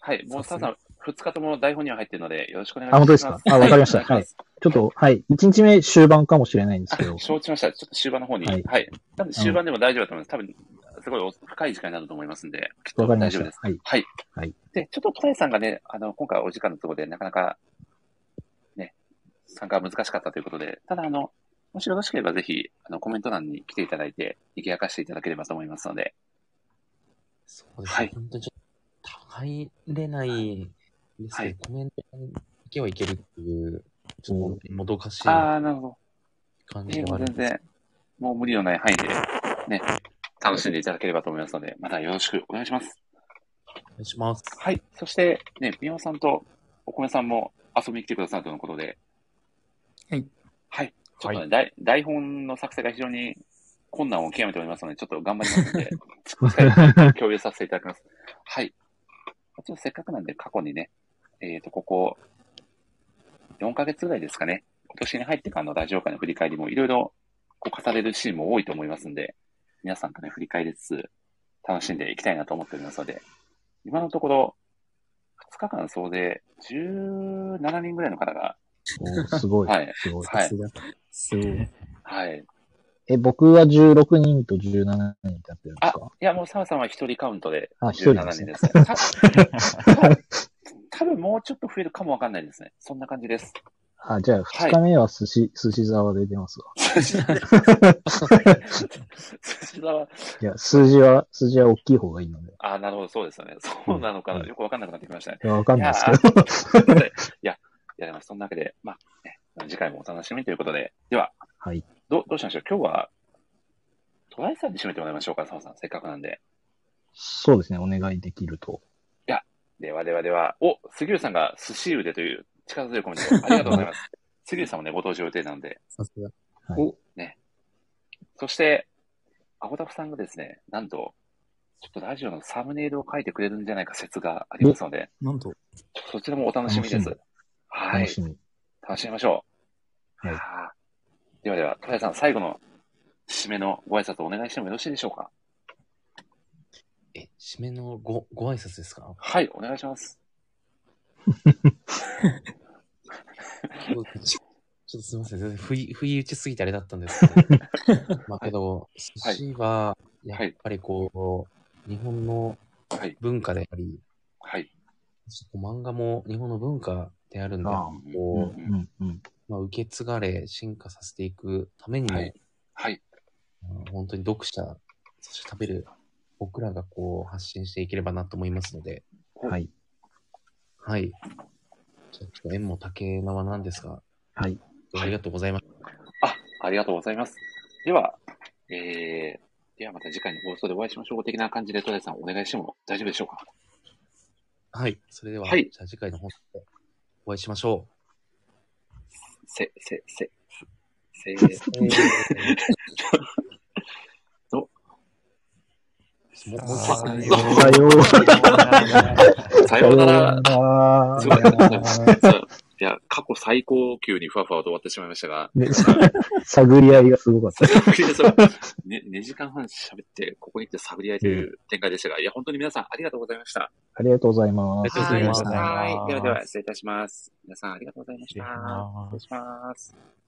Speaker 1: はい。もう澤さん、2日とも台本には入ってるので、よろしくお願いし
Speaker 2: あ
Speaker 1: ます。
Speaker 2: 本当ですかあわかりました
Speaker 1: お願いし
Speaker 2: ちょっと、はい、1日目終盤かもしれないんですけど
Speaker 1: ます。、承知しました。ちょっと終盤の方に。は
Speaker 2: はいい。
Speaker 1: 多分終盤でも大丈夫だと思います。多分、すごいお深い時間になると思いますんで、きっと
Speaker 2: わかりま
Speaker 1: 大
Speaker 2: し
Speaker 1: 丈夫
Speaker 2: た。
Speaker 1: です。
Speaker 2: はい。
Speaker 1: はい。
Speaker 2: はい
Speaker 1: で、ちょっと戸谷さんがね、あの、今回お時間の都合で、なかなか、ね、参加は難しかったということで、ただ、あの、もしよろしければ、ぜひ、あの、コメント欄に来ていただいて、賑やかしていただければと思いますので、
Speaker 3: そうですね。
Speaker 1: はい
Speaker 3: 本当にちょっと入れないんですけど、
Speaker 1: はい
Speaker 3: コメントだけはいけるっていう、ちょっともどかしい
Speaker 1: あー、なるほど。
Speaker 3: 感じ
Speaker 1: え
Speaker 3: で
Speaker 1: ーもう
Speaker 3: はあるん
Speaker 1: 全
Speaker 3: ですけ
Speaker 1: 然、もう無理のない範囲で、ね、楽しんでいただければと思いますので、またよろしくお願いします。
Speaker 3: ど、お願いします。
Speaker 1: はい。そして、ね、みおさんとお米さんも遊びに来てくださるとのことで。
Speaker 5: はい。
Speaker 1: はい。ちょっとね、台台本の作成が非常に困難を極めておりますので、ちょっと頑張り *laughs* ますので、しっかり共有させていただきます。はい。ちょっとせっかくなんで、過去にね、えっ、と、ここ、4ヶ月ぐらいですかね。今年に入ってからのラジオ界の振り返りもいろいろこう語れるシーンも多いと思いますんで、皆さんとね、振り返りつつ、楽しんでいきたいなと思っておりますので、今のところ、2日間総で17人ぐらいの方が、
Speaker 2: *laughs* おーすごい
Speaker 1: はい、
Speaker 2: すごい。
Speaker 1: はい
Speaker 5: すが。すごい。
Speaker 1: はい。
Speaker 2: え、僕は16人と17人になってるんで
Speaker 1: あ
Speaker 2: すか、
Speaker 1: いや、もう澤さんは1人カウントで
Speaker 2: あ
Speaker 1: 17
Speaker 2: 1人
Speaker 1: 人ですね。た多分もうちょっと増えるかもわかんないですね。そんな感じです。
Speaker 2: あじゃあ、2日目は寿司、寿司沢で出ますわ。
Speaker 1: 辻田はい
Speaker 2: や、数字は、数字は大きい方がいいので。
Speaker 1: あ、なるほど、そうですよね。そうなのかな。
Speaker 2: うん
Speaker 1: よくわかんなくなってきましたね。
Speaker 2: いや、わかんないですけど。
Speaker 1: いや、いや、いやでもそんなわけで、まあ、ね、次回もお楽しみということで、では、
Speaker 2: はい。
Speaker 1: どうどうしましょう今日は、トライさんに締めてもらいましょうか、澤さん。せっかくなんで。
Speaker 2: *laughs* そうですね、お願いできると。
Speaker 1: ではではでは、お、杉浦さんが寿司腕という力強いコメント、ありがとうございます。
Speaker 2: *laughs*
Speaker 1: 杉浦さんもね、ご登場予定なので、
Speaker 5: さすが。
Speaker 2: はい
Speaker 5: お、
Speaker 1: そして、アゴタフさんがですね、なんと、ちょっとラジオのサムネイルを書いてくれるんじゃないか説がありますので、
Speaker 5: なんと。
Speaker 1: ちょっとそちらもお楽しみです
Speaker 2: 楽しみ。
Speaker 1: は
Speaker 2: 楽
Speaker 1: い
Speaker 2: し。み。
Speaker 1: 楽しみましょう。
Speaker 2: はい
Speaker 1: やーではでは、トライさん、最後の締めのご挨拶をお願いしてもよろしいでしょうか
Speaker 3: え、締めのご、ご挨拶ですか *laughs*
Speaker 1: はい、お願いします。
Speaker 3: ちょちょっとすみません、全然不意、不意打ちすぎてあれだったんで
Speaker 1: *laughs*
Speaker 3: すけど。まあけど、寿司は、やっぱりこう、日本の
Speaker 1: はい、
Speaker 3: 文化であり、
Speaker 1: はい。
Speaker 3: こう漫画も日本の文化であるんで、
Speaker 2: ああう
Speaker 3: こ
Speaker 2: ん、うん。
Speaker 3: う、まあ、受け継がれ、進化させていくためにも、
Speaker 1: はいはい、
Speaker 3: まあ本当に読者、そして食べる僕らがこう、発信していければなと思いますので、
Speaker 2: はい。
Speaker 3: はい。ちょっと縁も竹縄なんですが、
Speaker 2: はい。
Speaker 3: ありがとうございました。
Speaker 1: あ、ありがとうございます。では、えー、ではまた次回の放送でお会いしましょう。的な感じで、トレさんお願いしても大丈夫でしょうか
Speaker 3: はい。それでは、
Speaker 1: はい
Speaker 3: じゃあ次回の放送でお会いしましょ
Speaker 1: せ、せ、せ、せ、
Speaker 3: う。
Speaker 2: *laughs*
Speaker 3: えー
Speaker 1: と、
Speaker 3: もうもう一
Speaker 5: さ
Speaker 3: 回
Speaker 5: よう
Speaker 2: さよう
Speaker 5: な
Speaker 1: さようなら。
Speaker 5: ら。
Speaker 2: ら
Speaker 1: すごいそういや、過去最高級にふわふわと終わってしまいましたが、*laughs*
Speaker 2: *laughs* ね、探り合いがすごかった。
Speaker 1: ね、2時間半喋って、ここに来て探り合いという展開でしたが、いや、本当に皆さんありがとうございました。
Speaker 2: ありがとうございま
Speaker 3: あり
Speaker 2: す
Speaker 3: がとう。ございました
Speaker 1: はい。はいではで
Speaker 5: ありがとうございま
Speaker 1: は、
Speaker 5: す
Speaker 1: 失礼いたします。皆さんありがとうございました。
Speaker 5: 失礼します
Speaker 1: 失礼します。